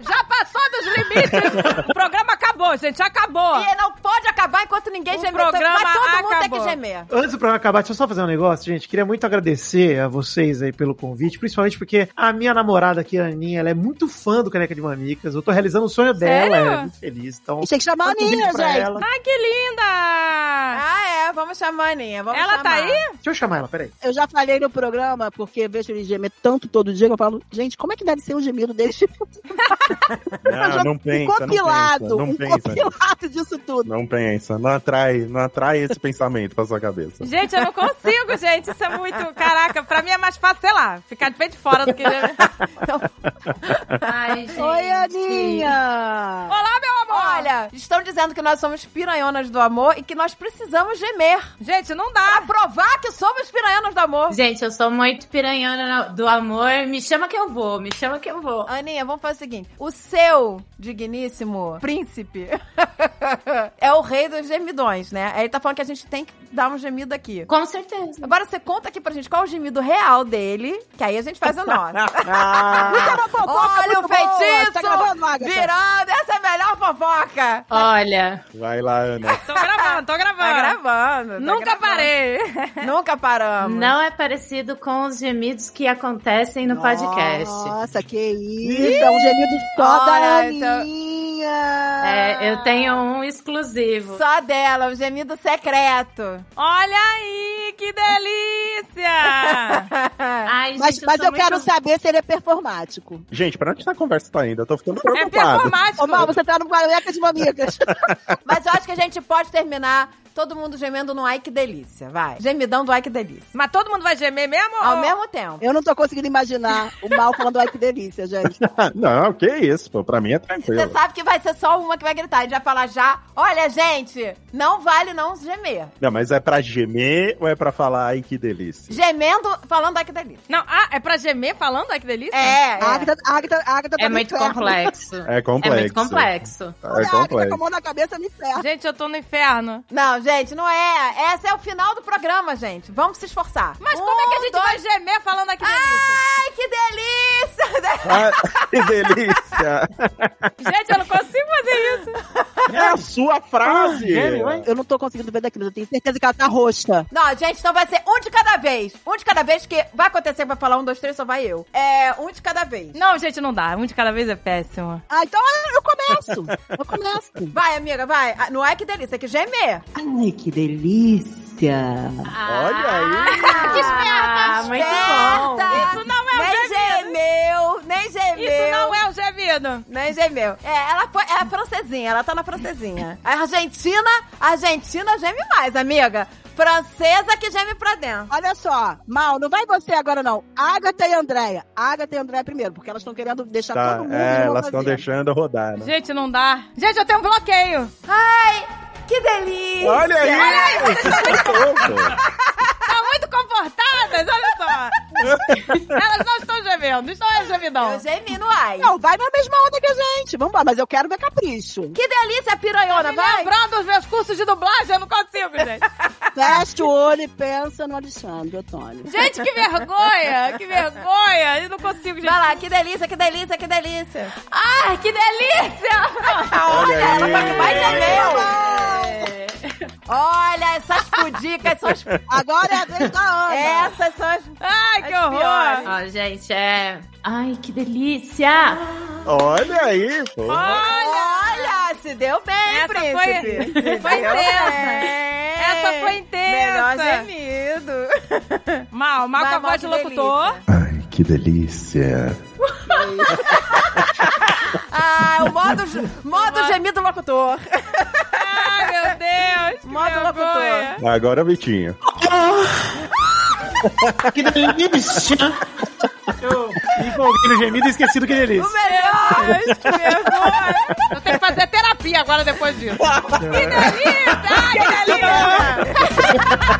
S1: Já passou dos limites. O programa acabou, gente. Acabou.
S2: E não pode acabar enquanto ninguém
S1: O
S2: gemer.
S1: programa
S2: Mas todo mundo tem
S1: acabou.
S2: que gemer.
S5: Antes do programa acabar, deixa eu só fazer um negócio, gente. Queria muito agradecer a vocês aí pelo convite, principalmente porque a minha namorada aqui, a Aninha, ela é muito fã do Caneca de Mamicas. Eu tô realizando o sonho dela,
S1: Sério?
S5: ela é muito feliz. Então,
S4: A gente tem que chamar a
S5: manda um beijo
S4: Aninha,
S5: pra
S4: gente.
S5: ela.
S1: Ai, que linda.
S2: Ah, é. Vamos chamar a Aninha. Vamos
S1: Ela tá
S2: chamar.
S1: aí?
S5: Deixa eu chamar ela, peraí.
S4: Eu já falei no programa, porque vejo ele gemer tanto todo dia, que eu falo, gente, como é que deve ser um gemido desse?
S3: Não, não pensa, não
S4: compilado,
S3: pensa, não
S4: um
S3: pensa.
S4: compilado disso tudo.
S3: Não pensa, não atrai, não atrai esse pensamento pra sua cabeça.
S1: Gente, eu não consigo, gente. Isso é muito. Caraca, pra mim é mais fácil, sei lá, ficar de pé de fora do que. Ai, gente.
S4: Oi, Aninha!
S1: Olá, meu amor.
S2: Olha, estão dizendo que nós somos piranhonas do amor e que nós precisamos gemer.
S1: Gente, não
S2: Pra
S1: dá.
S2: provar que somos piranhonas do amor.
S8: Gente, eu sou muito piranhana do amor. Me chama que eu vou, me chama que eu vou.
S2: Aninha, vamos fazer o seguinte: o seu digníssimo príncipe é o rei dos gemidões, né? Aí ele tá falando que a gente tem que dar um gemido aqui.
S8: Com certeza.
S2: Agora você conta aqui pra gente qual é o gemido real dele, que aí a gente faz o nosso.
S5: Ah,
S4: Isso é uma fofoca
S2: Olha
S4: muito
S2: o
S4: boa. Tá gravando,
S2: feitiço!
S4: Agatha?
S2: Virando! Essa é a melhor fofoca!
S8: Olha,
S3: Vai lá, Ana.
S1: Tô gravando, tô gravando.
S2: Tá gravando. tá
S1: Nunca
S2: gravando.
S1: parei.
S2: Nunca paramos.
S8: não é parecido com os gemidos que acontecem no podcast.
S4: Nossa, que isso! É um gemido só da
S2: Olha, então-
S4: Aninha!
S8: É, eu tenho um exclusivo.
S2: Só dela, o gemido secreto.
S1: Olha aí, que delícia!
S8: Ai,
S4: Mas,
S8: gente,
S4: mas
S8: sou
S4: eu quero
S8: muito-
S4: saber se ele é performático.
S3: Gente, pra onde essa conversa tá indo? Eu tô ficando
S1: É
S3: preocupado.
S1: performático.
S4: Ô, Mal, você tá no Guaraneca de Mamicas.
S2: Mas eu acho que a gente pode terminar todo mundo gemendo no Ai Que Delícia, vai. Gemidão do Ai Que Delícia.
S1: Mas todo mundo vai gemer mesmo?
S2: Ao
S1: ou-
S2: mesmo tempo.
S4: Eu não tô conseguindo imaginar o Mal falando, ai, que delícia, gente.
S3: Ah, não, que isso, pô. Pra mim é
S2: Você
S3: tranquilo.
S2: sabe que vai ser só uma que vai gritar. A gente vai falar já, olha, gente, não vale não gemer.
S3: Não, mas é pra gemer ou é pra falar, ai, que delícia?
S2: Gemendo, falando Ai Que Delícia.
S1: Não, ah, é pra gemer falando? Ai, que delícia.
S2: É,
S1: Ah,
S4: A
S2: é.
S4: Agatha, a Agatha, a Agatha tá
S8: É
S4: no
S8: muito
S4: inferno.
S8: complexo.
S3: É
S8: É
S3: complexo.
S8: muito complexo.
S4: Olha,
S3: É
S4: a Agatha tá com
S3: complexo.
S4: a mão na cabeça no inferno.
S1: Gente, eu tô no inferno.
S2: Não, gente, não é. Esse é o final do programa, gente. Vamos se esforçar. Um.
S1: Mas como é que a gente
S2: dois-
S1: vai gemer falando aqui delícia?
S2: Ai, que delícia!
S3: Ah, que delícia!
S1: Gente, eu não consigo fazer isso.
S3: É a sua frase!
S8: É,
S5: gêmeo, hein?
S4: Eu não tô conseguindo ver daqui, mas eu tenho certeza que ela tá roxa.
S2: Não, gente, então vai ser um de cada vez. Um de cada vez, que vai acontecer, vai falar um, dois, três, só vai eu. É, um de cada vez.
S1: Não, gente, não dá. Um de cada vez é péssimo.
S4: Ah, então eu começo. Eu começo.
S2: Vai, amiga, vai. Ah, Não é que delícia, é que gemer.
S4: Ai, que delícia.
S3: Olha aí!
S8: Ah, muito bom.
S2: Certa.
S1: Isso não é um
S2: Nem
S1: gemido.
S2: gemeu, nem gemeu.
S1: Isso não é um gemido.
S2: Nem gemeu. É, ela foi, é a francesinha, ela tá na francesinha. A Argentina, a Argentina geme mais, amiga. Francesa que geme pra dentro.
S4: Olha só, Mal, não vai você agora não. Agatha e Andréia. Agatha e Andréia primeiro, porque elas estão querendo deixar
S3: Tá,
S4: todo mundo.
S3: é,
S4: numa
S3: elas estão
S4: fazenda.
S3: deixando rodar, né?
S1: Gente, não dá. Gente, eu tenho um bloqueio.
S2: Ai, que delícia.
S3: Olha aí! Desculpa.
S1: Estão Tá muito confortadas, olha só. Elas não estão gemendo. Isso não é gemidão.
S2: Eu gemi no ai.
S4: Não, vai na mesma onda que a gente. Vamos lá, mas eu quero ver capricho.
S2: Que delícia, piranhona,
S1: Tá Me
S2: vai.
S1: Lembrando os meus cursos de dublagem, eu não consigo, gente.
S4: Fecha o olho e pensa no Alexandre Antônio.
S1: Gente, que vergonha, que vergonha. Eu não consigo, gente.
S2: Vai lá, que delícia, que delícia, que delícia.
S1: Ai, que delícia.
S3: Olha
S2: Vai
S3: aí!
S1: É.
S2: gemer. Olha, essas pudicas, essas...
S4: Agora é a vez da Ana.
S2: essas são as...
S1: Ai, que
S2: As piores.
S1: horror.
S8: Ó, gente, é. Ai, que delícia!
S3: Olha aí, pô!
S1: Olha,
S2: Olha, se deu bem,
S1: Essa foi-
S2: príncipe. É. Se
S1: foi
S2: deu
S1: intensa.
S2: bem.
S1: Essa foi intensa.
S2: Melhor gemido.
S1: mal, mal com a
S2: Vai, Mal,
S1: voz de
S2: que
S1: locutor.
S2: delícia.
S3: Ai, que delícia!
S2: Ah, o modo, modo gemido locutor.
S1: Ai, meu Deus. Deus! que
S2: Modo locutor.
S1: vergonha.
S3: Agora, Vitinho.
S5: É Que né? delícia! Eu me empolguei no gemido e esqueci do que delícia.
S1: Deus, que vergonha. Eu tenho que fazer terapia agora depois disso. que delícia! Ai, que delícia!